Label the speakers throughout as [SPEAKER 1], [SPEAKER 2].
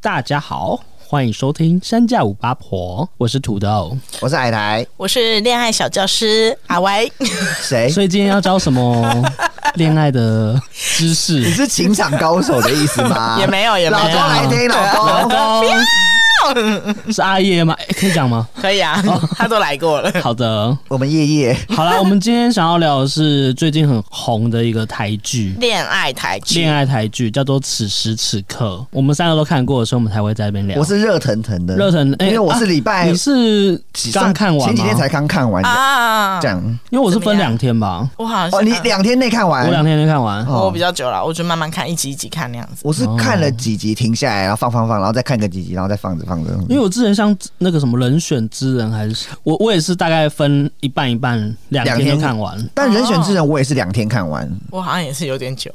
[SPEAKER 1] 大家好，欢迎收听山架五八婆，我是土豆。
[SPEAKER 2] 我是海苔，
[SPEAKER 3] 我是恋爱小教师阿歪，
[SPEAKER 2] 谁？
[SPEAKER 1] 所以今天要教什 么恋爱的知识
[SPEAKER 2] 你？是情场高手的意 思吗？
[SPEAKER 3] 也没有啊也没
[SPEAKER 2] 啊老公
[SPEAKER 3] 有，
[SPEAKER 2] 来听，老
[SPEAKER 1] 老
[SPEAKER 2] 公。
[SPEAKER 1] 公是阿叶吗？诶可以讲吗？
[SPEAKER 3] 可以啊，他都来过了。
[SPEAKER 1] 好的，
[SPEAKER 2] 我们夜夜
[SPEAKER 1] 好啦，我们今天想要聊的是最近很红的一个台剧。
[SPEAKER 3] 恋爱台
[SPEAKER 1] 恋
[SPEAKER 3] 剧，
[SPEAKER 1] 爱台剧叫做《此时此刻》，我们三个都看过的时候，我们才会在这边聊。
[SPEAKER 2] 我是热腾腾的，
[SPEAKER 1] 热腾，哎
[SPEAKER 2] 因为我是礼拜
[SPEAKER 1] 你是
[SPEAKER 2] 几
[SPEAKER 1] 刚
[SPEAKER 2] 上
[SPEAKER 1] 看完吗？
[SPEAKER 2] 前几天才刚看完的，
[SPEAKER 3] 啊
[SPEAKER 2] 这，样
[SPEAKER 1] 因为我是
[SPEAKER 3] 怎
[SPEAKER 1] 分
[SPEAKER 3] 么样
[SPEAKER 1] 两天吧，
[SPEAKER 3] 我好像是啊
[SPEAKER 2] 哦，你两天内看
[SPEAKER 1] 我
[SPEAKER 2] 完
[SPEAKER 1] 两，天就看完。
[SPEAKER 2] 哦
[SPEAKER 3] 我比较久了，我就慢慢看，一集一集看那样子。
[SPEAKER 2] 我是看了几集停下来，然后放放放，然后再看个几集，然后再放着放着。
[SPEAKER 1] 因为我之前像那个什么人选之人，还是我我也是大概分一半一半，两
[SPEAKER 2] 两
[SPEAKER 1] 天
[SPEAKER 2] 天
[SPEAKER 1] 就看完。
[SPEAKER 2] 但人选之人我也是两天看完，
[SPEAKER 3] 我好像也是有点久，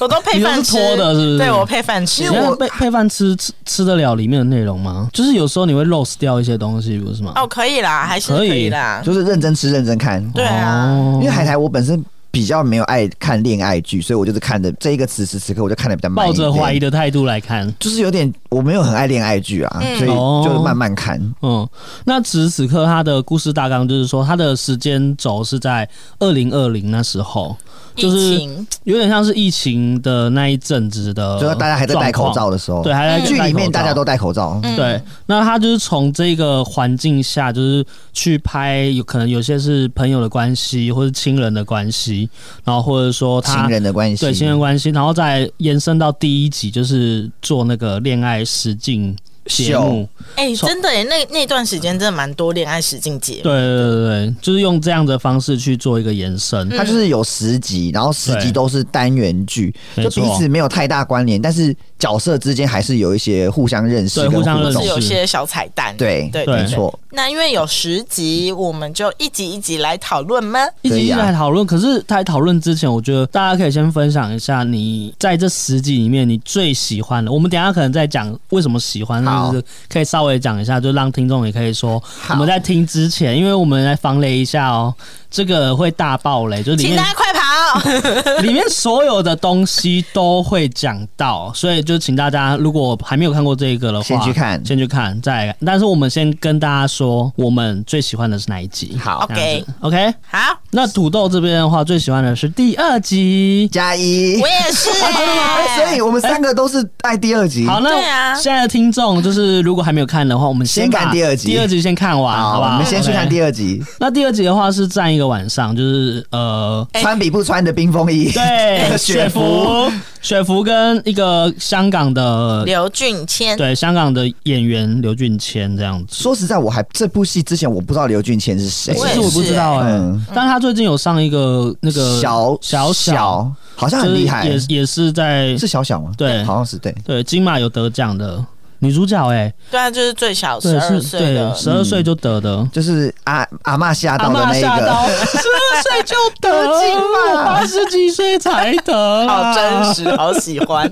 [SPEAKER 3] 我都配
[SPEAKER 1] 你都
[SPEAKER 3] 饭
[SPEAKER 1] 是
[SPEAKER 3] 吃
[SPEAKER 1] 拖的，，是不是？
[SPEAKER 3] 对我配饭吃
[SPEAKER 1] 你。现在配配饭吃吃吃得了里面的内容吗？就是有时候你会 lose 掉一些东西，不是吗？
[SPEAKER 3] 哦，可以啦，还是
[SPEAKER 1] 可
[SPEAKER 3] 可
[SPEAKER 1] 以
[SPEAKER 3] 以啦。
[SPEAKER 2] 就是认真吃认真看。
[SPEAKER 3] 对啊，
[SPEAKER 1] 哦
[SPEAKER 2] 因为海苔我本身比较没有爱看恋爱剧，所以我就是看的这一个此时此刻我就看的比较慢
[SPEAKER 1] 抱
[SPEAKER 2] 一点。
[SPEAKER 1] 着怀疑的态度来看，
[SPEAKER 2] 就是有点我没有很爱恋爱剧啊，
[SPEAKER 3] 嗯
[SPEAKER 2] 所以
[SPEAKER 1] 哦
[SPEAKER 2] 就慢慢看。
[SPEAKER 1] 嗯，那此时此刻他的故事大纲就是说，他的时间轴是在二零二零那时候，就
[SPEAKER 3] 疫
[SPEAKER 1] 是
[SPEAKER 3] 情
[SPEAKER 1] 有点像是疫情的那一阵子的，
[SPEAKER 2] 就是大家还在戴口罩，的时候，
[SPEAKER 1] 哦对，，还在
[SPEAKER 2] 剧里面
[SPEAKER 1] 戴
[SPEAKER 2] 大
[SPEAKER 1] 口罩
[SPEAKER 2] 家都戴口罩，
[SPEAKER 3] 嗯
[SPEAKER 1] 对，那他就是从这个环境下，就是去拍，有可能有些是朋友的关系，或是亲人的关系，然后或者说他
[SPEAKER 2] 亲人的关系，
[SPEAKER 1] 对亲人关系，然后再延伸到第一集，就是做那个恋爱实境节目。
[SPEAKER 3] 哎，
[SPEAKER 1] 从
[SPEAKER 3] 真的耶，那那段时间真的蛮多恋爱实境节
[SPEAKER 1] 对对对对，就是用这样的方式去做一个延伸。
[SPEAKER 3] 嗯
[SPEAKER 2] 它就是有十集，然后十集
[SPEAKER 1] 对
[SPEAKER 2] 都是单元剧，
[SPEAKER 1] 没
[SPEAKER 2] 就彼
[SPEAKER 1] 错
[SPEAKER 2] 此没有太大关联，但是角色之间还是有一些互相认识
[SPEAKER 1] 对
[SPEAKER 2] 跟
[SPEAKER 1] 互相
[SPEAKER 2] 互
[SPEAKER 1] 认
[SPEAKER 3] 是
[SPEAKER 1] 识
[SPEAKER 2] 动。
[SPEAKER 3] 有些小彩蛋。
[SPEAKER 2] 对
[SPEAKER 3] 对
[SPEAKER 1] 对
[SPEAKER 2] 没错，
[SPEAKER 3] 那因为有十集，我们就一集一集来讨论吗？
[SPEAKER 1] 一
[SPEAKER 2] 可
[SPEAKER 1] 集
[SPEAKER 2] 以
[SPEAKER 1] 一
[SPEAKER 2] 啊
[SPEAKER 1] 来讨论，可是在讨论之前，我觉得大家可以先分享一下你在这十集里面你最喜欢的。我们等一下可能再讲为什么喜欢，
[SPEAKER 2] 好
[SPEAKER 1] 就是可以稍微讲一下，就让听众也可以说
[SPEAKER 2] 好
[SPEAKER 1] 我们在听之前，因为我们来防雷一下哦，这个会大爆雷，就里
[SPEAKER 3] 请
[SPEAKER 1] 面
[SPEAKER 3] 大家快跑！
[SPEAKER 1] 里面所有的东西都会讲到，所以就请大家如果还没有看过这个的话，
[SPEAKER 2] 先去看
[SPEAKER 1] 先去看，再来但是我们先跟大家说，我们最喜欢的是哪一集？
[SPEAKER 2] 好
[SPEAKER 3] OK
[SPEAKER 1] OK。
[SPEAKER 3] 好，
[SPEAKER 1] 那土豆这边的话，最喜欢的是第二集。
[SPEAKER 2] 加一
[SPEAKER 3] 我，也 是、
[SPEAKER 2] 哎
[SPEAKER 3] 欸。
[SPEAKER 2] 所以我们三个都是爱第二集。
[SPEAKER 1] 好，那
[SPEAKER 3] 对啊
[SPEAKER 1] 现在的听众就是如果还没有看的话，我们
[SPEAKER 2] 先
[SPEAKER 1] 把
[SPEAKER 2] 看第二集
[SPEAKER 1] 第二集先看完，好
[SPEAKER 2] 好，
[SPEAKER 1] 不
[SPEAKER 2] 我
[SPEAKER 1] 好？
[SPEAKER 2] 们先去看
[SPEAKER 1] OK
[SPEAKER 2] 第二集，
[SPEAKER 1] 那第二集的话是站一个晚上，就是呃，
[SPEAKER 3] 哎
[SPEAKER 2] 穿比不穿的冰风衣，
[SPEAKER 1] 对，
[SPEAKER 2] 雪
[SPEAKER 1] 雪
[SPEAKER 2] 芙
[SPEAKER 1] 芙，雪芙跟一个香港的。
[SPEAKER 3] 刘俊谦，
[SPEAKER 1] 对香港的演员刘俊谦这样子，
[SPEAKER 2] 说实在，我还这部戏之前我不知道刘俊谦是谁，
[SPEAKER 3] 我
[SPEAKER 1] 其
[SPEAKER 3] 也
[SPEAKER 1] 实我不知道哎、
[SPEAKER 2] 嗯
[SPEAKER 1] 但他最近有上一个那个
[SPEAKER 2] 小
[SPEAKER 1] 小小，
[SPEAKER 2] 小，好像
[SPEAKER 1] 就
[SPEAKER 2] 很
[SPEAKER 1] 是
[SPEAKER 2] 厉害，
[SPEAKER 1] 也也是在
[SPEAKER 2] 是小小吗？
[SPEAKER 1] 对
[SPEAKER 2] 好像是对。
[SPEAKER 1] 对金马有得奖的女主角哎、
[SPEAKER 3] 对啊，就是最小
[SPEAKER 1] 对
[SPEAKER 3] 十二
[SPEAKER 1] 是
[SPEAKER 3] 岁
[SPEAKER 1] 对
[SPEAKER 3] 的，哦
[SPEAKER 1] 十二岁就得的，
[SPEAKER 2] 就是阿阿嬷
[SPEAKER 1] 阿
[SPEAKER 2] 吓嗯到的
[SPEAKER 1] 嬷
[SPEAKER 2] 那一
[SPEAKER 1] 吓
[SPEAKER 2] 个，
[SPEAKER 1] 到，十二岁就
[SPEAKER 2] 得
[SPEAKER 1] 得
[SPEAKER 2] 金马
[SPEAKER 1] 八十几岁才得，
[SPEAKER 3] 好真。实，好喜 欢。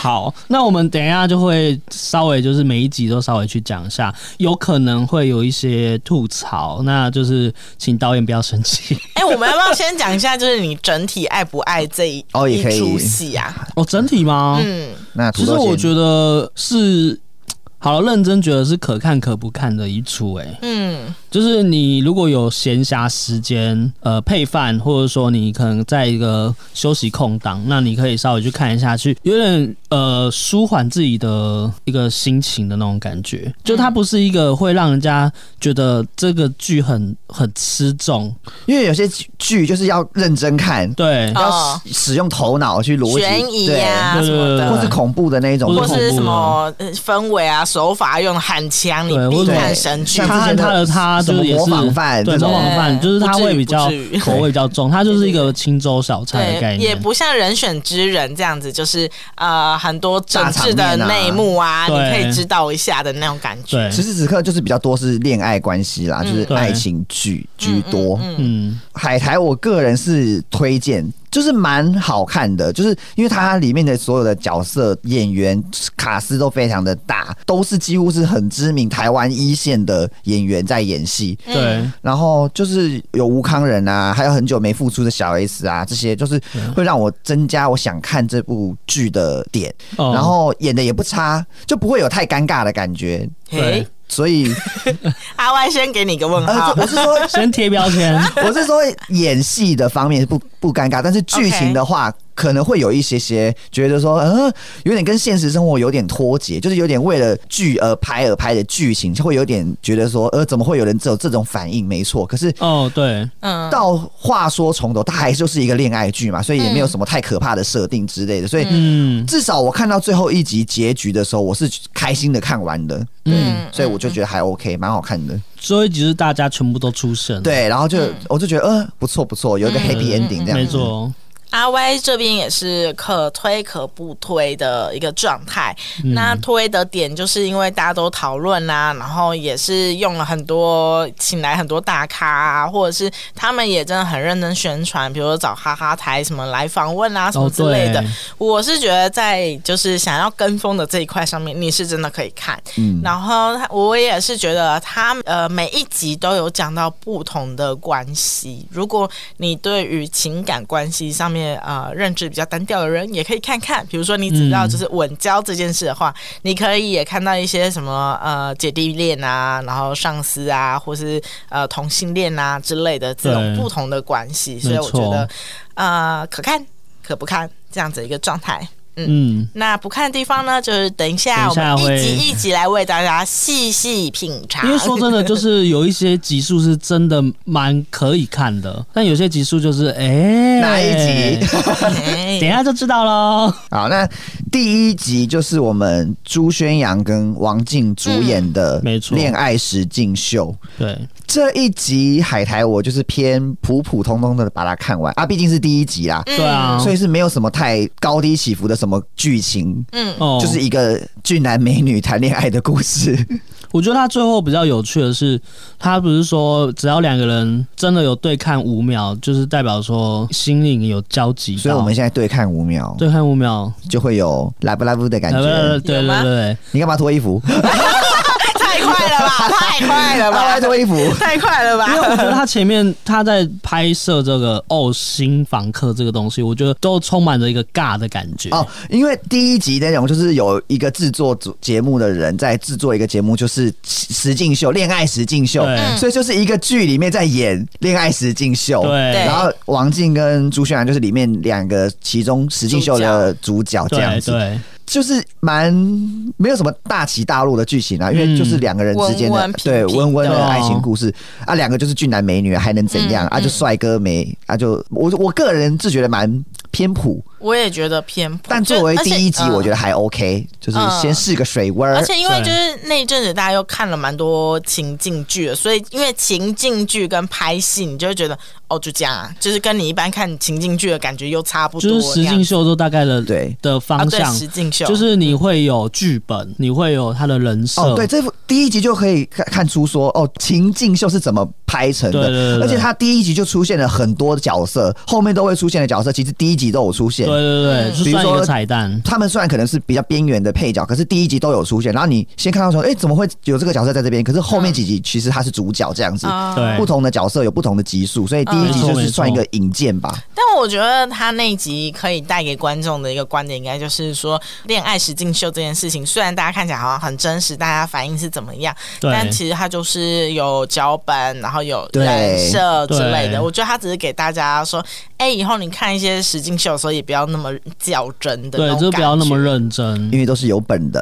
[SPEAKER 1] 好，那我们等一下就会稍微就是每一集都稍微去讲一下，有可能会有一些吐槽，那就是请导演不要生气。
[SPEAKER 3] 哎、我们要不要先讲一下，就是你整体爱不爱这一
[SPEAKER 2] 哦也
[SPEAKER 3] 一
[SPEAKER 2] 可以
[SPEAKER 3] 出戏 啊？
[SPEAKER 1] 哦，整体吗？
[SPEAKER 3] 嗯，
[SPEAKER 2] 那土
[SPEAKER 1] 其实
[SPEAKER 2] 豆
[SPEAKER 1] 我
[SPEAKER 2] 姐
[SPEAKER 1] 觉得是。好了，认真觉得是可看可不看的一出、欸，
[SPEAKER 3] 嗯，
[SPEAKER 1] 就是你如果有闲暇时间，呃，配饭，或者说你可能在一个休息空档，那你可以稍微去看一下去，有点呃舒缓自己的一个心情的那种感觉。就它不是一个会让人家觉得这个剧很很吃重，
[SPEAKER 2] 因为有些剧就是要认真看，
[SPEAKER 1] 对，
[SPEAKER 3] 哦
[SPEAKER 2] 要使使用头脑去逻辑，
[SPEAKER 3] 悬疑
[SPEAKER 2] 对
[SPEAKER 3] 呀、
[SPEAKER 1] 对
[SPEAKER 3] 什么
[SPEAKER 1] 对对
[SPEAKER 2] 或是
[SPEAKER 3] 的，
[SPEAKER 2] 恐怖的啊那一种，
[SPEAKER 3] 或
[SPEAKER 1] 或
[SPEAKER 3] 是什么呃氛围啊、手法用的很强，你
[SPEAKER 1] 对或
[SPEAKER 3] 必
[SPEAKER 1] 者
[SPEAKER 3] 看神剧
[SPEAKER 2] 像。
[SPEAKER 1] 他和他的他
[SPEAKER 2] 什
[SPEAKER 1] 就
[SPEAKER 2] 么
[SPEAKER 1] 是也
[SPEAKER 2] 模
[SPEAKER 1] 是
[SPEAKER 2] 仿犯
[SPEAKER 1] 对
[SPEAKER 2] 这
[SPEAKER 1] 模
[SPEAKER 2] 种
[SPEAKER 1] 仿犯，就是他会比较
[SPEAKER 3] 不至于不至于
[SPEAKER 1] 口味比较重，他就是一个青州小菜的概
[SPEAKER 3] 对，也
[SPEAKER 1] 念。
[SPEAKER 3] 不像人选之人这样子，就是呃很多
[SPEAKER 2] 大
[SPEAKER 3] 政
[SPEAKER 2] 场
[SPEAKER 3] 治的
[SPEAKER 2] 面啊
[SPEAKER 3] 内幕啊，你
[SPEAKER 1] 对
[SPEAKER 3] 可以知道一下的那种感觉。
[SPEAKER 1] 对，
[SPEAKER 2] 此时此刻就是比较多是恋爱关系啦，就是
[SPEAKER 1] 对
[SPEAKER 2] 爱情剧居多。
[SPEAKER 3] 嗯，
[SPEAKER 1] 嗯，
[SPEAKER 2] 海苔，我个人是推荐就是蛮好看的，就是因为它里面的所有的角色、演员、卡斯都非常的大，都是几乎是很知名台湾一线的演员在演戏。
[SPEAKER 3] 嗯
[SPEAKER 1] 对，
[SPEAKER 2] 然后就是有吴康仁啊，还有很久没复出的小 S 啊，这些就是会让我增加我想看这部剧的点。
[SPEAKER 1] 哦
[SPEAKER 2] 然后演的也不差，就不会有太尴尬的感觉。
[SPEAKER 1] 对
[SPEAKER 3] 嘿，
[SPEAKER 2] 所以，
[SPEAKER 3] 阿 Y 先给你一个问
[SPEAKER 2] 呃，
[SPEAKER 3] 号
[SPEAKER 1] 啊
[SPEAKER 2] 这，我是说，
[SPEAKER 1] 先贴标签，
[SPEAKER 2] 我是说演戏的方面是不不尴尬，但是剧情的话。可能会有一些些觉得说，呃，有点跟现实生活有点脱节，就是有点为了剧而拍而拍的剧情，就会有点觉得说，呃，怎么会有人只有这种反应？没错，可是
[SPEAKER 1] 哦，对，
[SPEAKER 3] 嗯，
[SPEAKER 2] 到话说从头，它还就是一个恋爱剧嘛，所以也没有什么太可怕的设定之类的，所以
[SPEAKER 1] 嗯
[SPEAKER 2] 至少我看到最后一集结局的时候，我是开心的看完的，
[SPEAKER 1] 嗯，
[SPEAKER 2] 所以我就觉得还 OK，蛮好看的。
[SPEAKER 1] 最后一集是大家全部都出现，，
[SPEAKER 2] 对，然后就
[SPEAKER 1] 嗯
[SPEAKER 2] 我就觉得，呃，不错不错，有一个 happy ending 这样。
[SPEAKER 1] 没。错，
[SPEAKER 3] 阿 Y 这边也是可推可不推的一个状态。
[SPEAKER 1] 嗯
[SPEAKER 3] 那推的点就是因为大家都讨论啦，然后也是用了很多请来很多大咖啊，或者是他们也真的很认真宣传，比如说找哈哈台什么来访问啊什么
[SPEAKER 1] 哦，
[SPEAKER 3] 之类的
[SPEAKER 1] 对。，
[SPEAKER 3] 我是觉得在就是想要跟风的这一块上面，你是真的可以看。
[SPEAKER 2] 嗯
[SPEAKER 3] 然后他我也是觉得他呃每一集都有讲到不同的关系。如果你对于情感关系上面呃认知比较单调的人，也可以看看。比如说你呃只知道就是稳交这件事的话，你可以也看到一些什么呃姐弟恋啊，然后上司啊，或是呃同性恋啊之类的这种
[SPEAKER 1] 对
[SPEAKER 3] 不同的关系。所以
[SPEAKER 1] 没
[SPEAKER 3] 我觉
[SPEAKER 1] 错
[SPEAKER 3] 得呃可看可不看这样子一个状态。
[SPEAKER 1] 嗯，
[SPEAKER 3] 那不看的地方呢，就是等一下我
[SPEAKER 1] 等一下
[SPEAKER 3] 们一集
[SPEAKER 1] 会
[SPEAKER 3] 一集来为大家细细品尝。
[SPEAKER 1] 因为说真的，就是有一些集数是真的蛮可以看的，但有些集数就是哎、
[SPEAKER 2] 哪一集？
[SPEAKER 1] 等一下就知道喽。
[SPEAKER 2] 好，那第一集就是我们朱宣阳跟王静主演的
[SPEAKER 1] 嗯没错
[SPEAKER 2] 恋爱实境秀。
[SPEAKER 1] 对，
[SPEAKER 2] 这一集海苔我就是偏普普通通的把它看完啊，毕竟是第一集啦，
[SPEAKER 1] 对啊，
[SPEAKER 2] 所以是没有什么太高低起伏的什么剧情，
[SPEAKER 3] 嗯，
[SPEAKER 1] 哦，
[SPEAKER 2] 就是一个俊男美女谈恋爱的 故事。
[SPEAKER 1] 我觉得他最后比较有趣的是，他不是说只要两个人真的有对看五秒，就是代表说心灵有交集到。
[SPEAKER 2] 所以我们现在对看五秒，
[SPEAKER 1] 对看五秒，
[SPEAKER 2] 就会有拉布拉布的感
[SPEAKER 1] 呃
[SPEAKER 2] 觉。
[SPEAKER 1] 对对
[SPEAKER 3] 有吗
[SPEAKER 1] 对，
[SPEAKER 2] 你干嘛脱 衣服？
[SPEAKER 3] 太快了吧，太快了
[SPEAKER 2] 拉布拉
[SPEAKER 3] 吧，
[SPEAKER 2] 脱衣服。
[SPEAKER 3] 太快了
[SPEAKER 1] 因为
[SPEAKER 3] 吧。
[SPEAKER 1] 我觉得他前面他在拍摄这个《哦新房客》这个东西，我觉得都充满着一个尬的感觉。
[SPEAKER 2] 哦，因为第一集内容就是有一个制作组节目的人在制作一个节目，就是实境秀，恋爱实境秀，
[SPEAKER 3] 嗯
[SPEAKER 1] 对
[SPEAKER 2] 所以就是一个剧里面在演恋爱实境秀。
[SPEAKER 1] 对
[SPEAKER 2] 然后王静跟朱轩然就是里面两个其中实境秀的主角这样
[SPEAKER 1] 对
[SPEAKER 2] 子，
[SPEAKER 1] 对，
[SPEAKER 2] 就是蛮没有什么大起大落的剧情啊，因为就是两个人之间的、
[SPEAKER 3] 嗯温温平平
[SPEAKER 2] 对温温
[SPEAKER 1] 的
[SPEAKER 2] 的
[SPEAKER 1] 哦
[SPEAKER 2] 爱情故事啊，两个就是俊男美女啊还能怎样、
[SPEAKER 3] 嗯
[SPEAKER 2] 啊？就帅哥没啊就我我个人是觉得蛮偏普，
[SPEAKER 3] 我也觉得偏颇，
[SPEAKER 2] 但作为第一集，我觉得
[SPEAKER 3] 得。
[SPEAKER 2] 还 OK，就是
[SPEAKER 3] 嗯
[SPEAKER 2] 先试个水温儿
[SPEAKER 3] 而。且因为就是那一阵子大家又看了蛮多情境剧的，所以因为情境剧跟拍戏，你就会觉得哦就这样啊，就是跟你一般看情境剧的感觉又差不多这
[SPEAKER 1] 就是
[SPEAKER 3] 样。
[SPEAKER 1] 实境秀都大概的
[SPEAKER 2] 对
[SPEAKER 1] 的
[SPEAKER 3] 啊，
[SPEAKER 1] 方
[SPEAKER 3] 对，
[SPEAKER 1] 向，
[SPEAKER 3] 实境秀
[SPEAKER 1] 就是你会有剧本，你会有他的人设，
[SPEAKER 2] 哦，对，这部第一集就可以看看出说，哦，情境秀是怎么拍成的，
[SPEAKER 1] 对对对对
[SPEAKER 2] 而且它第一集就出现了很多角色，后面都会出现的角色，其实第一集都有出现
[SPEAKER 1] 对。
[SPEAKER 3] 嗯
[SPEAKER 1] 对对，就
[SPEAKER 2] 比如
[SPEAKER 1] 算一
[SPEAKER 2] 说
[SPEAKER 1] 个彩蛋。
[SPEAKER 2] 他们虽然可能是比较边缘的配角，可是第一集都有出现。然后你先看到说，哎、怎么会有这个角色在这边？可是后
[SPEAKER 3] 嗯
[SPEAKER 2] 面几集其实他是主角这样子，
[SPEAKER 3] 啊
[SPEAKER 1] 对
[SPEAKER 2] 不同的角色有不同的集数，所以第一集
[SPEAKER 1] 嗯
[SPEAKER 2] 就是算一个引荐吧。
[SPEAKER 3] 但我觉得他那一集可以带给观众的一个观点，应该就是说，恋爱实境秀这件事情，虽然大家看起来好像很真实，大家反应是怎么样，
[SPEAKER 1] 对
[SPEAKER 3] 但其实它就是有脚本，然后有
[SPEAKER 2] 对
[SPEAKER 3] 人设之类
[SPEAKER 1] 对
[SPEAKER 3] 的。我觉得他只是给大家说，哎、以后你看一些实境秀的时候，也不要那么较真的
[SPEAKER 1] 对，
[SPEAKER 3] 那
[SPEAKER 1] 就是
[SPEAKER 3] 种感觉，
[SPEAKER 1] 不要那么认真
[SPEAKER 2] 因。为都是有本的，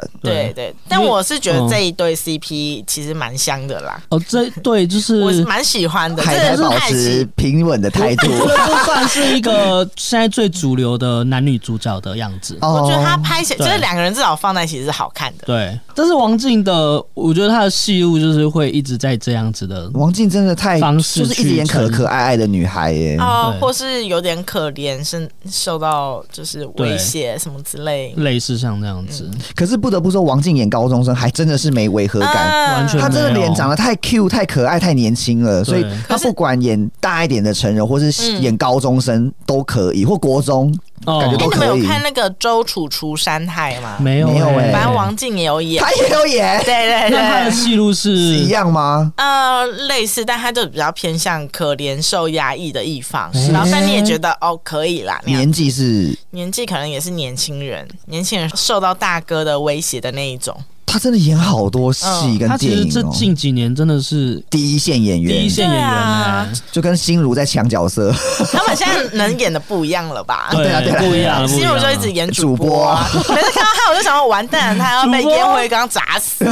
[SPEAKER 1] 对，嗯
[SPEAKER 3] 对对，但我是觉得这一对 CP 其实蛮香的啦，
[SPEAKER 1] 哦，这对就是
[SPEAKER 3] 我是蛮喜欢的，
[SPEAKER 2] 海
[SPEAKER 3] 这
[SPEAKER 2] 苔
[SPEAKER 3] 个是
[SPEAKER 2] 保
[SPEAKER 3] 爱
[SPEAKER 2] 持
[SPEAKER 3] 情。
[SPEAKER 2] 平稳的态 度。
[SPEAKER 1] 这就算是一个现在最主流的男女主角的样子。
[SPEAKER 3] 我
[SPEAKER 2] 哦，
[SPEAKER 3] 觉得他拍起来，
[SPEAKER 1] 对
[SPEAKER 3] 就是两个人至少放在一起是好看的。
[SPEAKER 1] 对，但是王静的，我觉得她的戏路就是会一直在这样子的，
[SPEAKER 2] 王静真的太
[SPEAKER 1] 方式
[SPEAKER 2] 就是一直演可可爱爱的女孩耶。
[SPEAKER 3] 哦
[SPEAKER 1] 对，
[SPEAKER 3] 或是有点可怜，是受到就是威
[SPEAKER 1] 对
[SPEAKER 3] 胁什么之类。
[SPEAKER 1] 类似像这样子，
[SPEAKER 2] 可是不得不说，王静演高中生还真的是没违和感。
[SPEAKER 3] 啊
[SPEAKER 1] 完全
[SPEAKER 2] 她真的
[SPEAKER 1] 没有
[SPEAKER 2] 脸长得太 Q、太可爱、太年轻了，所以
[SPEAKER 1] 对
[SPEAKER 2] 她不管演大一点的成人，或是
[SPEAKER 3] 嗯
[SPEAKER 2] 演高中生，都可以，或国中
[SPEAKER 1] 哦
[SPEAKER 2] 感觉
[SPEAKER 3] 哎、
[SPEAKER 2] 都
[SPEAKER 3] 你
[SPEAKER 2] 可
[SPEAKER 3] 们
[SPEAKER 2] 以
[SPEAKER 3] 有看那个周楚除三害吗？
[SPEAKER 1] 没有
[SPEAKER 2] 没有
[SPEAKER 1] 欸
[SPEAKER 2] 欸
[SPEAKER 3] 反正王静也有演，
[SPEAKER 2] 他也有演，
[SPEAKER 3] 对对
[SPEAKER 1] 那他的
[SPEAKER 3] 对。
[SPEAKER 1] 戏路
[SPEAKER 2] 是
[SPEAKER 1] 是
[SPEAKER 2] 一样吗？
[SPEAKER 3] 呃，类似，但他就比较偏向可怜受压抑的一方
[SPEAKER 1] 是，
[SPEAKER 3] 然后但你也觉得哦，可以啦，那样
[SPEAKER 2] 年纪是
[SPEAKER 3] 年纪可能也是年轻人，年轻人受到大哥的威胁的那一 种，
[SPEAKER 2] 他真的演好多戏跟
[SPEAKER 1] 他嗯其
[SPEAKER 2] 电
[SPEAKER 1] 实
[SPEAKER 2] 影
[SPEAKER 1] 这
[SPEAKER 2] 哦，
[SPEAKER 1] 近几年真的是
[SPEAKER 2] 第一线演
[SPEAKER 1] 第
[SPEAKER 2] 员
[SPEAKER 1] 一线演员
[SPEAKER 3] 啊
[SPEAKER 1] 哎、
[SPEAKER 2] 就跟心如在抢角 色，
[SPEAKER 3] 他们现在能演的不一样了吧？
[SPEAKER 1] 对
[SPEAKER 2] 对啊对啊
[SPEAKER 1] 不一样了，不一
[SPEAKER 3] 心
[SPEAKER 1] 样
[SPEAKER 3] 如
[SPEAKER 1] 了
[SPEAKER 3] 就一直演主播啊，每次看到他我就想说完蛋了，他要被
[SPEAKER 1] 主播
[SPEAKER 3] 烟灰缸砸死，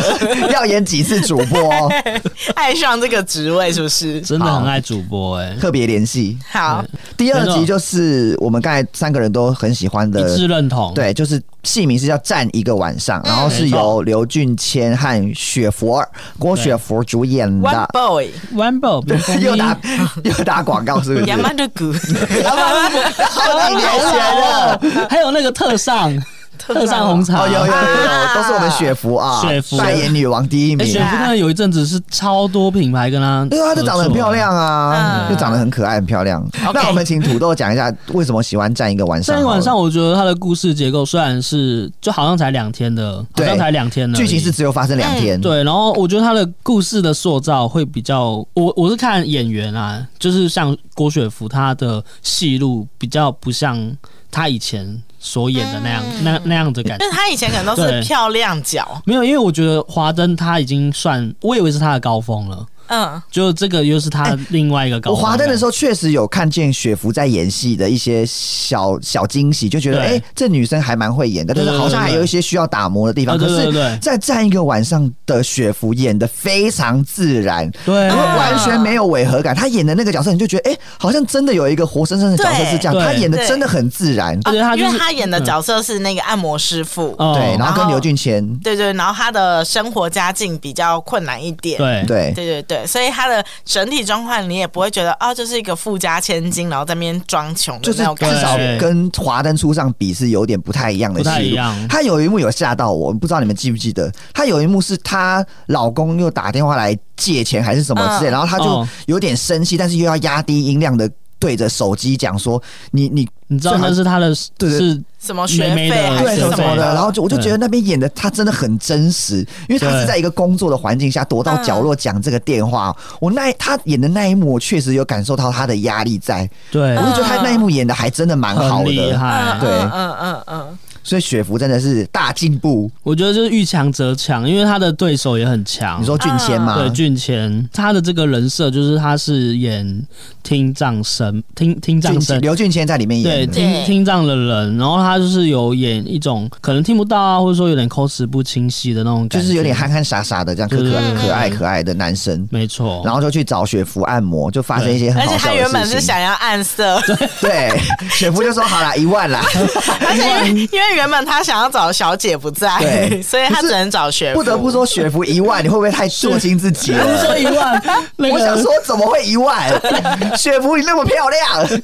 [SPEAKER 2] 要演几次主播，
[SPEAKER 3] 爱上这个职位是不是？
[SPEAKER 1] 真的很爱主播哎、
[SPEAKER 2] 特别联系。
[SPEAKER 3] 好，
[SPEAKER 2] 第二
[SPEAKER 1] 没
[SPEAKER 2] 集
[SPEAKER 1] 错
[SPEAKER 2] 就是我们刚才三个人都很喜欢
[SPEAKER 1] 一
[SPEAKER 2] 的
[SPEAKER 1] 致认同，
[SPEAKER 2] 对，就是戏名是叫《站一个晚上》，然后是
[SPEAKER 1] 嗯没
[SPEAKER 2] 由
[SPEAKER 1] 错
[SPEAKER 2] 刘俊谦和雪佛郭雪佛主演
[SPEAKER 3] One
[SPEAKER 2] 的。
[SPEAKER 3] Boy，
[SPEAKER 1] ，One Boy
[SPEAKER 2] 又打又打广告是不是？
[SPEAKER 3] 亚曼的古
[SPEAKER 2] 然后好几年前了。
[SPEAKER 1] 还有那个特上特上红茶，
[SPEAKER 2] 哦，有有有有，
[SPEAKER 3] 啊
[SPEAKER 2] 都是我们雪芙啊，
[SPEAKER 1] 雪芙
[SPEAKER 2] 扮演女王第一
[SPEAKER 1] 哎，
[SPEAKER 2] 名
[SPEAKER 1] 雪，芙呢有一阵子是超多品牌跟他，
[SPEAKER 2] 对啊，就长得很漂。亮啊，
[SPEAKER 3] 嗯
[SPEAKER 2] 就长得很可爱，很漂亮。那我们请土豆讲一下为什么喜欢站一个晚
[SPEAKER 1] 上
[SPEAKER 2] 上好
[SPEAKER 1] 一
[SPEAKER 2] 了？
[SPEAKER 1] 晚上，我觉得他的故事结构虽然是就好像才两天的，好
[SPEAKER 2] 对
[SPEAKER 1] 像才两天呢，哎
[SPEAKER 2] 剧情是只嗯有发生两天，
[SPEAKER 1] 对，然后我觉得他的故事的塑造会比较，我我是看演员啊，就是像郭雪芙她的戏路比较不像她以前所演的那样、那那样的感觉
[SPEAKER 3] 因为。他以前可能都是
[SPEAKER 1] 对
[SPEAKER 3] 漂亮脚，
[SPEAKER 1] 没有，因为我觉得华灯他已经算，我以为是他的高峰了，
[SPEAKER 3] 嗯，
[SPEAKER 1] 就这个又是他另外一个高
[SPEAKER 2] 我
[SPEAKER 1] 峰。
[SPEAKER 2] 华灯的时候确实有看见雪芙在演戏的一些小小惊喜，就觉得哎、
[SPEAKER 1] 对
[SPEAKER 2] 诶这女生还蛮会演的，但
[SPEAKER 1] 对
[SPEAKER 2] 是
[SPEAKER 1] 对
[SPEAKER 2] 好像还有一些需要打磨的地
[SPEAKER 1] 啊，
[SPEAKER 2] 方。
[SPEAKER 1] 对对
[SPEAKER 2] 可是，
[SPEAKER 1] 对
[SPEAKER 2] 在站一个晚上的雪芙演的非常自然，
[SPEAKER 1] 对，
[SPEAKER 2] 因为
[SPEAKER 3] 啊
[SPEAKER 2] 完全没有违和感。她演的那个角色，你就觉得哎、诶好像真的有一个活生生的角色
[SPEAKER 3] 对
[SPEAKER 2] 是这样，
[SPEAKER 1] 对
[SPEAKER 2] 她演的真的很自然。
[SPEAKER 1] 而且他就
[SPEAKER 3] 因
[SPEAKER 1] 是
[SPEAKER 3] 为他演的角色是那个按摩师傅，
[SPEAKER 1] 哦
[SPEAKER 2] 对，然后跟
[SPEAKER 3] 然后
[SPEAKER 2] 刘俊谦，
[SPEAKER 3] 对对，然后他的生活家境比较困难一点，
[SPEAKER 1] 对
[SPEAKER 2] 对
[SPEAKER 3] 对对对，所以他的整体状况你也不会觉得哦，就是一个富家千金，然后在那边装穷的
[SPEAKER 2] 就是
[SPEAKER 3] 那种感
[SPEAKER 2] 至
[SPEAKER 3] 觉。
[SPEAKER 2] 少
[SPEAKER 1] 对
[SPEAKER 2] 跟《华灯初上》比是有点不太一样的戏
[SPEAKER 1] 不
[SPEAKER 2] 路。
[SPEAKER 1] 太一样
[SPEAKER 2] 他有一幕有吓到我，不知道你们记不记得？她有一幕是她老公又打电话来借钱还是什么之类，
[SPEAKER 3] 嗯
[SPEAKER 2] 然后她就
[SPEAKER 1] 哦
[SPEAKER 2] 有点生气，但是又要压低音量的对着手机讲说：“你你
[SPEAKER 1] 你知道那是他的
[SPEAKER 2] 对对
[SPEAKER 1] 是
[SPEAKER 3] 什么学
[SPEAKER 1] 妹妹
[SPEAKER 3] 费
[SPEAKER 1] 的
[SPEAKER 3] 还
[SPEAKER 2] 对
[SPEAKER 3] 是
[SPEAKER 2] 什
[SPEAKER 1] 学
[SPEAKER 2] 么
[SPEAKER 1] 费
[SPEAKER 2] 什么的。”然后就我就
[SPEAKER 1] 对
[SPEAKER 2] 觉得那边演的她真的很真实，因为她是
[SPEAKER 1] 对嗯
[SPEAKER 2] 在一个工作的环境下躲到角落讲这个电话。哦我那她演的那一幕，我确实有感受到她的压力在，
[SPEAKER 1] 对
[SPEAKER 2] 我就觉得她那一幕演的还真的蛮嗯好
[SPEAKER 1] 很厉
[SPEAKER 2] 的。
[SPEAKER 1] 害
[SPEAKER 3] 嗯，
[SPEAKER 2] 哎对
[SPEAKER 3] 嗯嗯嗯嗯，
[SPEAKER 2] 所以雪芙真的是大进步。
[SPEAKER 1] 我觉得就是遇强则强，因为他的对手也很强。
[SPEAKER 2] 你说啊俊谦吗？
[SPEAKER 1] 对俊谦，他的这个人设就是他是演听障生，听听
[SPEAKER 2] 俊
[SPEAKER 1] 障
[SPEAKER 2] 谦
[SPEAKER 1] 生。
[SPEAKER 2] 刘俊谦在里面
[SPEAKER 1] 对
[SPEAKER 2] 演的，
[SPEAKER 1] 听
[SPEAKER 3] 对
[SPEAKER 1] 听障的人，然后他就是有演一种可能听不到啊，或者说有点口齿不清晰的那种
[SPEAKER 2] 就
[SPEAKER 1] 感觉，
[SPEAKER 2] 是有点憨憨傻傻的这样，可可
[SPEAKER 1] 对对对
[SPEAKER 2] 可爱可爱的男生。
[SPEAKER 1] 没错。
[SPEAKER 2] 哦然后就去找雪芙按摩，就发生一些很
[SPEAKER 3] 而
[SPEAKER 2] 好
[SPEAKER 3] 且
[SPEAKER 2] 笑
[SPEAKER 3] 他
[SPEAKER 2] 的
[SPEAKER 3] 原本是
[SPEAKER 2] 事情。
[SPEAKER 3] 想要暗色，
[SPEAKER 2] 对，雪芙就说好啦，一万啦，
[SPEAKER 3] 而 且因为因为原本他想要找小姐不在，
[SPEAKER 2] 对
[SPEAKER 3] 所以他只能找学。
[SPEAKER 2] 不得不，说雪芙一万，你会不会太做轻自己
[SPEAKER 1] 不是
[SPEAKER 2] 了？
[SPEAKER 1] 说一 万，那个
[SPEAKER 2] 我想说，怎么会一万？雪芙你那么漂亮，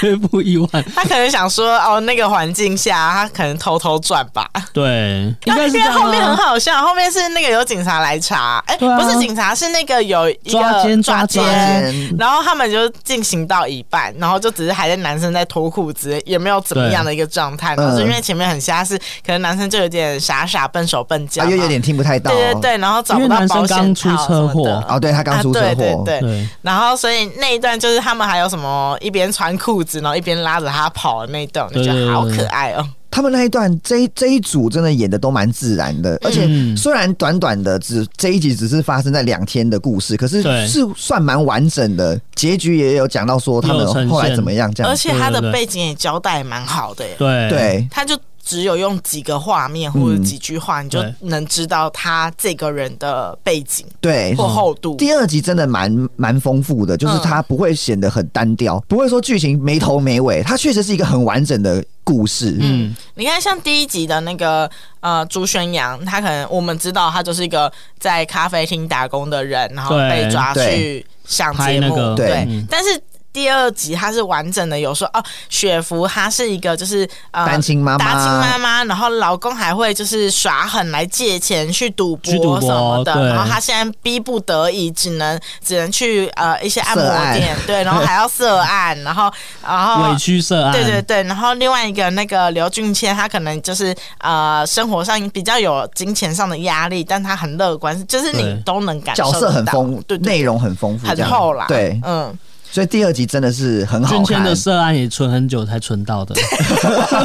[SPEAKER 1] 绝不一万，
[SPEAKER 3] 他可能想说哦，那个环境下他可能偷偷赚吧。
[SPEAKER 1] 对，应
[SPEAKER 3] 因
[SPEAKER 1] 该是这
[SPEAKER 3] 为
[SPEAKER 1] 样啊
[SPEAKER 3] 后面很好笑，后面是那个有警察来查，哎、
[SPEAKER 1] 对啊
[SPEAKER 3] 不是警察，是那个有一个
[SPEAKER 1] 抓奸抓
[SPEAKER 3] 奸
[SPEAKER 2] 奸
[SPEAKER 3] 然后他们就进行到一半，然后就只是还在男生在脱裤子，也没有怎么样的一个状态，
[SPEAKER 2] 对
[SPEAKER 3] 然后就
[SPEAKER 2] 嗯
[SPEAKER 3] 因为前面很瞎是，可能男生就有点傻傻笨手笨脚，
[SPEAKER 2] 啊，又有点
[SPEAKER 3] 然后
[SPEAKER 2] 听不太到。
[SPEAKER 3] 对对对，然后找
[SPEAKER 1] 因
[SPEAKER 3] 不
[SPEAKER 1] 为
[SPEAKER 3] 到
[SPEAKER 1] 男生
[SPEAKER 3] 保险
[SPEAKER 1] 刚出
[SPEAKER 3] 套什么
[SPEAKER 1] 车祸嗯
[SPEAKER 3] 的
[SPEAKER 2] 哦，对他刚出车
[SPEAKER 3] 啊、对
[SPEAKER 2] 祸，
[SPEAKER 3] 对对
[SPEAKER 1] 对，
[SPEAKER 3] 然后所以那一段就是他们还有什么一边穿裤子，然后一边拉着他跑的那一段，我就觉
[SPEAKER 1] 对对
[SPEAKER 3] 得
[SPEAKER 1] 对
[SPEAKER 3] 好
[SPEAKER 1] 对
[SPEAKER 3] 可爱哦。
[SPEAKER 2] 他们那一段这一这一组真的演的都蛮自然的，而且
[SPEAKER 1] 嗯
[SPEAKER 2] 虽然短短的只这一集只是发生在两天的故事，可是
[SPEAKER 1] 对
[SPEAKER 2] 是算蛮完整的，结局也有讲到说他
[SPEAKER 1] 有呈
[SPEAKER 2] 们
[SPEAKER 1] 现
[SPEAKER 2] 后来怎么样这
[SPEAKER 3] 而
[SPEAKER 2] 样。
[SPEAKER 3] 且他
[SPEAKER 1] 对对
[SPEAKER 3] 的
[SPEAKER 1] 对
[SPEAKER 3] 背景也交代蛮好的耶，
[SPEAKER 1] 对
[SPEAKER 2] 对，
[SPEAKER 3] 他就只有用几个画面或者几句话，你就
[SPEAKER 1] 对
[SPEAKER 3] 能知道他这个人的背景
[SPEAKER 2] 对
[SPEAKER 3] 或厚度。
[SPEAKER 2] 第二集真的蛮蛮丰富的，
[SPEAKER 3] 嗯
[SPEAKER 2] 就是它不会显得很单调，不会说剧情没头没尾，它确实是一个很完整的故事。嗯，
[SPEAKER 3] 你看，像第一集的那个呃朱宣阳，他可能我们知道他就是一个在咖啡厅打工的人，然后
[SPEAKER 1] 对
[SPEAKER 3] 被抓
[SPEAKER 2] 对
[SPEAKER 3] 去上
[SPEAKER 1] 拍
[SPEAKER 3] 节
[SPEAKER 1] 那
[SPEAKER 3] 目，
[SPEAKER 1] 个
[SPEAKER 2] 对
[SPEAKER 1] 嗯
[SPEAKER 3] 但是。第二集它是完整的，有说哦，雪芙她是一个就是呃
[SPEAKER 2] 单亲妈妈
[SPEAKER 3] 单亲妈妈，然后老公还会就是耍狠来借钱去赌
[SPEAKER 1] 去赌博
[SPEAKER 3] 博什么的，
[SPEAKER 1] 对
[SPEAKER 3] 然后她现在逼不得已只能只能去呃一些按摩
[SPEAKER 2] 涉案
[SPEAKER 3] 店，对，然后还要涉案，然后然后
[SPEAKER 1] 委屈涉案，
[SPEAKER 3] 对对对，然后另外一个那个刘俊谦，他可能就是呃生活上比较有金钱上的压力，但他很乐观，就是
[SPEAKER 1] 对
[SPEAKER 3] 你都能感受
[SPEAKER 2] 角
[SPEAKER 3] 得到
[SPEAKER 2] 色很丰，
[SPEAKER 3] 对对
[SPEAKER 2] 内容很丰富，这
[SPEAKER 3] 很
[SPEAKER 2] 样
[SPEAKER 3] 厚啦，
[SPEAKER 2] 对，
[SPEAKER 3] 嗯，
[SPEAKER 2] 所以第二集真的是很好
[SPEAKER 1] 俊谦
[SPEAKER 2] 看。
[SPEAKER 1] 的涉案也存很久才存到的，
[SPEAKER 3] 我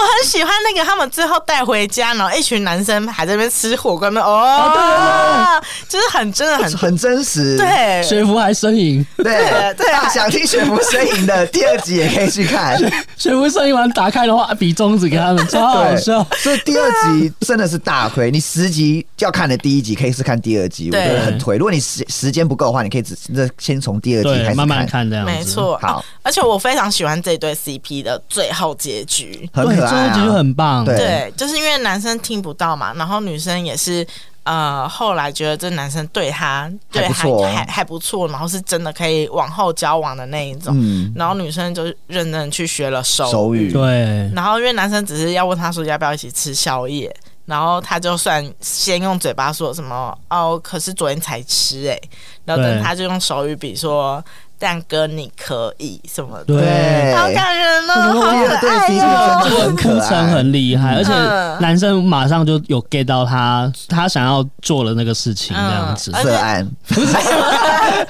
[SPEAKER 3] 很喜欢那个他们最后带回家，然后一群男生还在那边吃火锅，那边哦，
[SPEAKER 2] 啊
[SPEAKER 3] 就是很真的很
[SPEAKER 2] 很真实，
[SPEAKER 3] 对，
[SPEAKER 1] 学服还呻 吟，
[SPEAKER 2] 对
[SPEAKER 3] 对啊
[SPEAKER 2] 大想听雪服身影的第二集也可以去看，
[SPEAKER 1] 学服呻吟完打开的话，比中指给他们，超 好笑。
[SPEAKER 2] 所以第二集真的是大亏。你十集要看的第一集可以是看第二集，我
[SPEAKER 3] 对
[SPEAKER 2] 觉得很推。如果你时时间不够的话，你可以只那先从第二集开
[SPEAKER 1] 对，
[SPEAKER 2] 始
[SPEAKER 1] 慢慢看这样子，
[SPEAKER 3] 没错，
[SPEAKER 2] 好
[SPEAKER 3] 啊而且我非常喜欢这对 CP 的最后结局，
[SPEAKER 2] 很
[SPEAKER 1] 对，
[SPEAKER 2] 可
[SPEAKER 1] 最后
[SPEAKER 2] 爱、
[SPEAKER 1] 一集就
[SPEAKER 2] 啊。
[SPEAKER 1] 很棒，
[SPEAKER 2] 对
[SPEAKER 3] 对，就是因为男生听不到嘛，然后女生也是。呃，后来觉得这男生对她对
[SPEAKER 2] 还不
[SPEAKER 3] 她
[SPEAKER 2] 错
[SPEAKER 3] 还还不错，然后是真的可以往后交往的那一种。
[SPEAKER 2] 嗯，
[SPEAKER 3] 然后女生就认真去学了手
[SPEAKER 2] 手语
[SPEAKER 1] 嗯对
[SPEAKER 3] 然后因为男生只是要问她说要不要一起吃宵夜，然后她就算先用嘴巴说什么哦，可是昨天才吃哎、然后
[SPEAKER 1] 对
[SPEAKER 3] 等她就用手语比说蛋哥你可以什么的，
[SPEAKER 1] 对。
[SPEAKER 3] 好感人
[SPEAKER 2] 第
[SPEAKER 3] 哦，好可
[SPEAKER 2] 二对
[SPEAKER 3] 爱
[SPEAKER 2] CP 真的
[SPEAKER 1] 铺
[SPEAKER 2] 很可
[SPEAKER 1] 陈
[SPEAKER 2] 爱。
[SPEAKER 1] 很厉害，而且
[SPEAKER 3] 嗯
[SPEAKER 1] 男生马上就有 get 到他他想要做的那个事情，这样子。
[SPEAKER 3] 嗯
[SPEAKER 2] 涉案，
[SPEAKER 3] 而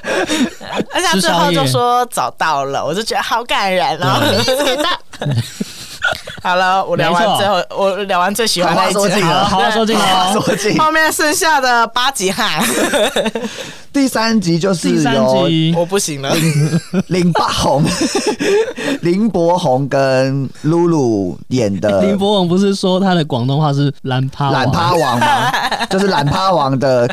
[SPEAKER 3] 且他
[SPEAKER 1] 吃
[SPEAKER 3] 最
[SPEAKER 1] 宵
[SPEAKER 3] 后就
[SPEAKER 1] 夜
[SPEAKER 3] 说找到了，我就觉得好感人哦。 好了，我聊
[SPEAKER 1] 没错
[SPEAKER 3] 完最后，我聊完最喜欢那一
[SPEAKER 2] 好话说
[SPEAKER 3] 集
[SPEAKER 2] 尽
[SPEAKER 1] 好
[SPEAKER 2] 了
[SPEAKER 1] 了，好好说进
[SPEAKER 2] 好
[SPEAKER 1] 来。
[SPEAKER 2] 说尽。
[SPEAKER 3] 后面剩下的八集哈，
[SPEAKER 2] 第三集就是哦
[SPEAKER 1] 第三
[SPEAKER 2] 由
[SPEAKER 1] 集
[SPEAKER 3] 我 不行了。
[SPEAKER 2] 林柏宏、 林柏宏跟露露演的
[SPEAKER 1] 哎林博文不是说他的广东话是啊“懒趴
[SPEAKER 2] 懒趴 王嘛，就是懒趴王的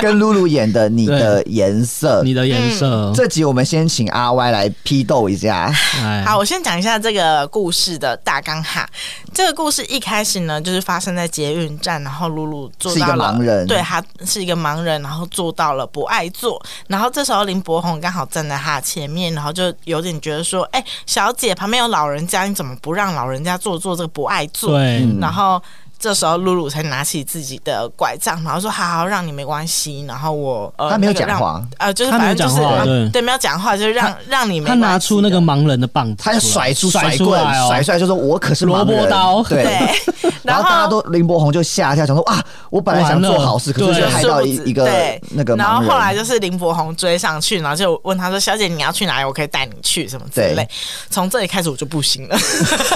[SPEAKER 2] 跟露露演的《你的颜色》
[SPEAKER 1] 你的颜
[SPEAKER 3] 嗯
[SPEAKER 1] 色，
[SPEAKER 2] 这集，我们先请阿 Y 来批斗一下。
[SPEAKER 1] 哎，
[SPEAKER 3] 好，我先讲一下这个故事的大纲哈。这个故事一开始呢，就是发生在捷运站，然后露露做
[SPEAKER 2] 是一
[SPEAKER 3] 到
[SPEAKER 2] 个
[SPEAKER 3] 了，
[SPEAKER 2] 盲人
[SPEAKER 3] 对，他是一个盲人，然后做到了不爱做。然后这时候林柏宏刚好站在他前面，然后就有点觉得说，哎、小姐旁边有老人家，你怎么不让老人家做做这个不爱做？
[SPEAKER 1] 对，
[SPEAKER 2] 嗯
[SPEAKER 3] 然后这时候露露才拿起自己的拐杖，然后说：“好好，让你没关系。”然后我呃，
[SPEAKER 2] 他没有
[SPEAKER 3] 那个
[SPEAKER 2] 讲
[SPEAKER 3] 让，
[SPEAKER 2] 话，
[SPEAKER 3] 呃，就是
[SPEAKER 1] 他没
[SPEAKER 3] 反
[SPEAKER 1] 有
[SPEAKER 3] 正就是
[SPEAKER 1] 讲话
[SPEAKER 3] 呃
[SPEAKER 1] 对
[SPEAKER 3] 对，没有讲话，就是让让你没
[SPEAKER 1] 他
[SPEAKER 3] 关系
[SPEAKER 1] 拿出那个
[SPEAKER 3] 的
[SPEAKER 1] 盲人的棒子出
[SPEAKER 2] 他
[SPEAKER 1] 来，
[SPEAKER 2] 就甩出
[SPEAKER 1] 甩
[SPEAKER 2] 甩
[SPEAKER 1] 出
[SPEAKER 2] 棍
[SPEAKER 1] 来，哦，
[SPEAKER 2] 甩出来就说：“我可是盲
[SPEAKER 1] 萝
[SPEAKER 2] 人
[SPEAKER 1] 卜刀
[SPEAKER 2] 对。
[SPEAKER 3] 对，
[SPEAKER 2] 然
[SPEAKER 3] 后
[SPEAKER 2] 后大家都林柏宏就吓一跳，想说：“哇，我本来想做好事，
[SPEAKER 1] 完
[SPEAKER 2] 可
[SPEAKER 1] 了
[SPEAKER 2] 是却害到一
[SPEAKER 3] 对
[SPEAKER 2] 一个
[SPEAKER 3] 对
[SPEAKER 2] 那个
[SPEAKER 3] 然
[SPEAKER 2] 盲
[SPEAKER 3] 后
[SPEAKER 2] 人。”
[SPEAKER 3] 后来就是林柏宏追上去，然后就问他说：“小姐，你要去哪里？我可以带你去什么之
[SPEAKER 2] 对
[SPEAKER 3] 类。”从这里开始我就 不行了，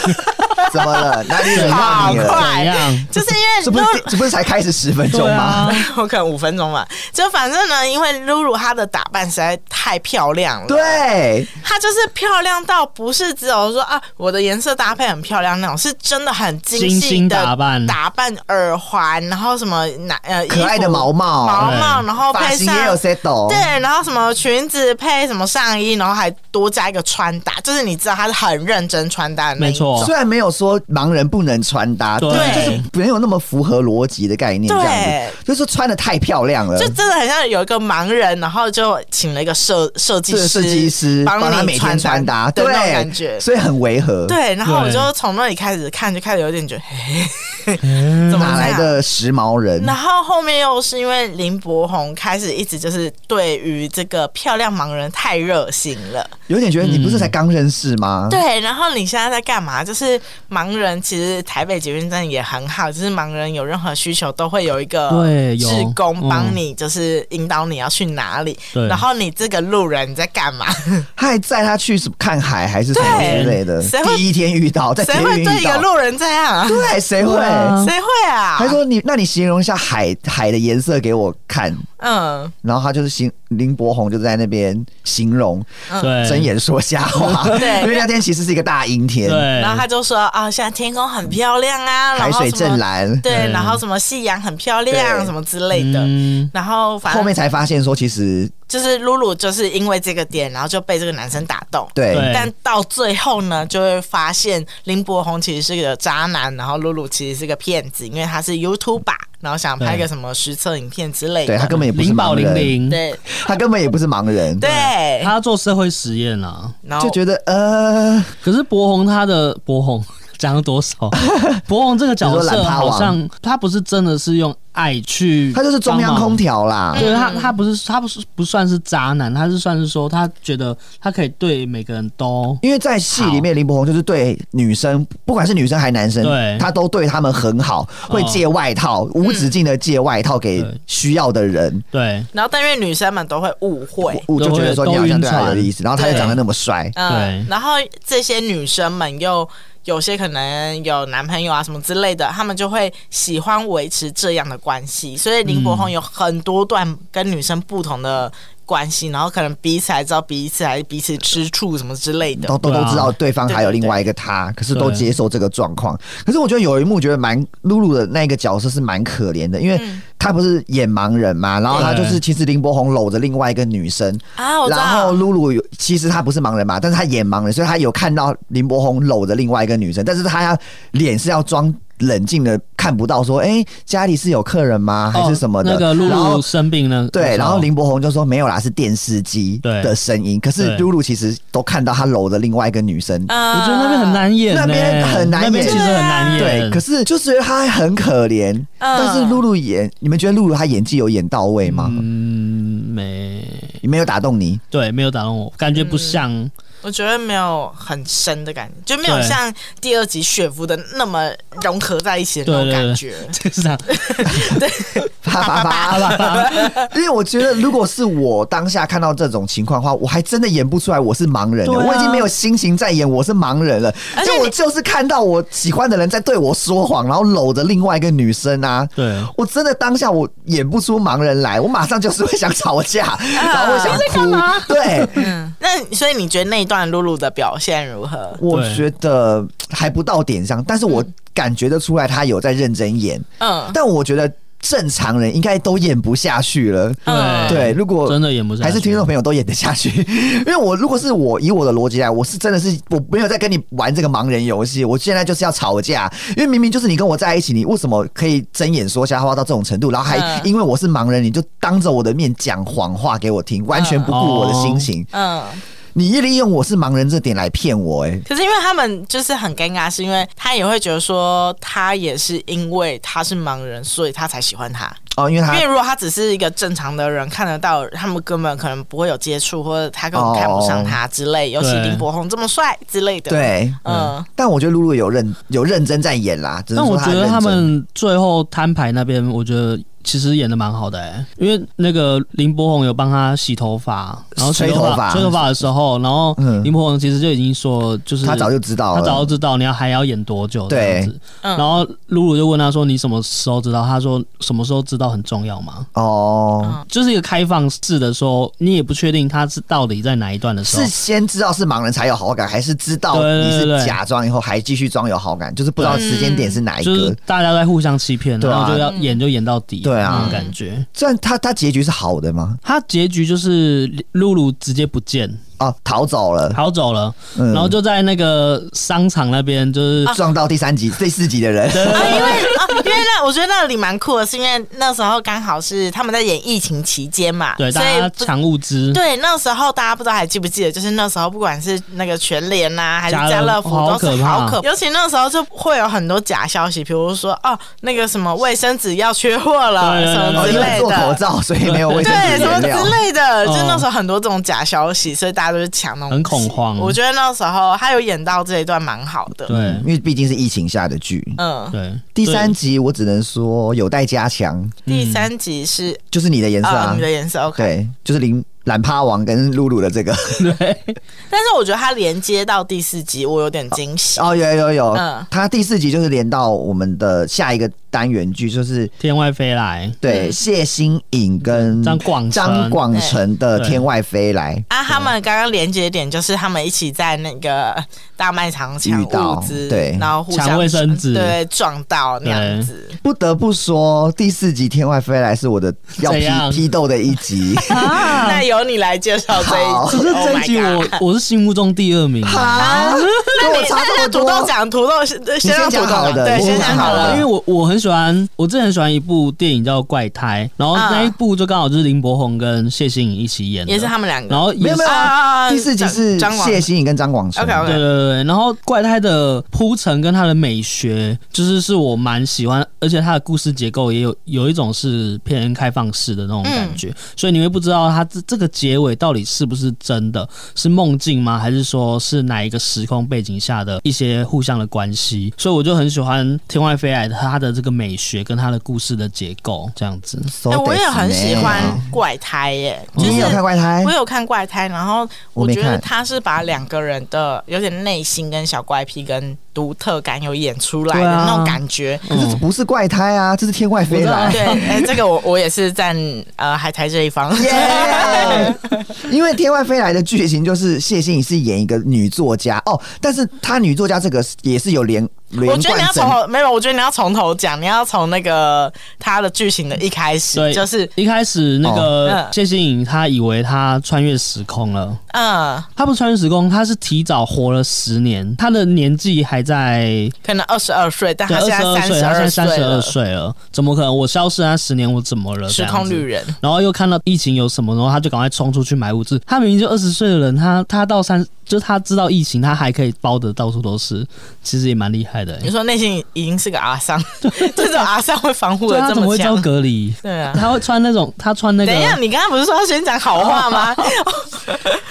[SPEAKER 2] 怎么了？哪里惹到
[SPEAKER 3] 好
[SPEAKER 2] 你了？
[SPEAKER 1] 怎
[SPEAKER 3] 快，
[SPEAKER 1] 样？
[SPEAKER 3] 就是
[SPEAKER 2] 这
[SPEAKER 3] 因
[SPEAKER 2] 不
[SPEAKER 3] 为
[SPEAKER 2] 是
[SPEAKER 3] 露
[SPEAKER 2] 这不是才开始十分钟
[SPEAKER 1] 对
[SPEAKER 2] 吗？
[SPEAKER 1] 啊，
[SPEAKER 3] 我可能五分钟吧，就反正呢，因为露露她的打扮实在太漂亮
[SPEAKER 1] 啊
[SPEAKER 3] 了，
[SPEAKER 2] 对，
[SPEAKER 3] 她就是漂亮到不是只有说啊，我的颜色搭配很漂亮那种，是真的很
[SPEAKER 1] 精
[SPEAKER 3] 精
[SPEAKER 1] 心
[SPEAKER 3] 细的
[SPEAKER 1] 打扮
[SPEAKER 3] 打扮耳环，然后什么男呃
[SPEAKER 2] 可爱的毛
[SPEAKER 3] 毛
[SPEAKER 2] 毛，
[SPEAKER 3] 毛
[SPEAKER 1] 对
[SPEAKER 3] 帽，然后
[SPEAKER 2] 发
[SPEAKER 3] 配
[SPEAKER 2] 型
[SPEAKER 3] 上
[SPEAKER 2] 也有 set
[SPEAKER 3] 对，然后什么裙子配什么上衣，然后还多加一个穿搭，就是你知道她是很认真穿搭的那一
[SPEAKER 1] 没
[SPEAKER 3] 种。
[SPEAKER 1] 错
[SPEAKER 2] 虽，然没有说盲人不能穿搭，
[SPEAKER 1] 对
[SPEAKER 2] 但是就是没有那么符合逻辑的概念，这样子，就是穿的太漂亮了
[SPEAKER 3] 就。真的很像有一个盲人，然后就请了一个设设计
[SPEAKER 2] 是
[SPEAKER 3] 师，
[SPEAKER 2] 设计师帮他
[SPEAKER 3] 帮
[SPEAKER 2] 每
[SPEAKER 3] 你
[SPEAKER 2] 天穿
[SPEAKER 3] 搭
[SPEAKER 2] 搭，
[SPEAKER 3] 的
[SPEAKER 2] 对，
[SPEAKER 3] 那种感觉。
[SPEAKER 2] 所以很违和。，
[SPEAKER 3] 对，然后我
[SPEAKER 1] 对
[SPEAKER 3] 就从那里开始看，就开始有点觉得，嘿 嘿嘿怎么
[SPEAKER 2] 哪
[SPEAKER 3] 这
[SPEAKER 2] 来
[SPEAKER 3] 样
[SPEAKER 2] 的时髦人？
[SPEAKER 3] 然后后面又是因为林柏宏开始一直就是对于这个漂亮盲人太热心了，
[SPEAKER 2] 有点觉得你不是才刚认识吗？
[SPEAKER 3] 嗯对。然后你现在在干嘛？就是盲人，其实台北捷运站也很好，就是盲人有任何需求都会有一个
[SPEAKER 1] 对有
[SPEAKER 3] 志工帮
[SPEAKER 1] 嗯
[SPEAKER 3] 你，就是引导你要去哪里。
[SPEAKER 1] 对
[SPEAKER 3] 然后你这个路人你在干嘛？
[SPEAKER 2] 他还载他去什么看海还是什么
[SPEAKER 3] 对
[SPEAKER 2] 之类的
[SPEAKER 3] 谁。会
[SPEAKER 2] 第一天遇到， 在
[SPEAKER 3] 谁
[SPEAKER 2] 捷运
[SPEAKER 3] 会对
[SPEAKER 2] 遇
[SPEAKER 3] 一个
[SPEAKER 2] 到，
[SPEAKER 3] 路人这样啊？
[SPEAKER 2] 对，谁会
[SPEAKER 1] 对？啊
[SPEAKER 3] 谁会啊？
[SPEAKER 2] 他说你，那你形容一下海海的颜色给我看。
[SPEAKER 3] 嗯，
[SPEAKER 2] 然后他就是形林柏宏就在那边形容，
[SPEAKER 1] 对，
[SPEAKER 2] 睁眼说瞎 话，
[SPEAKER 3] 对
[SPEAKER 2] 因为那天其实是一个大阴天，
[SPEAKER 1] 对，
[SPEAKER 3] 然后他就说啊，现在天空很漂亮啊，
[SPEAKER 2] 哎
[SPEAKER 3] 然
[SPEAKER 2] 海
[SPEAKER 3] 后
[SPEAKER 2] 水
[SPEAKER 3] 什么
[SPEAKER 2] 正蓝。嗯
[SPEAKER 3] 对，
[SPEAKER 1] 对
[SPEAKER 3] 然后什么夕阳很漂
[SPEAKER 2] 对
[SPEAKER 3] 亮，什么之类的。
[SPEAKER 1] 嗯
[SPEAKER 3] 然后反
[SPEAKER 2] 后
[SPEAKER 3] 正
[SPEAKER 2] 面才发现说，其实
[SPEAKER 3] 就是露露就是因为这个点，然后就被这个男生打动。
[SPEAKER 2] 对
[SPEAKER 1] 对
[SPEAKER 3] 但到最后呢，就会发现林柏宏其实是个渣男，然后露露其实是个骗子，因为他是 YouTuber，然后想拍个什么实测影片之类
[SPEAKER 2] 哎对他
[SPEAKER 3] 的。
[SPEAKER 2] 根本也不是
[SPEAKER 1] 灵宝
[SPEAKER 2] 盲
[SPEAKER 1] 零
[SPEAKER 2] 人，
[SPEAKER 1] 零，
[SPEAKER 3] 对
[SPEAKER 2] 他根本也不是盲人，
[SPEAKER 3] 对，
[SPEAKER 1] 他做社会实验啊。
[SPEAKER 3] 然后
[SPEAKER 2] 就觉得呃，
[SPEAKER 1] 可是博宏他的博宏 讲了多 少？博宏这个角
[SPEAKER 2] 你说
[SPEAKER 1] 色
[SPEAKER 2] 懒趴
[SPEAKER 1] 好
[SPEAKER 2] 王
[SPEAKER 1] 像他不是真的是用爱去，
[SPEAKER 2] 他就是中央空。调啦。
[SPEAKER 1] 对他，他不是他不是不算是渣男，他是算是说他觉得他可以对每个人都
[SPEAKER 2] 因为在戏里面，林柏宏就是对女生，不管是女生还男生
[SPEAKER 1] 对，嗯
[SPEAKER 2] 他都对他们很好，会借外套，无止境的借外套给
[SPEAKER 1] 对
[SPEAKER 2] 需要的人。
[SPEAKER 1] 对
[SPEAKER 3] 然后但因为女生们都会误会，
[SPEAKER 2] 我就觉得说
[SPEAKER 1] 都
[SPEAKER 2] 你
[SPEAKER 1] 会
[SPEAKER 2] 好像对他
[SPEAKER 1] 都晕
[SPEAKER 2] 有
[SPEAKER 1] 船
[SPEAKER 2] 意思，然后他又长得那么帅，
[SPEAKER 1] 对
[SPEAKER 3] 嗯，然后这些女生们又有些可能有男朋友啊什么之类的，她们就会喜欢维持这样的关系。所以林柏
[SPEAKER 2] 嗯
[SPEAKER 3] 宏有很多段跟女生不同的关系，然后可能彼此还知道彼此还彼此吃醋什么之类的
[SPEAKER 2] 都。都
[SPEAKER 1] 对啊
[SPEAKER 2] 都知道对方还有另外一个他，可是都接受这个状况。可是我觉得有一幕，觉得蛮露露的那个角色是蛮可怜的，因为他不是演盲人嘛，然后他就是其实林柏宏搂着另外一个女生，
[SPEAKER 3] 啊，我知
[SPEAKER 2] 然后
[SPEAKER 3] 道，
[SPEAKER 2] 露露有其实他不是盲人嘛，但是他演盲人，所以他有看到林柏宏搂着另外一个女生，但是他要脸是要装。冷静的看不到，说，哎、家里是有客人吗？还是什么的？
[SPEAKER 1] 哦那个露
[SPEAKER 2] 然后
[SPEAKER 1] 露生病呢？
[SPEAKER 2] 对，然后林柏宏就说没有啦，是电视机
[SPEAKER 1] 对
[SPEAKER 2] 的声音。可是
[SPEAKER 1] 对
[SPEAKER 2] 露露其实都看到他搂着另外一个女生，
[SPEAKER 3] 嗯
[SPEAKER 1] 我觉得那边很，难演呢，
[SPEAKER 2] 啊
[SPEAKER 1] 欸
[SPEAKER 2] 那边很难演
[SPEAKER 1] 那边其实很难
[SPEAKER 2] 对
[SPEAKER 1] 演。，
[SPEAKER 2] 可是就觉得他很可怜。
[SPEAKER 3] 嗯
[SPEAKER 2] 但是露露演，你们觉得露露她演技有演到位吗？
[SPEAKER 1] 嗯，没
[SPEAKER 2] 没有打 动你，
[SPEAKER 1] 对，没有打动我，感觉不
[SPEAKER 2] 嗯
[SPEAKER 1] 像。
[SPEAKER 3] 我觉得没有很深的感觉，就没有
[SPEAKER 1] 对
[SPEAKER 3] 像第二集雪芙的那么融合在一起的那种
[SPEAKER 1] 对对对
[SPEAKER 3] 感觉。
[SPEAKER 1] 就是这样，
[SPEAKER 2] 啪啪啪啪！因为我觉得，如果是我当下看到这种情况的话，我还真的演不出来我是盲人了。
[SPEAKER 1] 对啊
[SPEAKER 2] 我已经没有心情再演我是盲人了，
[SPEAKER 3] 而且
[SPEAKER 2] 因为我
[SPEAKER 3] 你
[SPEAKER 2] 就是看到我喜欢的人在对我说谎，然后搂着另外一个女生啊。
[SPEAKER 1] 对，
[SPEAKER 2] 我真的当下我演不出盲人来，我马上就是会想吵架，然后会想哭。对，
[SPEAKER 3] 嗯，那所以你觉得那一段露露的表现如何？
[SPEAKER 2] 我觉得还不到点上，但是我感觉得出来他有在认真演，
[SPEAKER 3] 嗯
[SPEAKER 2] 但我觉得正常人应该都演不下去了。
[SPEAKER 3] 嗯
[SPEAKER 2] 对，如果
[SPEAKER 1] 真的演不下去
[SPEAKER 2] 还是听众朋友都演得下去， 因为我如果是我以我的逻辑来，我是真的是我没有在跟你玩这个盲人游戏，我现在就是要吵架，因为明明就是你跟我在一起，你为什么可以睁眼说瞎话到这种程度，然后还
[SPEAKER 3] 嗯
[SPEAKER 2] 因为我是盲人，你就当着我的面讲谎话给我
[SPEAKER 1] 嗯
[SPEAKER 2] 听，完全不顾我的心
[SPEAKER 1] 哦
[SPEAKER 2] 情，
[SPEAKER 3] 嗯。
[SPEAKER 2] 你一利用我是盲人这点来骗我、哎。
[SPEAKER 3] 可是因为他们就是很尴尬，是因为他也会觉得说，他也是因为他是盲人，所以他才喜欢他。
[SPEAKER 2] 哦，因为他
[SPEAKER 3] 因为如果他只是一个正常的人，看得到，他们根本可能不会有接触，或者他根
[SPEAKER 1] 哦
[SPEAKER 3] 本看不上他之类。尤其
[SPEAKER 1] 对
[SPEAKER 3] 林柏宏这么帅之类的，，
[SPEAKER 2] 对，
[SPEAKER 3] 嗯，
[SPEAKER 2] 但我觉得露露有认有认真在演啦，只是
[SPEAKER 1] 但我
[SPEAKER 2] 说
[SPEAKER 1] 觉
[SPEAKER 2] 很
[SPEAKER 1] 得他
[SPEAKER 2] 认真
[SPEAKER 1] 们最后摊牌那边，我觉得其实演的蛮好的哎、因为那个林柏宏有帮他洗头发，然后洗
[SPEAKER 2] 吹头
[SPEAKER 1] 头
[SPEAKER 2] 发
[SPEAKER 1] 吹头发的时候，然后
[SPEAKER 2] 嗯
[SPEAKER 1] 林柏宏其实就已经说，就是
[SPEAKER 2] 他早就知道
[SPEAKER 1] 他
[SPEAKER 2] 了，
[SPEAKER 1] 早就知道你要还要演多久这样子，
[SPEAKER 3] 嗯
[SPEAKER 1] 然后露露就问他说你什么时候知道？他说什么时候知道很重要吗？
[SPEAKER 2] 哦。
[SPEAKER 1] 就是一个开放式的说，你也不确定他是到底在哪一段的时候
[SPEAKER 2] 是，先知道是盲人才有好感，还是知道
[SPEAKER 1] 对哦对
[SPEAKER 2] 你
[SPEAKER 1] 对
[SPEAKER 2] 是
[SPEAKER 1] 对嗯
[SPEAKER 2] 假装以后还继续装有好感？就是不知道时间点是哪一
[SPEAKER 1] 就
[SPEAKER 2] 个。
[SPEAKER 1] 是大家在互相欺骗，
[SPEAKER 2] 对啊
[SPEAKER 1] 然后就要演就演到底，
[SPEAKER 2] 对啊
[SPEAKER 1] 那种感觉。
[SPEAKER 2] 虽然他他结局是好的吗？
[SPEAKER 1] 他结局就是露露直接不见，
[SPEAKER 2] 哦，逃走了，
[SPEAKER 1] 逃走了，
[SPEAKER 2] 嗯啊
[SPEAKER 1] 然后就在那个商场那边，就是
[SPEAKER 2] 撞到第三 集、第四集的人。
[SPEAKER 3] 啊，因为啊，因为那我觉得那里蛮酷的，是因为那时候刚好是他们在演疫情期间嘛，
[SPEAKER 1] 对
[SPEAKER 3] 所
[SPEAKER 1] 大
[SPEAKER 3] 以
[SPEAKER 1] 家
[SPEAKER 3] 不
[SPEAKER 1] 抢物资，
[SPEAKER 3] 对，那时候大家不知道还记不记得，就是那时候不管是那个全联呐、还是
[SPEAKER 1] 家乐
[SPEAKER 3] 家乐福，
[SPEAKER 1] 好
[SPEAKER 3] 都
[SPEAKER 1] 可
[SPEAKER 3] 是
[SPEAKER 1] 怕
[SPEAKER 3] 好可，尤其那时候就会有很多假消息，比如说哦，那个什么卫生纸要缺货了，
[SPEAKER 1] 对对对
[SPEAKER 3] 什
[SPEAKER 2] 哦，
[SPEAKER 3] 么之
[SPEAKER 2] 因为
[SPEAKER 3] 类
[SPEAKER 2] 做口
[SPEAKER 3] 的。
[SPEAKER 2] 罩，所以没有卫生
[SPEAKER 3] 对，
[SPEAKER 2] 纸
[SPEAKER 3] 什么
[SPEAKER 2] 原
[SPEAKER 3] 之
[SPEAKER 2] 料。
[SPEAKER 3] 类的，就
[SPEAKER 1] 嗯
[SPEAKER 3] 那时候很多这种假消息，所以大家都是抢那种，
[SPEAKER 1] 很恐慌
[SPEAKER 3] 我觉得那时候他有演到这一段蛮好的，
[SPEAKER 1] 对
[SPEAKER 2] 因为毕竟是疫情下的剧。
[SPEAKER 3] 嗯。
[SPEAKER 1] 对，
[SPEAKER 2] 第
[SPEAKER 1] 所以
[SPEAKER 2] 三集我只能说有待加强，
[SPEAKER 3] 第三集是
[SPEAKER 2] 就是你的颜色
[SPEAKER 3] 啊、
[SPEAKER 2] 啊
[SPEAKER 3] 你，的颜色 OK，
[SPEAKER 2] 对，就是林懒趴王跟露露的这个。
[SPEAKER 3] 但是我觉得它连接到
[SPEAKER 2] 哦
[SPEAKER 3] 第四集，我有点惊喜。
[SPEAKER 2] 哦，有有有，
[SPEAKER 3] 嗯
[SPEAKER 2] 他第四集就是连到我们的下一个单元剧，就是
[SPEAKER 1] 天外飞来，
[SPEAKER 2] 对
[SPEAKER 3] 嗯
[SPEAKER 2] 谢欣颖跟
[SPEAKER 1] 张广成
[SPEAKER 2] 张广成的《天外飞来》。
[SPEAKER 3] 啊，他们刚刚连接点就是他们一起在那个大卖场抢
[SPEAKER 2] 遇到
[SPEAKER 3] 物资，
[SPEAKER 2] 对
[SPEAKER 3] 然后互
[SPEAKER 1] 抢
[SPEAKER 3] 相
[SPEAKER 1] 卫生纸
[SPEAKER 3] 对，撞到那样
[SPEAKER 1] 对
[SPEAKER 3] 子。
[SPEAKER 2] 不得不说，第四集《天外飞来》是我的要
[SPEAKER 1] 怎样
[SPEAKER 2] 批批斗的一集。
[SPEAKER 3] 那由你来介绍这一
[SPEAKER 2] 啊好
[SPEAKER 1] 只
[SPEAKER 3] 集，
[SPEAKER 1] 是
[SPEAKER 3] Oh
[SPEAKER 1] 这
[SPEAKER 3] my
[SPEAKER 1] 一集我
[SPEAKER 3] God
[SPEAKER 1] 我是心目中第二名，
[SPEAKER 2] 啊，跟我差这
[SPEAKER 3] 那
[SPEAKER 2] 么
[SPEAKER 3] 土
[SPEAKER 2] 多。
[SPEAKER 3] 豆讲土豆，先
[SPEAKER 2] 先
[SPEAKER 3] 让土
[SPEAKER 2] 讲
[SPEAKER 3] 豆
[SPEAKER 2] 好
[SPEAKER 3] 讲
[SPEAKER 2] 的
[SPEAKER 3] 对，
[SPEAKER 2] 你
[SPEAKER 3] 先
[SPEAKER 2] 先
[SPEAKER 3] 讲
[SPEAKER 2] 讲
[SPEAKER 3] 好
[SPEAKER 2] 好
[SPEAKER 3] 了
[SPEAKER 1] 因。
[SPEAKER 2] 的
[SPEAKER 1] 为我我很喜欢，我之前很喜欢一部电影叫《怪胎》，然后那一部就刚好就是林柏宏跟谢欣颖一起演的，
[SPEAKER 3] 也是他们两个。
[SPEAKER 1] 然后也
[SPEAKER 2] 没有没有
[SPEAKER 3] 啊啊啊
[SPEAKER 2] 啊，第四集是
[SPEAKER 3] 张张广
[SPEAKER 2] 谢欣颖跟张广成。
[SPEAKER 1] 对
[SPEAKER 3] OK，OK
[SPEAKER 1] 对对，对然后怪胎的铺陈跟它的美学，就是是我蛮喜欢，而且它的故事结构也有有一种是偏开放式的那种感觉，所以你会不知道它这这个结尾到底是不是真的，是梦境吗？还是说是哪一个时空背景下的一些互相的关系？所以我就很喜欢《天外飞来》它的这个美学跟它的故事的结构这样子。
[SPEAKER 2] So
[SPEAKER 3] 哎我也
[SPEAKER 2] that's
[SPEAKER 3] 很喜
[SPEAKER 2] me
[SPEAKER 3] 欢怪胎耶，就
[SPEAKER 2] 你
[SPEAKER 3] 是
[SPEAKER 2] 有看怪胎
[SPEAKER 1] 哎
[SPEAKER 3] 我？
[SPEAKER 1] 嗯
[SPEAKER 3] 有看怪胎，然后
[SPEAKER 2] 我
[SPEAKER 3] 我
[SPEAKER 2] 没
[SPEAKER 3] 觉得
[SPEAKER 2] 看
[SPEAKER 3] 他是把两个人的有点内心跟小怪癖跟独特感有演出来的
[SPEAKER 1] 对啊
[SPEAKER 3] 那种感觉。
[SPEAKER 2] 可是这不是怪胎啊，这是天外飞
[SPEAKER 1] 我
[SPEAKER 2] 来
[SPEAKER 1] 知。
[SPEAKER 3] 对，哎，这个我我也是站呃海苔这 一方。
[SPEAKER 2] 耶！因为《天外飞来》的剧情就是谢欣颖是演一个女作家哦，但是她女作家这个也是有连
[SPEAKER 3] 我
[SPEAKER 2] 连
[SPEAKER 3] 觉得
[SPEAKER 2] 贯
[SPEAKER 3] 你要
[SPEAKER 2] 整
[SPEAKER 3] 从头没有，我觉得你要从头讲，你要从那个他的剧情的一开始，
[SPEAKER 1] 对，
[SPEAKER 3] 就是
[SPEAKER 1] 一开始那
[SPEAKER 3] 哦
[SPEAKER 1] 个
[SPEAKER 3] 嗯
[SPEAKER 1] 谢欣颖，她以为她穿越时空了。
[SPEAKER 3] 嗯，
[SPEAKER 1] 他不穿越时空，他是提早活了十年，他的年纪还在
[SPEAKER 3] 可能二十二岁，但
[SPEAKER 1] 对
[SPEAKER 3] 他
[SPEAKER 1] 二十二
[SPEAKER 3] 现在三
[SPEAKER 1] 岁，
[SPEAKER 3] 十
[SPEAKER 1] 他现
[SPEAKER 3] 二
[SPEAKER 1] 在三十二
[SPEAKER 3] 了，
[SPEAKER 1] 岁了，怎么可能？我消失那十年，我怎么了？
[SPEAKER 3] 时空
[SPEAKER 1] 这样
[SPEAKER 3] 旅
[SPEAKER 1] 子。
[SPEAKER 3] 人。
[SPEAKER 1] 然后又看到疫情有什么，然后他就赶快冲出去买物资。他明明就二十岁的人，他他到三，就他知道疫情，他还可以包的到处都是，其实也蛮厉害的、
[SPEAKER 3] 你
[SPEAKER 1] 欸。
[SPEAKER 3] 说内心已经是个阿桑， 这种阿桑会防护
[SPEAKER 1] 对
[SPEAKER 3] 的
[SPEAKER 1] 啊，他
[SPEAKER 3] 这
[SPEAKER 1] 怎么会叫
[SPEAKER 3] 强？
[SPEAKER 1] 隔离？
[SPEAKER 3] 对啊。
[SPEAKER 1] 他会穿那种，他穿那个
[SPEAKER 3] 等一下，你刚刚不是说要先讲好话吗？哦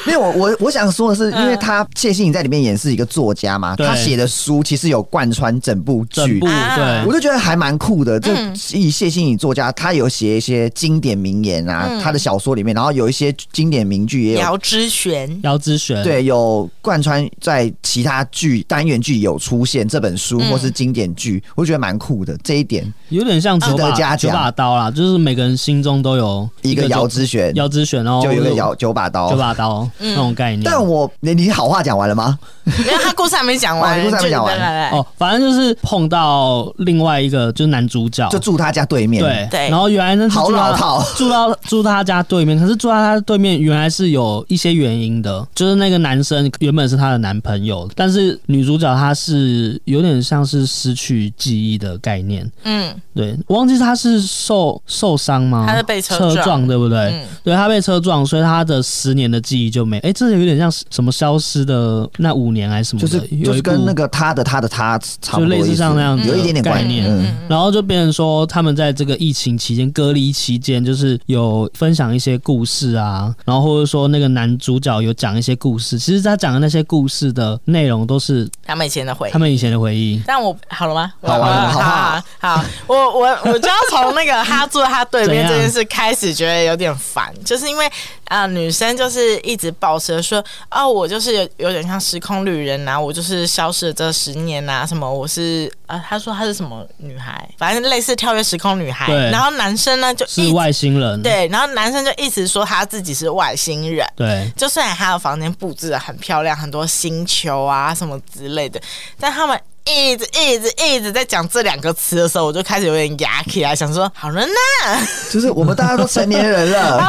[SPEAKER 2] 没有，我我我想说的是，因为她谢欣颖在里面演是一个作家嘛，
[SPEAKER 1] 对
[SPEAKER 2] 她写的书其实有贯穿整部
[SPEAKER 1] 整
[SPEAKER 2] 剧
[SPEAKER 1] 部，。
[SPEAKER 3] 啊
[SPEAKER 1] 对
[SPEAKER 2] 我就觉得还蛮酷的，就
[SPEAKER 3] 嗯
[SPEAKER 2] 以谢欣颖作家，她有写一些经典名言啊，
[SPEAKER 3] 嗯
[SPEAKER 2] 她的小说里面，然后有一些经典名句也有
[SPEAKER 3] 姚之璇，
[SPEAKER 1] 姚之璇，
[SPEAKER 2] 对，有贯穿在其他剧单元剧有出现这本书
[SPEAKER 3] 嗯
[SPEAKER 2] 或是经典剧，我觉得蛮酷的。这一点
[SPEAKER 1] 有点像九
[SPEAKER 2] 值得
[SPEAKER 1] 把
[SPEAKER 2] 嘉
[SPEAKER 1] 九
[SPEAKER 2] 奖
[SPEAKER 1] 把刀啦，就是每个人心中都有
[SPEAKER 2] 一个
[SPEAKER 1] 九
[SPEAKER 2] 姚之璇
[SPEAKER 1] 姚之璇，然后
[SPEAKER 2] 就有一个
[SPEAKER 1] 我
[SPEAKER 2] 咬九把刀
[SPEAKER 1] 九，把刀哦
[SPEAKER 3] 嗯
[SPEAKER 1] 那种概念。
[SPEAKER 2] 哦但我你你好话讲完了吗？
[SPEAKER 3] 没有，他故事还没讲
[SPEAKER 2] 哦
[SPEAKER 3] 完，
[SPEAKER 2] 你故事还没
[SPEAKER 3] 就
[SPEAKER 2] 讲完
[SPEAKER 3] 来来来，
[SPEAKER 1] 哦，反正就是碰到另外一个就是男主角，
[SPEAKER 2] 就住他家对面，
[SPEAKER 1] 对
[SPEAKER 3] 对
[SPEAKER 1] 然后原来那是
[SPEAKER 2] 好
[SPEAKER 1] 住
[SPEAKER 2] 老
[SPEAKER 1] 他
[SPEAKER 2] 套。
[SPEAKER 1] 住到住他家对面，可是住到他对面原来是有一些原因的，就是那个男生原本是她的男朋友，但是女主角她是有点像是失去记忆的概念，
[SPEAKER 3] 嗯
[SPEAKER 1] 对，我忘记她是受受伤吗？
[SPEAKER 3] 她是被车
[SPEAKER 1] 车
[SPEAKER 3] 撞
[SPEAKER 1] 撞，对不对？
[SPEAKER 3] 嗯，
[SPEAKER 1] 对他被车撞，所以他的十年的记忆就没。哎、这有点像什么消失的那五年还是什么
[SPEAKER 2] 就
[SPEAKER 1] 的，
[SPEAKER 2] 是就
[SPEAKER 1] 嗯有
[SPEAKER 2] 是
[SPEAKER 1] 一部
[SPEAKER 2] 跟那个他的他的他差不
[SPEAKER 1] 就
[SPEAKER 2] 多
[SPEAKER 1] 类
[SPEAKER 2] 意
[SPEAKER 1] 似
[SPEAKER 2] 思
[SPEAKER 1] 像那样子
[SPEAKER 2] 有一点点
[SPEAKER 1] 的概
[SPEAKER 2] 关
[SPEAKER 1] 念
[SPEAKER 2] 嗯，
[SPEAKER 1] 然后就变成说，他们在这个疫情期间、隔离期间，就是有分享一些故事啊，然后或者说那个男主角有讲一些故事。其实他讲的那些故事的内容都是
[SPEAKER 3] 他们以前的回忆
[SPEAKER 1] 他。们以前的回忆。
[SPEAKER 3] 但我好了吗？
[SPEAKER 2] 好啊好
[SPEAKER 3] 好好
[SPEAKER 2] 啊
[SPEAKER 3] 好，我我我就要从那个他坐他对面
[SPEAKER 1] 怎样
[SPEAKER 3] 这件事开始，觉得有点烦，就是因为啊、呃女生就是一直保持着说，哦，我就是有有点像时空旅人呐、我就是消失了这十年呐、什么我是啊，他说他是什么女孩，反正类似跳跃时空女孩
[SPEAKER 1] 对。
[SPEAKER 3] 然后男生呢就一
[SPEAKER 1] 是
[SPEAKER 3] 直
[SPEAKER 1] 外星人，
[SPEAKER 3] 哎对，然后男生就一直说他自己是外星人，
[SPEAKER 1] 对
[SPEAKER 3] 就虽然他的房间布置的很漂亮，很多星球啊什么之类的，但他们一直一直一直在讲这两个词的时候，我就开始有点牙起来，想说好了呐，
[SPEAKER 2] 就是我们大家都成年人
[SPEAKER 3] 好
[SPEAKER 2] 了，
[SPEAKER 3] 了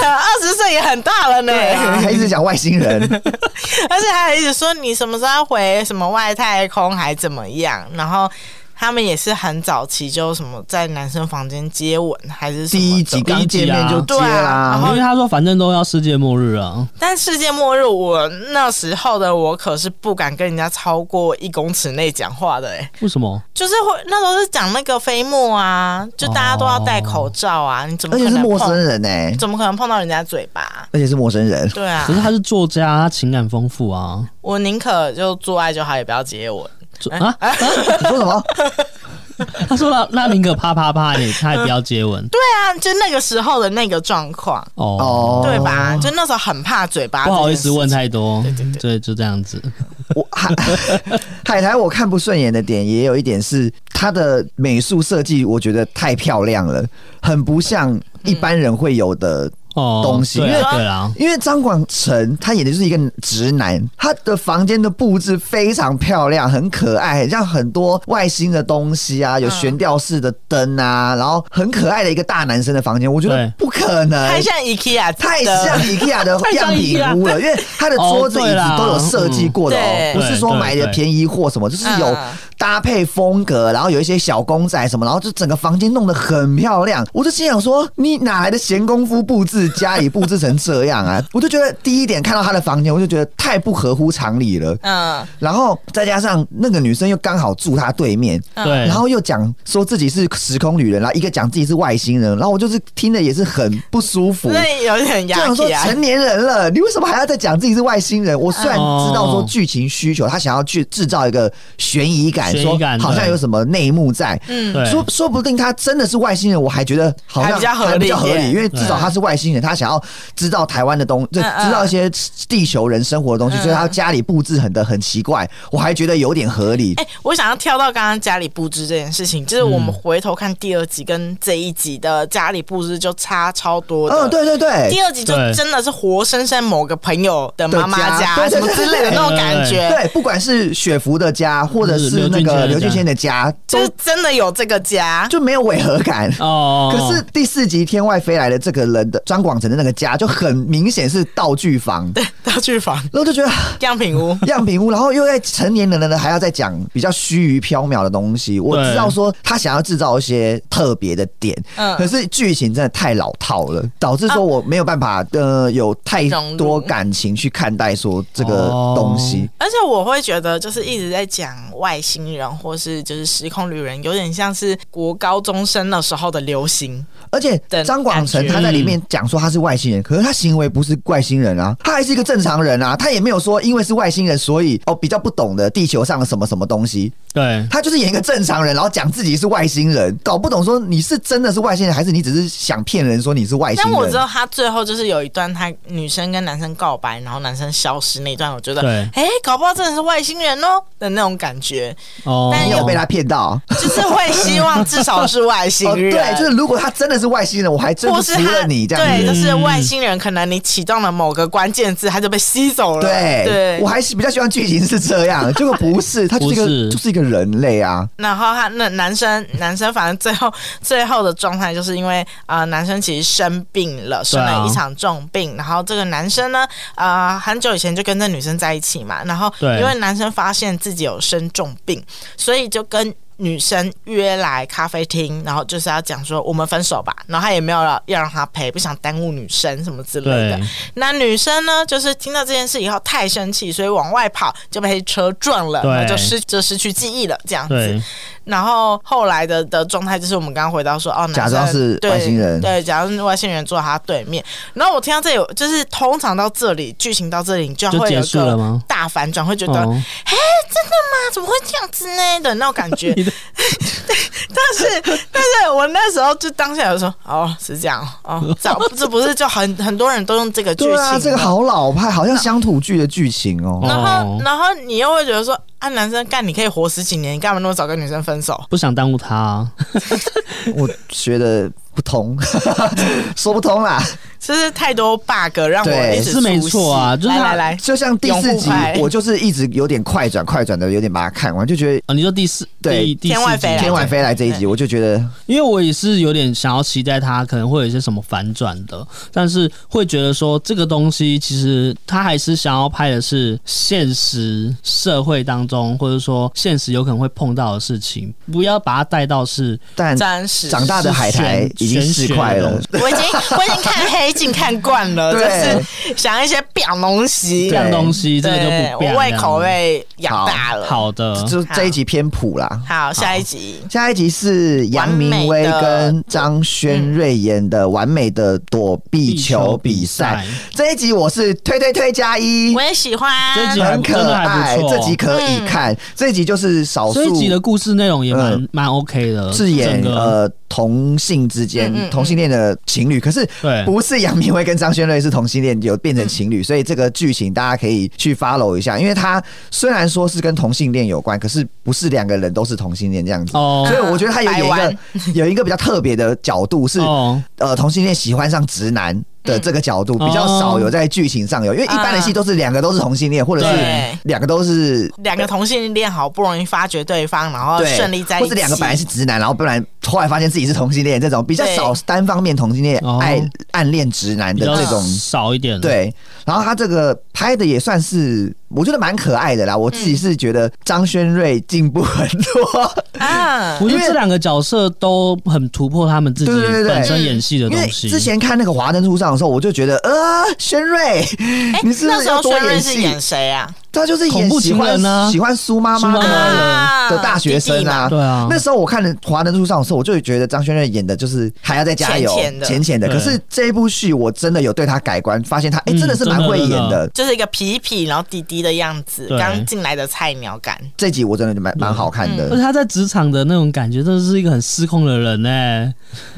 [SPEAKER 3] 呐，二十岁也很大了呢。
[SPEAKER 2] 对啊，还一直讲外星人，
[SPEAKER 3] 而且还一直说你什么时候要回什么外太空还怎么样，然后。他们也是很早期就什么在男生房间接吻还是什么
[SPEAKER 2] 第一
[SPEAKER 3] 的
[SPEAKER 2] 集刚见面就接
[SPEAKER 3] 对啊
[SPEAKER 2] 啦
[SPEAKER 3] 然后，
[SPEAKER 1] 因为他说反正都要世界末日了，
[SPEAKER 3] 但世界末日，我那时候的我可是不敢跟人家超过一公尺内讲话的、欸，
[SPEAKER 1] 为什么？
[SPEAKER 3] 就是会那时候是讲那个飞沫啊，就大家都要戴口罩啊，你怎么
[SPEAKER 2] 而
[SPEAKER 3] 可
[SPEAKER 2] 且是
[SPEAKER 3] 能
[SPEAKER 2] 陌生
[SPEAKER 3] 碰？
[SPEAKER 2] 人哎，
[SPEAKER 3] 怎么可能碰到人家嘴巴？
[SPEAKER 2] 而且是陌生人，
[SPEAKER 3] 对啊
[SPEAKER 1] 可，是他是作家，他情感丰富啊。
[SPEAKER 3] 我宁可就做爱就好，也不要接吻。
[SPEAKER 1] 作啊，
[SPEAKER 2] 你说什么？
[SPEAKER 1] 他说了，那宁可啪啪啪，也他也不要接吻。
[SPEAKER 3] 对啊，就那个时候的那个状况，
[SPEAKER 1] 哦，
[SPEAKER 2] 哦，
[SPEAKER 3] 对吧？就那时候很怕嘴巴。
[SPEAKER 1] 不好意思问，太多
[SPEAKER 3] 对对，
[SPEAKER 1] 对，就这样子。
[SPEAKER 2] 我还 海苔我看不顺眼的点也有一点是它的美术设计，我觉得太漂亮了，很不像一般人会有的。
[SPEAKER 1] 哦，
[SPEAKER 2] 东西
[SPEAKER 1] 对
[SPEAKER 2] 因
[SPEAKER 1] 啊
[SPEAKER 2] 为
[SPEAKER 1] 对啦，
[SPEAKER 2] 因为张广成他演的就是一个直男，他的房间的布置非常漂亮，很可爱，很像很多外星的东西啊，有悬吊式的灯啊，然后很可爱的一个大男生的房间，我觉得
[SPEAKER 1] 对
[SPEAKER 2] 不可能。
[SPEAKER 3] 太像 IKEA，
[SPEAKER 2] 太
[SPEAKER 3] 的
[SPEAKER 2] 像 IKEA 的
[SPEAKER 1] 太像
[SPEAKER 2] 样品
[SPEAKER 1] IKEA
[SPEAKER 2] 屋了，因为它的桌子、
[SPEAKER 1] 哦
[SPEAKER 2] 椅
[SPEAKER 1] 对
[SPEAKER 2] 子
[SPEAKER 1] 啦
[SPEAKER 2] 都有设计过的哦
[SPEAKER 3] 嗯，
[SPEAKER 2] 不是说买的便宜货什么，就是有
[SPEAKER 3] 嗯
[SPEAKER 2] 搭配风格，然后有一些小公仔什么，然后就整个房间弄得很漂亮。我就心想说，你哪来的闲工夫布置家里布置成这样 啊？我就觉得第一点看到他的房间，我就觉得太不合乎常理了。
[SPEAKER 3] 嗯，
[SPEAKER 2] 然后再加上那个女生又刚好住他对面，
[SPEAKER 3] 嗯
[SPEAKER 1] 对，
[SPEAKER 2] 然后又讲说自己是时空旅人，然后一个讲自己是外星人，然后我就是听的也是很不舒服。
[SPEAKER 3] 那有点
[SPEAKER 2] 就
[SPEAKER 3] 压
[SPEAKER 2] 想说
[SPEAKER 3] 力啊。
[SPEAKER 2] 成年人了，你为什么还要再讲自己是外星人？我虽然
[SPEAKER 1] 哦
[SPEAKER 2] 知道说剧情需求，他想要去制造一个悬疑感，
[SPEAKER 1] 悬
[SPEAKER 2] 说
[SPEAKER 1] 疑感
[SPEAKER 2] 好像
[SPEAKER 1] 对
[SPEAKER 2] 有什么内幕在。
[SPEAKER 3] 嗯
[SPEAKER 1] 对
[SPEAKER 2] 说说不定他真的是外星人，我还觉得好像
[SPEAKER 3] 还比较合理
[SPEAKER 2] 还比较合
[SPEAKER 3] 一
[SPEAKER 2] 理，
[SPEAKER 3] 点
[SPEAKER 2] 因为至少他是外星人，他想要知道台湾的东，就
[SPEAKER 3] 嗯嗯
[SPEAKER 2] 知道一些地球人生活的东西，
[SPEAKER 3] 嗯
[SPEAKER 2] 所以他家里布置很的很奇怪，我还觉得有点合理
[SPEAKER 3] 哎、。 我想要跳到刚刚家里布置这件事情，就是我们
[SPEAKER 2] 嗯
[SPEAKER 3] 回头看第二集跟这一集的家里布置就差超多的。
[SPEAKER 2] 嗯，对对对
[SPEAKER 3] 第。二集就
[SPEAKER 1] 对
[SPEAKER 3] 真的是活生生某个朋友的妈 妈
[SPEAKER 2] 的家
[SPEAKER 3] 什么之类的那种感觉，
[SPEAKER 2] 对，不管是雪芙的家，或
[SPEAKER 3] 嗯
[SPEAKER 2] 者是那个
[SPEAKER 1] 刘俊
[SPEAKER 2] 刘俊
[SPEAKER 1] 谦
[SPEAKER 2] 谦的家，都
[SPEAKER 3] 就是真的有这个家。
[SPEAKER 2] 就没有违和感。
[SPEAKER 1] 哦，
[SPEAKER 2] 可是第四集天外飞来的这个人的张广成的那个家就很明显是道具房， 然
[SPEAKER 3] 大剧房、
[SPEAKER 2] 后就觉得
[SPEAKER 3] 样品屋，
[SPEAKER 2] 样品屋，然后又在成年人呢还要再讲比较虚无缥缈的东西。我
[SPEAKER 1] 对
[SPEAKER 2] 知道说他想要制造一些特别的点，
[SPEAKER 3] 嗯
[SPEAKER 2] 可是剧情真的太老套了，导致说我没有办法呃有太
[SPEAKER 3] 融入
[SPEAKER 2] 多感情去看待说这个
[SPEAKER 1] 哦
[SPEAKER 2] 东西。
[SPEAKER 3] 而且我会觉得，就是一直在讲外星人或是就是时空旅人，有点像是国高中生那时候的流行。
[SPEAKER 2] 而且
[SPEAKER 3] 的
[SPEAKER 2] 张广成
[SPEAKER 3] 感觉嗯
[SPEAKER 2] 他在里面讲说他是外星人，可是他行为不是外星人啊，他还是一个正常人啊，他也没有说因为是外星人所以哦比较不懂得地球上的什么什么东西，
[SPEAKER 1] 对
[SPEAKER 2] 他就是演一个正常人，然后讲自己是外星人，搞不懂说你是真的是外星人，还是你只是想骗人说你是外星
[SPEAKER 3] 但
[SPEAKER 2] 人。
[SPEAKER 3] 我知道他最后就是有一段他女生跟男生告白，然后男生消失那一段，我觉得，
[SPEAKER 1] 对
[SPEAKER 3] 哎、搞不好真的是外星人哦的那种感觉，
[SPEAKER 1] 哦，
[SPEAKER 3] 但
[SPEAKER 2] 你有被他骗到，
[SPEAKER 3] 就是会希望至少是外星
[SPEAKER 2] 哦，
[SPEAKER 3] 人。
[SPEAKER 2] 对，就是如果他真的是外星人，我还真
[SPEAKER 3] 或
[SPEAKER 2] 不
[SPEAKER 3] 是
[SPEAKER 2] 服
[SPEAKER 3] 他
[SPEAKER 2] 了你这样
[SPEAKER 3] 对，
[SPEAKER 2] 子。
[SPEAKER 3] 就是外星人，可能你启动了某个关键字，他就被吸走了。
[SPEAKER 2] 对，
[SPEAKER 3] 对，
[SPEAKER 2] 我还是比较喜欢剧情是这样，结果不是，他就是一
[SPEAKER 1] 不
[SPEAKER 2] 个
[SPEAKER 1] 是
[SPEAKER 2] 就是一个人类啊，
[SPEAKER 3] 然后他那男生男生反正最后 最后的状态就是因为呃男生其实生病了，生
[SPEAKER 1] 对
[SPEAKER 3] 了
[SPEAKER 1] 啊
[SPEAKER 3] 一场重病。然后这个男生呢，呃很久以前就跟这女生在一起嘛，然后
[SPEAKER 1] 对
[SPEAKER 3] 因为男生发现自己有生重病，所以就跟。女生约来咖啡厅，然后就是要讲说我们分手吧，然后他也没有要要让他陪，不想耽误女生什么之类的
[SPEAKER 1] 对。
[SPEAKER 3] 那女生呢，就是听到这件事以后太生气，所以往外跑就被车撞了，
[SPEAKER 1] 对
[SPEAKER 3] 然后就失就失去记忆了，这样子
[SPEAKER 1] 对。
[SPEAKER 3] 然后后来的的状态就是我们刚刚回到说，哦，男生
[SPEAKER 2] 假装是
[SPEAKER 3] 对
[SPEAKER 2] 外星人
[SPEAKER 3] 对，假装是外星人坐在他对面。然后我听到这有，就是通常到这里，剧情到这里，你就
[SPEAKER 1] 就
[SPEAKER 3] 会
[SPEAKER 1] 结
[SPEAKER 3] 有一
[SPEAKER 1] 束了
[SPEAKER 3] 个
[SPEAKER 1] 吗
[SPEAKER 3] 大反转，会觉得、
[SPEAKER 1] 哦，
[SPEAKER 3] 啊，怎么会这样子呢的那种感 觉。对，但是但是我那时候就当下有说，哦，是这样哦，这这不是就很很多人都用这个剧情
[SPEAKER 2] 对
[SPEAKER 3] 吗，
[SPEAKER 2] 啊，这个好老派，好像乡土剧的剧情哦。
[SPEAKER 1] 哦
[SPEAKER 3] 然后，然后你又会觉得说，啊，男生干，你可以活十几年，你干嘛那么早跟女生分手？
[SPEAKER 1] 不想耽误他啊，
[SPEAKER 2] 我觉得不通， 说不通啦。
[SPEAKER 3] 就是太多 bug 让我
[SPEAKER 2] 对
[SPEAKER 3] 一直
[SPEAKER 1] 是没
[SPEAKER 3] 出戏
[SPEAKER 1] 错啊就是
[SPEAKER 3] 来
[SPEAKER 1] 他
[SPEAKER 3] 来来，
[SPEAKER 2] 就像第四
[SPEAKER 3] 拥护
[SPEAKER 2] 集
[SPEAKER 3] 派，
[SPEAKER 2] 我就是一直有点快转快转的，有点把它看完，就觉得
[SPEAKER 1] 哦你说第四
[SPEAKER 2] 对
[SPEAKER 1] 第第四
[SPEAKER 3] 天外
[SPEAKER 1] 集啊
[SPEAKER 3] 飞来
[SPEAKER 2] 天外飞来这一集，我就觉得
[SPEAKER 1] 因为我也是有点想要期待它可能会有一些什么反转的，但是会觉得说这个东西其实它还是想要拍的是现实社会当中，或者说现实有可能会碰到的事情，不要把它带到是
[SPEAKER 2] 但
[SPEAKER 3] 暂时
[SPEAKER 2] 长大的海苔已经
[SPEAKER 1] 玄
[SPEAKER 2] 四块
[SPEAKER 1] 玄学的
[SPEAKER 2] 了
[SPEAKER 1] 东西。
[SPEAKER 3] 我已经我已经看黑镜看惯 了，就
[SPEAKER 2] 对
[SPEAKER 3] 是想一些表东西，
[SPEAKER 1] 这样东西，这个就
[SPEAKER 3] 对
[SPEAKER 1] 不
[SPEAKER 3] 我
[SPEAKER 1] 变
[SPEAKER 3] 胃口被养大了。
[SPEAKER 1] 好的，
[SPEAKER 2] 就这一集偏普啦。
[SPEAKER 3] 好，下一集
[SPEAKER 2] 下一集是杨明威跟张轩瑞演的《完美的躲避球比赛》。这一集我是推推推加一
[SPEAKER 3] 我，也喜欢。
[SPEAKER 1] 这一集
[SPEAKER 2] 很可
[SPEAKER 1] 真的还
[SPEAKER 2] 爱，
[SPEAKER 1] 不错
[SPEAKER 2] 这集可以
[SPEAKER 3] 嗯
[SPEAKER 2] 看。这集就是少
[SPEAKER 1] 所以
[SPEAKER 2] 数
[SPEAKER 1] 集的故事内容也蛮
[SPEAKER 2] 嗯
[SPEAKER 1] 蛮 OK 的，
[SPEAKER 3] 嗯
[SPEAKER 2] 饰演
[SPEAKER 1] 整个
[SPEAKER 2] 呃同性之间
[SPEAKER 3] 嗯嗯嗯
[SPEAKER 2] 同性恋的情侣，可是
[SPEAKER 1] 对
[SPEAKER 2] 不是杨明威跟张轩瑞是同性恋，有变成情
[SPEAKER 3] 嗯
[SPEAKER 2] 侣，所以这个剧情大家可以去 follow 一下，因为它虽然说是跟同性恋有关，可是不是两个人都是同性恋这样子。
[SPEAKER 1] 哦
[SPEAKER 2] 所以我觉得他有演一
[SPEAKER 3] 百
[SPEAKER 2] 个
[SPEAKER 3] 万
[SPEAKER 2] 有一个比较特别的角度是，
[SPEAKER 1] 哦，
[SPEAKER 2] 呃同性恋喜欢上直男的这个角度、
[SPEAKER 1] 嗯
[SPEAKER 2] 比较少有在剧情上有，因为一般的戏都是两个都是同性恋，或者是
[SPEAKER 3] 对
[SPEAKER 2] 两个都是。
[SPEAKER 3] 两个同性恋好不容易发掘对方，然后
[SPEAKER 2] 对，
[SPEAKER 3] 顺利在一
[SPEAKER 2] 或
[SPEAKER 3] 起，
[SPEAKER 2] 者两个本来是直男，然后不然后来发现自己是同性恋，这种比较
[SPEAKER 3] 对
[SPEAKER 2] 少单方面同性恋
[SPEAKER 1] 哦
[SPEAKER 2] 爱暗恋直男
[SPEAKER 1] 比
[SPEAKER 2] 的
[SPEAKER 1] 较
[SPEAKER 2] 这
[SPEAKER 3] 哦
[SPEAKER 2] 种
[SPEAKER 1] 少一点，，
[SPEAKER 2] 对，然后他这个拍的也算是，我觉得蛮可爱的啦。我自己是觉得张轩瑞进步很多，
[SPEAKER 3] 啊，
[SPEAKER 1] 我觉得这两个角色都很突破他们自己
[SPEAKER 2] 对对对对
[SPEAKER 1] 本身演戏的
[SPEAKER 2] 因为
[SPEAKER 1] 东西。
[SPEAKER 2] 之前看那个《华灯初上》的时候，我就觉得，呃，轩瑞，
[SPEAKER 3] 哎
[SPEAKER 2] 你是不
[SPEAKER 3] 那
[SPEAKER 2] 是
[SPEAKER 3] 时
[SPEAKER 2] 要
[SPEAKER 3] 候
[SPEAKER 2] 多
[SPEAKER 3] 轩
[SPEAKER 2] 演
[SPEAKER 3] 瑞是
[SPEAKER 2] 戏
[SPEAKER 3] 演？谁啊？
[SPEAKER 2] 他就是演
[SPEAKER 1] 恐怖
[SPEAKER 2] 喜
[SPEAKER 1] 情
[SPEAKER 2] 欢
[SPEAKER 1] 人啊
[SPEAKER 2] 喜欢苏妈妈
[SPEAKER 1] 苏妈妈
[SPEAKER 2] 的。
[SPEAKER 1] 啊
[SPEAKER 2] 呃的大学生啊，
[SPEAKER 1] 弟弟嘛对啊
[SPEAKER 2] 那时候我看《华灯初上》的时候，我就觉得张轩瑞演的就是还要再加油，
[SPEAKER 3] 浅浅的
[SPEAKER 2] 浅浅的。
[SPEAKER 1] 对
[SPEAKER 2] 可是这一部戏，我真的有对他改观，发现他哎、
[SPEAKER 1] 嗯
[SPEAKER 2] 真的是蛮
[SPEAKER 1] 真的
[SPEAKER 2] 会演
[SPEAKER 1] 真
[SPEAKER 2] 的
[SPEAKER 1] 的。
[SPEAKER 3] 就是一个痞痞，然后弟弟的样子，
[SPEAKER 1] 对
[SPEAKER 3] 刚进来的菜鸟感。
[SPEAKER 2] 这集我真的就蛮蛮好看的。
[SPEAKER 3] 嗯
[SPEAKER 2] 嗯
[SPEAKER 1] 而且他在职场的那种感觉，真的是一个很失控的人哎、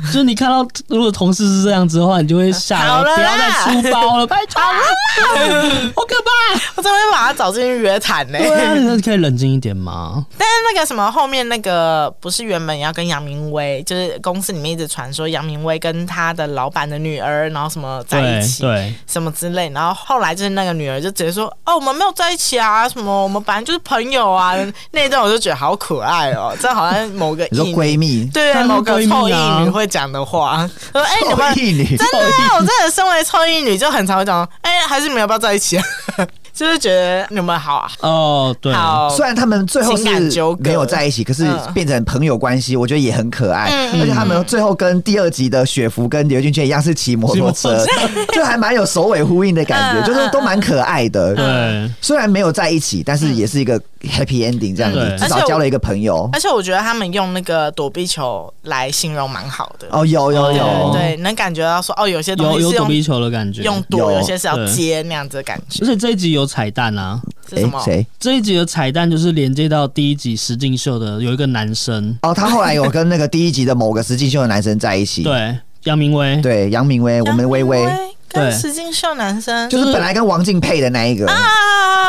[SPEAKER 1] 就是你看到如果同事是这样子的话，你就会吓
[SPEAKER 3] 好
[SPEAKER 1] 到，
[SPEAKER 3] 了
[SPEAKER 1] 不要再
[SPEAKER 3] 啦
[SPEAKER 1] 出包了，拜托了，好可怕！
[SPEAKER 3] 我真会把他找进去约谈呢、
[SPEAKER 1] 对啊，你可以冷静一点吗？
[SPEAKER 3] 但是那个什么后面那个不是原本要跟杨明威，就是公司里面一直传说杨明威跟他的老板的女儿，然后什么在
[SPEAKER 1] 对
[SPEAKER 3] 一起，
[SPEAKER 1] 对，
[SPEAKER 3] 什么之类。然后后来就是那个女儿就直接说：“哦，我们没有在一起啊，什么我们本来就是朋友啊。” 那一段我就觉得好可爱哦，这好像某个
[SPEAKER 2] 你说
[SPEAKER 3] 异女
[SPEAKER 2] 闺蜜，
[SPEAKER 3] 对
[SPEAKER 1] 她是
[SPEAKER 3] 某个
[SPEAKER 1] 闺蜜
[SPEAKER 3] 臭
[SPEAKER 1] 啊
[SPEAKER 3] 异女会讲 的话，说：“哎、你们
[SPEAKER 2] 臭一 女，
[SPEAKER 3] 真的啊，我真的身为臭衣女，就很常会讲，哎、还是你们要不要在一起、啊？ 就是觉得你们好啊，
[SPEAKER 1] 哦对，
[SPEAKER 3] 好，啊
[SPEAKER 2] 虽然他们最后
[SPEAKER 3] 情感
[SPEAKER 2] 是
[SPEAKER 3] 纠葛
[SPEAKER 2] 没有在一起，可是
[SPEAKER 3] 嗯
[SPEAKER 2] 变成朋友关系，我觉得也很可爱。
[SPEAKER 3] 嗯
[SPEAKER 2] 而且他们最后跟第二集的雪芙跟刘俊轩一样是骑摩托车
[SPEAKER 1] 骑，
[SPEAKER 2] 就还蛮有首尾呼应的感觉，
[SPEAKER 3] 嗯
[SPEAKER 2] 就是都蛮可爱的。
[SPEAKER 1] 对，
[SPEAKER 2] 虽然没有在一起，但是也是一个 happy ending 这样子
[SPEAKER 1] 嗯，
[SPEAKER 2] 至少交了一个朋友。
[SPEAKER 3] 而且我觉得他们用那个躲避球来形容蛮好的，
[SPEAKER 2] 哦，有有
[SPEAKER 3] 对
[SPEAKER 2] 有，
[SPEAKER 3] 对，能感觉到说哦，有些东
[SPEAKER 1] 有
[SPEAKER 3] 西
[SPEAKER 1] 有
[SPEAKER 3] 是
[SPEAKER 1] 躲
[SPEAKER 3] 用
[SPEAKER 1] 避球的感觉。
[SPEAKER 3] 用
[SPEAKER 1] 而
[SPEAKER 3] 躲，
[SPEAKER 2] 有
[SPEAKER 3] 有些是要接那样子的感觉，
[SPEAKER 1] 且这一集有彩蛋啊！
[SPEAKER 3] 是什么？
[SPEAKER 2] 诶谁？
[SPEAKER 1] 这一集的彩蛋就是连接到第一集石敬秀的有一个男生，
[SPEAKER 2] 哦，他后来有跟那个第一集的某个实境秀的男生在一起。
[SPEAKER 1] 对，杨明威，
[SPEAKER 2] 对，杨明威，我们微微
[SPEAKER 3] 杨明跟
[SPEAKER 1] 对
[SPEAKER 3] 石敬秀男生
[SPEAKER 2] 就是本来跟王静配的那一个，
[SPEAKER 3] 啊，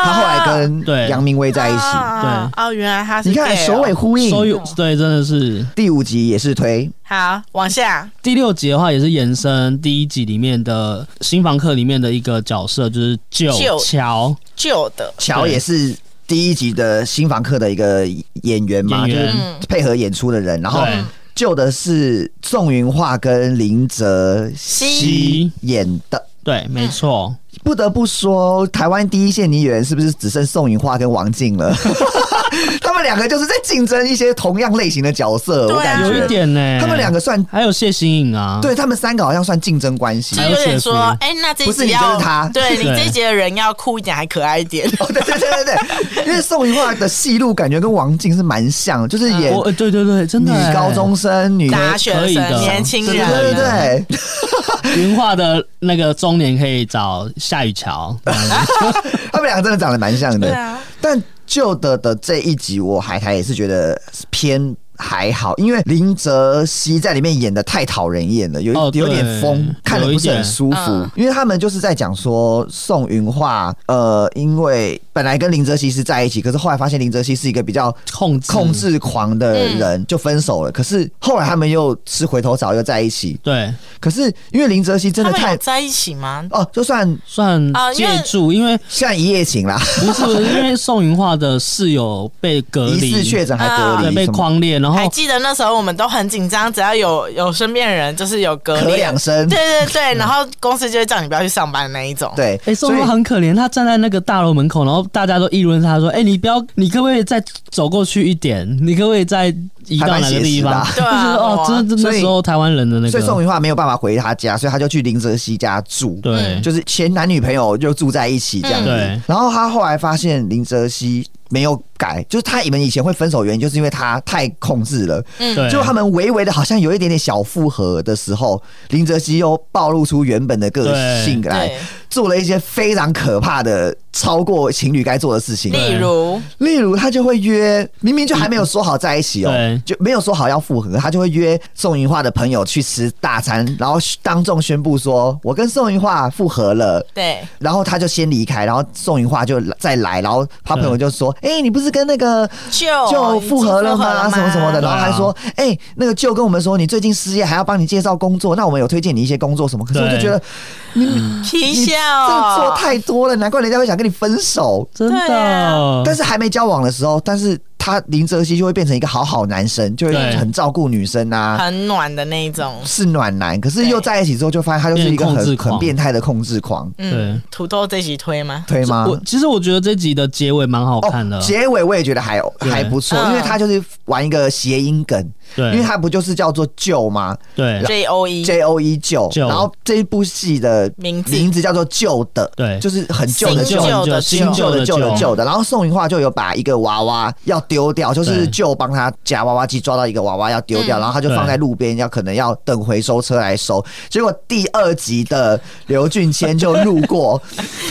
[SPEAKER 2] 他后来跟
[SPEAKER 1] 对
[SPEAKER 2] 杨明威在一起。
[SPEAKER 3] 啊哦，原来他是
[SPEAKER 2] 你看
[SPEAKER 3] gay 哦
[SPEAKER 2] 首尾呼应，
[SPEAKER 1] 所以对真的是
[SPEAKER 2] 第五集也是推，
[SPEAKER 3] 好往下，
[SPEAKER 1] 第六集的话也是延伸第一集里面的新房客里面的一个角色，就是九
[SPEAKER 3] 九
[SPEAKER 1] 乔
[SPEAKER 3] 旧的
[SPEAKER 2] 乔
[SPEAKER 1] 对
[SPEAKER 2] 也是第一集的新房客的一个演员嘛，
[SPEAKER 1] 演员
[SPEAKER 2] 就是
[SPEAKER 3] 嗯
[SPEAKER 2] 配合演出的人。然后
[SPEAKER 1] 对
[SPEAKER 2] 旧的是宋云桦跟林哲熙
[SPEAKER 1] 熙
[SPEAKER 2] 演的。
[SPEAKER 1] 对，没错，
[SPEAKER 2] 不得不说，台湾第一线女演员是不是只剩宋云桦跟王静 了？他们两个就是在竞争一些同样类型的角色，
[SPEAKER 3] 对啊
[SPEAKER 2] 我感
[SPEAKER 1] 有一
[SPEAKER 2] 觉
[SPEAKER 1] 点嗯呢、
[SPEAKER 2] 他们两个算
[SPEAKER 1] 还有谢欣颖啊，
[SPEAKER 2] 对他们三个好像算竞争关系
[SPEAKER 3] 就。
[SPEAKER 1] 还有
[SPEAKER 3] 有点
[SPEAKER 1] 雪
[SPEAKER 3] 说
[SPEAKER 1] 芙，
[SPEAKER 3] 哎、那这一
[SPEAKER 2] 不是
[SPEAKER 3] 集
[SPEAKER 2] 你
[SPEAKER 3] 要
[SPEAKER 2] 就是他
[SPEAKER 3] 对你
[SPEAKER 1] 对
[SPEAKER 3] 这一集的人要酷一点，还可爱一点。
[SPEAKER 2] 哦，对对对对对，因为宋云桦的戏路感觉跟王静是蛮像，就是演
[SPEAKER 1] 我，呃对对对，真的、哎
[SPEAKER 2] 女高中生、女
[SPEAKER 3] 大学
[SPEAKER 1] 可
[SPEAKER 3] 生
[SPEAKER 1] 以、的
[SPEAKER 3] 年轻
[SPEAKER 2] 嗯对
[SPEAKER 1] 是
[SPEAKER 3] 人，啊
[SPEAKER 2] 对对
[SPEAKER 1] 的
[SPEAKER 2] 对对，
[SPEAKER 1] 云化的那个中年可以找夏雨乔，这样子
[SPEAKER 2] 他们两个真的长得蛮像
[SPEAKER 3] 对
[SPEAKER 2] 的。
[SPEAKER 3] 啊，
[SPEAKER 2] 但旧的的这一集，我海苔也是觉得偏还好，因为林哲熙在里面演的太讨人厌了，有
[SPEAKER 1] 哦
[SPEAKER 2] 一有点
[SPEAKER 1] 对
[SPEAKER 2] 疯，看的
[SPEAKER 1] 有一
[SPEAKER 2] 不是很
[SPEAKER 1] 点
[SPEAKER 2] 舒服
[SPEAKER 3] 嗯。
[SPEAKER 2] 因为他们就是在讲说宋云桦，呃，因为本来跟林哲熙是在一起，可是后来发现林哲熙是一个比较
[SPEAKER 1] 控制
[SPEAKER 2] 控制狂的人，
[SPEAKER 3] 嗯
[SPEAKER 2] 就分手了。可是后来他们又吃回头草，又在一起。
[SPEAKER 1] 对，
[SPEAKER 2] 可是因为林哲熙真
[SPEAKER 3] 他
[SPEAKER 2] 的
[SPEAKER 3] 们
[SPEAKER 2] 太
[SPEAKER 3] 有在一起吗？
[SPEAKER 2] 哦，就算
[SPEAKER 1] 算
[SPEAKER 3] 啊因为
[SPEAKER 1] 借助，因为
[SPEAKER 2] 像一夜情啦，
[SPEAKER 1] 不是因为宋云化的室友被隔
[SPEAKER 2] 疑
[SPEAKER 1] 离，
[SPEAKER 2] 似确诊还隔
[SPEAKER 1] 对
[SPEAKER 2] 离，
[SPEAKER 1] 被
[SPEAKER 2] 啊什么哎
[SPEAKER 1] 框列，然后
[SPEAKER 3] 还记得那时候我们都很紧张，只要有有身边人就是有隔
[SPEAKER 2] 咳
[SPEAKER 3] 离，
[SPEAKER 2] 两声
[SPEAKER 3] 对，对对， 然后公司就会叫你不要去上班那一种。
[SPEAKER 2] 嗯对
[SPEAKER 1] 哎、，宋
[SPEAKER 2] 所以
[SPEAKER 1] 云很可怜，他站在那个大楼门口，然后大家都议论他说：“哎、你不要，你可不可以再走过去一点？你可不可以再移到哪个地方
[SPEAKER 2] 还蛮？”
[SPEAKER 3] 写实的啊
[SPEAKER 1] 就是哦，
[SPEAKER 3] 对啊
[SPEAKER 1] 真的
[SPEAKER 2] 所
[SPEAKER 1] 那
[SPEAKER 2] 以
[SPEAKER 1] 时候台湾人的那
[SPEAKER 2] 所以宋
[SPEAKER 1] 个，
[SPEAKER 2] 云桦没有办法回他家，所以他就去林哲熙家住。
[SPEAKER 1] 对
[SPEAKER 2] 就是前男女朋友就住在一起这样
[SPEAKER 1] 嗯
[SPEAKER 2] 子
[SPEAKER 1] 对，
[SPEAKER 2] 然后他后来发现林哲熙没有改，就是他们以前会分手原因，就是因为他太控制了。
[SPEAKER 1] 对，
[SPEAKER 2] 就他们微微的，好像有一点点小复合的时候，林哲熙又暴露出原本的个性来
[SPEAKER 3] 对，
[SPEAKER 2] 做了一些非常可怕的、超过情侣该做的事情。
[SPEAKER 3] 例如，
[SPEAKER 2] 例如，他就会约，明明就还没有说好在一起哦
[SPEAKER 1] 对，
[SPEAKER 2] 就没有说好要复合，他就会约宋云画的朋友去吃大餐，然后当众宣布说：“我跟宋云画复合了。”
[SPEAKER 3] 对
[SPEAKER 2] 然后他就先离开，然后宋云画就再来，然后他朋友就说：“哎、你不是跟那个
[SPEAKER 3] 就
[SPEAKER 2] 就哦复合了吗？什么什么的。”
[SPEAKER 1] 对
[SPEAKER 2] 然
[SPEAKER 1] 啊
[SPEAKER 2] 后还说：“哎、那个舅跟我们说你最近失业，还要帮你介绍工作，那我们有推荐你一些工作什么。”可是我就
[SPEAKER 1] 对
[SPEAKER 2] 觉得
[SPEAKER 3] 皮
[SPEAKER 2] 你这
[SPEAKER 3] 笑
[SPEAKER 2] 样做太多了，难怪人家会想跟你分手。
[SPEAKER 1] 真的，
[SPEAKER 3] 对
[SPEAKER 1] 嗯
[SPEAKER 3] 啊
[SPEAKER 2] 但是还没交往的时候，但是他林哲熙就会变成一个好好男生，就会
[SPEAKER 1] 对
[SPEAKER 2] 很照顾女生
[SPEAKER 1] 嗯
[SPEAKER 2] 啊。
[SPEAKER 3] 很暖的那一种。
[SPEAKER 2] 是暖男，可是
[SPEAKER 3] 对
[SPEAKER 2] 又在一起之后，就发现他就是一个
[SPEAKER 1] 变控制
[SPEAKER 2] 很
[SPEAKER 1] 狂
[SPEAKER 2] 很变态的控制狂，
[SPEAKER 1] 对
[SPEAKER 3] 嗯，土豆这集推吗？
[SPEAKER 2] 对吗？
[SPEAKER 1] 我其实我觉得这集的结尾蛮好看的，
[SPEAKER 2] 哦。结尾我也觉得还
[SPEAKER 1] 对
[SPEAKER 2] 还不错，
[SPEAKER 3] 嗯
[SPEAKER 2] 因为他就是玩一个谐音梗，
[SPEAKER 1] 对，
[SPEAKER 2] 因为他不就是叫做旧吗
[SPEAKER 1] 嗯对
[SPEAKER 3] J O E
[SPEAKER 2] ？J O E 旧，
[SPEAKER 1] 旧
[SPEAKER 2] 然后这一部戏的
[SPEAKER 3] 名字
[SPEAKER 2] 名字叫做旧的，
[SPEAKER 1] 对
[SPEAKER 2] 就是很旧的
[SPEAKER 1] 很
[SPEAKER 2] 旧
[SPEAKER 1] 旧。
[SPEAKER 3] 旧的
[SPEAKER 2] 新旧的旧的旧
[SPEAKER 1] 的，
[SPEAKER 2] 的，然后宋云画就有把一个娃娃要丢掉，就是
[SPEAKER 1] 对
[SPEAKER 2] 旧帮他夹娃娃机抓到一个娃娃要丢掉，
[SPEAKER 3] 嗯
[SPEAKER 2] 然后他就放在路边，要可能要等回收车来收。结果第二集的刘俊谦就路 过，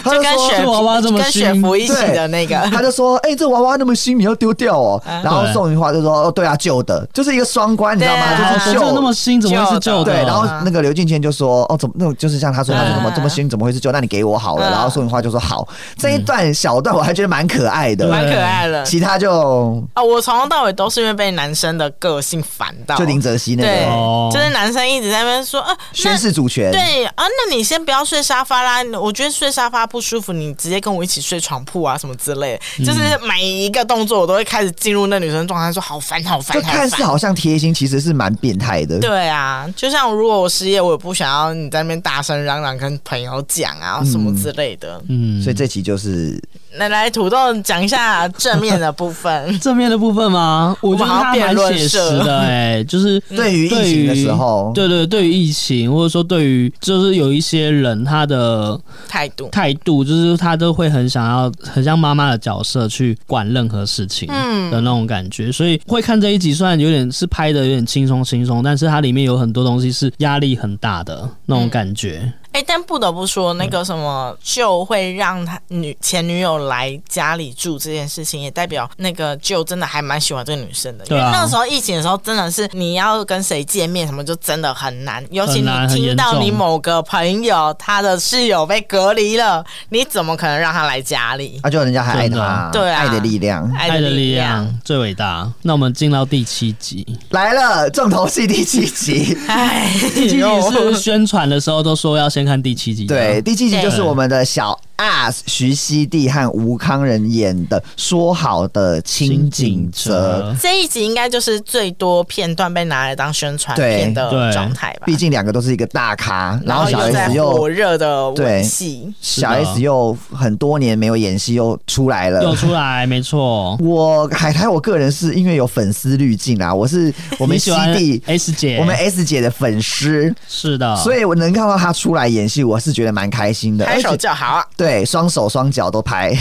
[SPEAKER 2] 他
[SPEAKER 3] 就
[SPEAKER 2] 就
[SPEAKER 3] 跟
[SPEAKER 2] 说
[SPEAKER 3] 雪
[SPEAKER 1] 这娃娃这么
[SPEAKER 3] 跟雪
[SPEAKER 1] 新
[SPEAKER 3] 芙一起
[SPEAKER 2] 对
[SPEAKER 3] 的那个，
[SPEAKER 2] 他就说：“哎、这娃娃那么新，你要丢掉 哦。
[SPEAKER 3] 啊
[SPEAKER 2] 然后宋云华就说：“哦，对啊，旧的，就是一个双关，你知道
[SPEAKER 3] 对
[SPEAKER 2] 吗？
[SPEAKER 3] 啊
[SPEAKER 2] 就是
[SPEAKER 1] 怎么那么
[SPEAKER 2] 旧。”
[SPEAKER 1] 新，怎么会是旧
[SPEAKER 2] 对，
[SPEAKER 1] 的？
[SPEAKER 2] 然后那个刘俊谦就说：“哦，怎么那种就是像他说，他说
[SPEAKER 3] 嗯
[SPEAKER 2] 怎么这么新，怎么会是旧？那你给我好了。”
[SPEAKER 3] 嗯
[SPEAKER 2] 然后宋云华就说：“好。”这一段小段我还觉得蛮可爱的，
[SPEAKER 1] 对
[SPEAKER 3] 蛮可爱的。
[SPEAKER 2] 其他就
[SPEAKER 3] 呃哦，我从头到尾都是因为被男生的个性烦到，
[SPEAKER 2] 就林泽熙那
[SPEAKER 3] 对
[SPEAKER 2] 个
[SPEAKER 1] 哦，
[SPEAKER 3] 就是男生一直在那边说，啊，
[SPEAKER 2] 宣
[SPEAKER 3] 那
[SPEAKER 2] 誓主权，
[SPEAKER 3] 对啊，那你先不要睡沙发啦，我觉得睡沙发不舒服，你直接跟我一起睡床铺啊，什么之类的。就是每一个动作，我都会开始进入那女生状态，说好烦，好烦，
[SPEAKER 2] 就
[SPEAKER 3] 好
[SPEAKER 2] 看
[SPEAKER 3] 烦。
[SPEAKER 2] 似好像贴心，其实是蛮变态的。
[SPEAKER 3] 对啊，就像如果我失业，我也不想要你在那边大声嚷嚷跟朋友讲啊，什么之类的。
[SPEAKER 1] 嗯，，
[SPEAKER 2] 所以这期就是
[SPEAKER 3] 那来土豆讲一下正面的部分
[SPEAKER 1] 正面的部分吗？我觉得它蛮写实的、哎，就是
[SPEAKER 3] 嗯
[SPEAKER 2] 对于疫情的时候，
[SPEAKER 1] 对对，对于疫情，或者说对于就是有一些人他的
[SPEAKER 3] 态度。
[SPEAKER 1] 态度，就是他都会很想要很像妈妈的角色去管任何事情
[SPEAKER 3] 嗯
[SPEAKER 1] 的那种感觉，所以会看这一集，虽然有点是拍的有点轻松轻松，但是它里面有很多东西是压力很大的那种感觉。
[SPEAKER 3] 哎、但不得不说，
[SPEAKER 1] 嗯
[SPEAKER 3] 那个什么舅会让他女前女友来家里住这件事情，也代表那个舅真的还蛮喜欢这个女生的。因
[SPEAKER 1] 对
[SPEAKER 3] 为
[SPEAKER 1] 啊
[SPEAKER 3] 那时候疫情的时候，真的是你要跟谁见面什么，就真的很难。尤其
[SPEAKER 1] 很
[SPEAKER 3] 你
[SPEAKER 1] 难很
[SPEAKER 3] 听
[SPEAKER 1] 严
[SPEAKER 3] 到
[SPEAKER 1] 重
[SPEAKER 3] 你某个朋友他的室友被隔离了，你怎么可能让他来家里？
[SPEAKER 2] 啊，就人家还爱
[SPEAKER 1] 真
[SPEAKER 2] 他
[SPEAKER 1] 的，
[SPEAKER 3] 对啊
[SPEAKER 2] 爱的力量
[SPEAKER 1] 爱的力量最伟大。那我们进到第七集，
[SPEAKER 2] 来了，重头戏第七 集。
[SPEAKER 3] 哎，
[SPEAKER 1] 第七集
[SPEAKER 3] 哟
[SPEAKER 1] 是宣传的时候都说要先看第七集的，
[SPEAKER 2] 对，第七集就是我们的小 S 徐熙娣和吴康仁演的《说好的清景泽》。
[SPEAKER 3] 这一集应该就是最多片段被拿来当宣传
[SPEAKER 2] 对
[SPEAKER 3] 片的
[SPEAKER 1] 对
[SPEAKER 3] 状态吧。
[SPEAKER 2] 毕竟两个都是一个大咖，然后小
[SPEAKER 3] 又在
[SPEAKER 2] S
[SPEAKER 3] 火
[SPEAKER 2] 又
[SPEAKER 3] 热的
[SPEAKER 2] 对
[SPEAKER 3] 文戏，
[SPEAKER 2] 小
[SPEAKER 1] 是的
[SPEAKER 2] S 又很多年没有演戏，又出来
[SPEAKER 1] 又
[SPEAKER 2] 了。
[SPEAKER 1] 出来，没错。
[SPEAKER 2] 我海苔，我个人是因为有粉丝滤镜啊，我 是我们
[SPEAKER 1] 你
[SPEAKER 2] 熙
[SPEAKER 1] 喜欢
[SPEAKER 2] 娣，
[SPEAKER 1] S 姐，
[SPEAKER 2] 我们 S 姐的粉丝，
[SPEAKER 1] 是的，
[SPEAKER 2] 所以我能看到她出来演戏，我是觉得蛮开心的。
[SPEAKER 3] 啊拍手
[SPEAKER 2] 而且
[SPEAKER 3] 叫好 啊，
[SPEAKER 2] 对，双手双脚都拍。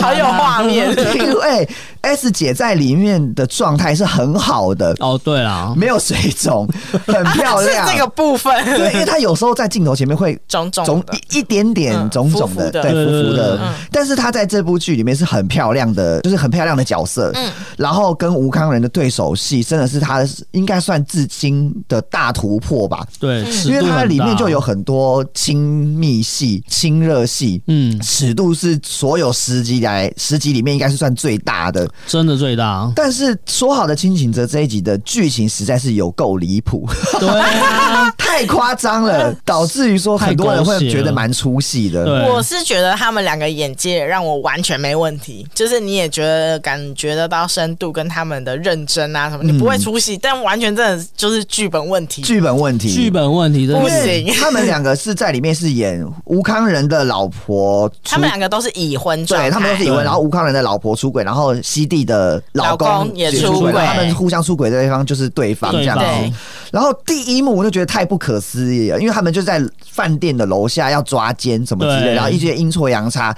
[SPEAKER 3] 好有 画面。
[SPEAKER 2] 因为 S 姐在里面的状态是很好的，
[SPEAKER 1] 哦，对啦，
[SPEAKER 2] 没有水肿， 很漂
[SPEAKER 3] 啊是
[SPEAKER 2] 亮。
[SPEAKER 3] 这个部分，
[SPEAKER 2] 对，因为她有时候在镜头前面会
[SPEAKER 3] 种种
[SPEAKER 2] 肿
[SPEAKER 3] 的，
[SPEAKER 2] 一一点点
[SPEAKER 3] 嗯
[SPEAKER 2] 肿肿
[SPEAKER 3] 浮浮
[SPEAKER 2] 的，
[SPEAKER 3] 的
[SPEAKER 2] 对，
[SPEAKER 1] 对
[SPEAKER 2] 浮
[SPEAKER 1] 对
[SPEAKER 2] 浮
[SPEAKER 1] 对
[SPEAKER 2] 的
[SPEAKER 1] 对
[SPEAKER 3] 嗯。
[SPEAKER 2] 但是她在这部剧里面是很漂亮的，就是很漂亮的角色。
[SPEAKER 3] 嗯
[SPEAKER 2] 然后跟吴康仁的对手戏，真的是她应该算至今的大突破吧，
[SPEAKER 1] 对，尺
[SPEAKER 2] 嗯因为
[SPEAKER 1] 度
[SPEAKER 2] 它
[SPEAKER 1] 很
[SPEAKER 2] 里面
[SPEAKER 1] 大
[SPEAKER 2] 就有很多亲密戏、亲热戏。
[SPEAKER 1] 嗯，
[SPEAKER 2] 尺度是所有十集来十集里面应该是算最大的，
[SPEAKER 1] 真的最大，
[SPEAKER 2] 但是说好的亲情则这一集的剧情实在是有够离谱，
[SPEAKER 1] 对啊，
[SPEAKER 2] 太夸张了，导致于说很多人会
[SPEAKER 1] 太狗血了
[SPEAKER 2] 觉得蛮出戏的。
[SPEAKER 1] 对，
[SPEAKER 3] 我是觉得他们两个眼界让我完全没问题，就是你也觉得感觉得到深度跟他们的认真啊什么，你不会出戏，但完全真的就是剧本问题，
[SPEAKER 2] 嗯剧本问题，
[SPEAKER 1] 剧本问题真
[SPEAKER 3] 不
[SPEAKER 1] 的
[SPEAKER 3] 行
[SPEAKER 1] 是
[SPEAKER 2] 对他们两个是在里面是演吴康仁的老婆出
[SPEAKER 3] 他们两个都是已婚状态，
[SPEAKER 2] 对他们都是已婚，
[SPEAKER 1] 对
[SPEAKER 2] 然后吴康仁的老婆出轨，然后西地的老
[SPEAKER 3] 老公也
[SPEAKER 2] 也
[SPEAKER 1] 出轨
[SPEAKER 2] 然后他们互相出轨的对方就是对方这
[SPEAKER 1] 对
[SPEAKER 2] 样
[SPEAKER 1] 吧
[SPEAKER 2] 子。
[SPEAKER 3] 对
[SPEAKER 2] 然后第一幕我就觉得太不可思议啊，因为他们就在饭店的楼下要抓奸什么之类，
[SPEAKER 1] 对
[SPEAKER 2] 然后一些阴错阳差，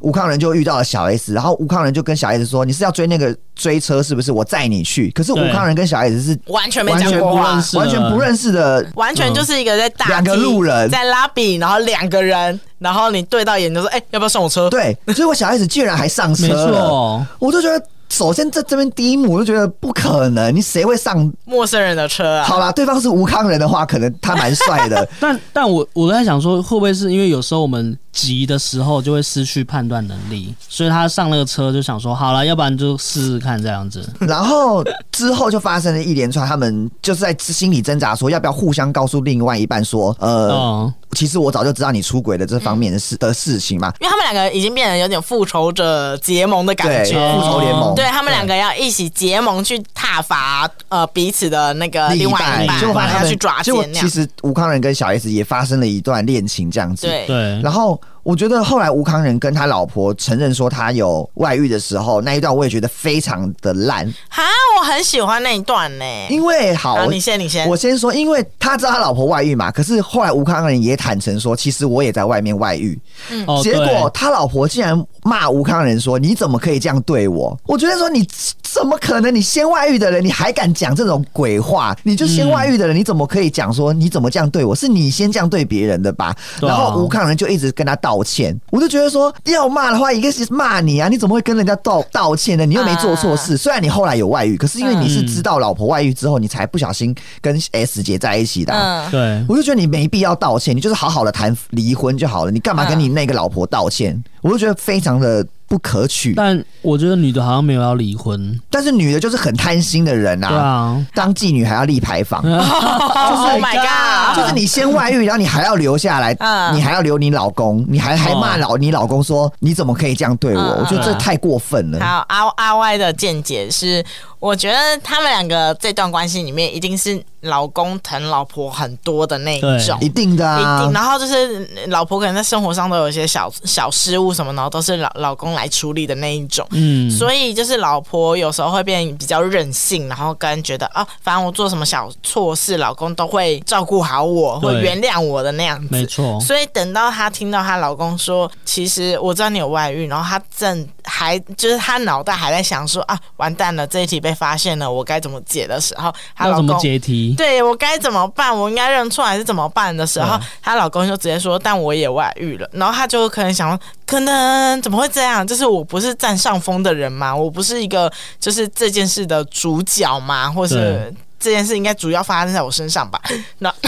[SPEAKER 2] 吴康仁就遇到了小 S，然后吴康仁就跟小 S 说：“你是要追那个追车是不是？我载你去。”可是吴
[SPEAKER 1] 对
[SPEAKER 2] 康仁跟小 S 是
[SPEAKER 3] 完全没
[SPEAKER 2] 完
[SPEAKER 3] 讲
[SPEAKER 2] 全
[SPEAKER 3] 过
[SPEAKER 2] 不
[SPEAKER 3] 话
[SPEAKER 2] 认，识，完全不认识的
[SPEAKER 3] 完全就是一个在大
[SPEAKER 2] 两个
[SPEAKER 3] 厅
[SPEAKER 2] 路人
[SPEAKER 3] 在拉比，然后两个人，然后你对到眼就说：“哎、要不要送我 车？”
[SPEAKER 2] 对，结果小 S 竟然还上车
[SPEAKER 1] 没
[SPEAKER 2] 了，
[SPEAKER 1] 错，
[SPEAKER 2] 我就觉得。首先，在这边第一幕我就觉得不可能，你谁会上？
[SPEAKER 3] 陌生人的车啊，
[SPEAKER 2] 好啦，对方是吴康仁的话，可能他蛮帅的，
[SPEAKER 1] 但但我我在想说，会不会是因为有时候我们急的时候就会失去判断能力，所以他上那个车就想说，好了，要不然就试试看这样子。
[SPEAKER 2] 然后之后就发生了一连串，他们就是在心里挣扎，说要不要互相告诉另外一半说，呃，
[SPEAKER 1] 嗯，
[SPEAKER 2] 其实我早就知道你出轨的这方面的事、的事情嘛。
[SPEAKER 3] 因为他们两个已经变得有点复仇者结盟的感
[SPEAKER 2] 对，
[SPEAKER 3] 觉。
[SPEAKER 2] 复仇联盟，
[SPEAKER 3] 对他们两个要一起结盟去挞伐呃彼此的那个
[SPEAKER 2] 另
[SPEAKER 3] 另外
[SPEAKER 2] 半，
[SPEAKER 3] 一半，
[SPEAKER 2] 哎结果
[SPEAKER 3] 然
[SPEAKER 2] 发现他
[SPEAKER 3] 后要
[SPEAKER 2] 们
[SPEAKER 3] 去抓
[SPEAKER 2] 结
[SPEAKER 3] 奸
[SPEAKER 2] 果
[SPEAKER 3] 那
[SPEAKER 2] 其
[SPEAKER 3] 样。
[SPEAKER 2] 实吴康仁跟小 S 也发生了一段恋情这样子。
[SPEAKER 3] 对，
[SPEAKER 1] 对，
[SPEAKER 2] 然后我觉得后来吴康仁跟他老婆承认说他有外遇的时候，那一段我也觉得非常的烂，
[SPEAKER 3] 哈，我很喜欢那一段呢。
[SPEAKER 2] 因为好，
[SPEAKER 3] 哎好，
[SPEAKER 2] 我
[SPEAKER 3] 你先，你先
[SPEAKER 2] 我。先说，因为他知道他老婆外遇嘛，可是后来吴康仁也坦诚说，其实我也在外面外遇。
[SPEAKER 1] 哦，
[SPEAKER 2] 嗯结果
[SPEAKER 1] 对
[SPEAKER 2] 他老婆竟然骂吴康仁说：“你怎么可以这样对我？”我觉得说你怎么可能？你先外遇的人，你还敢讲这种鬼话？你就先外遇的人，你怎么可以讲说你怎么这样对我？是你先这样对别人的吧？
[SPEAKER 1] 对啊
[SPEAKER 2] 然后吴康仁就一直跟他道歉。我就觉得说，要骂的话，一个是骂你啊，你怎么会跟人家道道歉呢？你又没做错事。虽然你后来有外遇，可是因为你是
[SPEAKER 1] 啊嗯
[SPEAKER 2] 知道老婆外遇之后，你才不小心跟 S 姐在一起的啊、
[SPEAKER 3] 嗯，
[SPEAKER 1] 对，
[SPEAKER 2] 我就觉得你没必要道歉，你就是好好的谈离婚就好了，你干嘛
[SPEAKER 3] 嗯
[SPEAKER 2] 跟你那个老婆道歉？我就觉得非常的不可取。但
[SPEAKER 1] 但我觉得女的好像没有要离婚，
[SPEAKER 2] 是女的就是很贪心的人
[SPEAKER 1] 对
[SPEAKER 2] 啊，
[SPEAKER 1] 啊，
[SPEAKER 2] 当妓女还要立牌
[SPEAKER 3] 嗯
[SPEAKER 2] 坊。 啊
[SPEAKER 3] Oh my god！
[SPEAKER 2] 就是你先外遇，然后你还要留下来，
[SPEAKER 3] 嗯
[SPEAKER 2] 你还要留你老公，你还还
[SPEAKER 1] 哦
[SPEAKER 2] 骂老你老公说你怎么可以这样对我？
[SPEAKER 3] 嗯
[SPEAKER 2] 我觉得这太过分了。
[SPEAKER 3] 好，阿阿 Y 的见解是，我觉得他们两个这段关系里面，一定是老公疼老婆很多的那一种。
[SPEAKER 2] 一定的
[SPEAKER 3] 一
[SPEAKER 2] 啊
[SPEAKER 3] 定，，然后就是呃老婆可能在生活上都有一些小小失误什么，然后都是老老公来处理的那一种。
[SPEAKER 1] 嗯，
[SPEAKER 3] 所以就是老婆有时候会变比较任性，然后跟觉得啊，反正我做什么小错事，老公都会照顾好我，
[SPEAKER 1] 对
[SPEAKER 3] 会原谅我的那样
[SPEAKER 1] 没
[SPEAKER 3] 子。
[SPEAKER 1] 错，
[SPEAKER 3] 所以等到她听到她老公说，其实我知道你有外遇，然后她正还就是她脑袋还在想说啊，完蛋了，这一题被发现了，我该怎么解的时候，她
[SPEAKER 1] 要
[SPEAKER 3] 老
[SPEAKER 1] 怎么
[SPEAKER 3] 公
[SPEAKER 1] 阶 梯？
[SPEAKER 3] 对我该怎么办？我应该认错还是怎么办的时
[SPEAKER 2] 嗯
[SPEAKER 3] 候，她老公就直接说：“但我也外遇了。”然后她就可能想说，可能怎么会这样？就是我不是占上风的人嘛，我不是一个就是这件事的主角嘛，或是
[SPEAKER 1] 对
[SPEAKER 3] 这件事应该主要发生在我身上吧？ 然后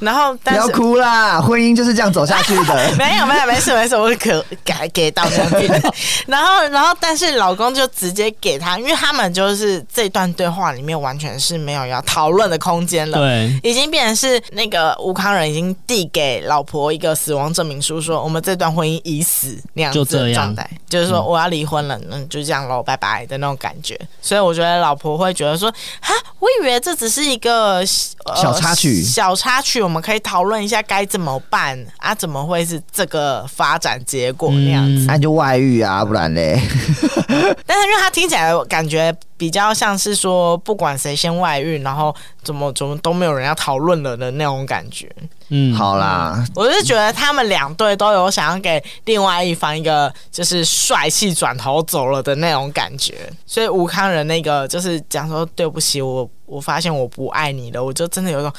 [SPEAKER 3] 然后
[SPEAKER 2] 不
[SPEAKER 3] 但
[SPEAKER 2] 要
[SPEAKER 3] 是。。
[SPEAKER 2] 哭啦，婚姻就是这样走下去的
[SPEAKER 3] 没有没有没事没事，我可给给到这 样子。然后然后，但是老公就直接给她，因为他们就是这段对话里面完全是没有要讨论的空间了。
[SPEAKER 1] 对，
[SPEAKER 3] 已经变成是那个吴康仁已经递给老婆一个死亡证明书，说我们这段婚姻已死那样
[SPEAKER 1] 就
[SPEAKER 3] 子
[SPEAKER 1] 这
[SPEAKER 3] 的
[SPEAKER 1] 样
[SPEAKER 3] 状态，就是说我要离婚了，嗯，就这样喽，拜拜的那种感觉。所以我觉得老婆会觉得说，哈，我以为这只是一个、呃
[SPEAKER 2] 小插曲
[SPEAKER 3] 小插曲，我们可以讨论一下该怎么办啊？怎么会是这个发展结果那样子？
[SPEAKER 2] 那你就外遇啊，不然嘞，
[SPEAKER 3] 但是因为他听起来感觉比较像是说，不管谁先外遇，然后怎么怎么都没有人要讨论了的那种感觉。
[SPEAKER 1] 嗯，，
[SPEAKER 2] 好啦，
[SPEAKER 3] 我是觉得他们两队都有想要给另外一方一个就是帅气转头走了的那种感觉，所以吴康仁那个就是讲说对不起，我我发现我不爱你了，我就真的有一种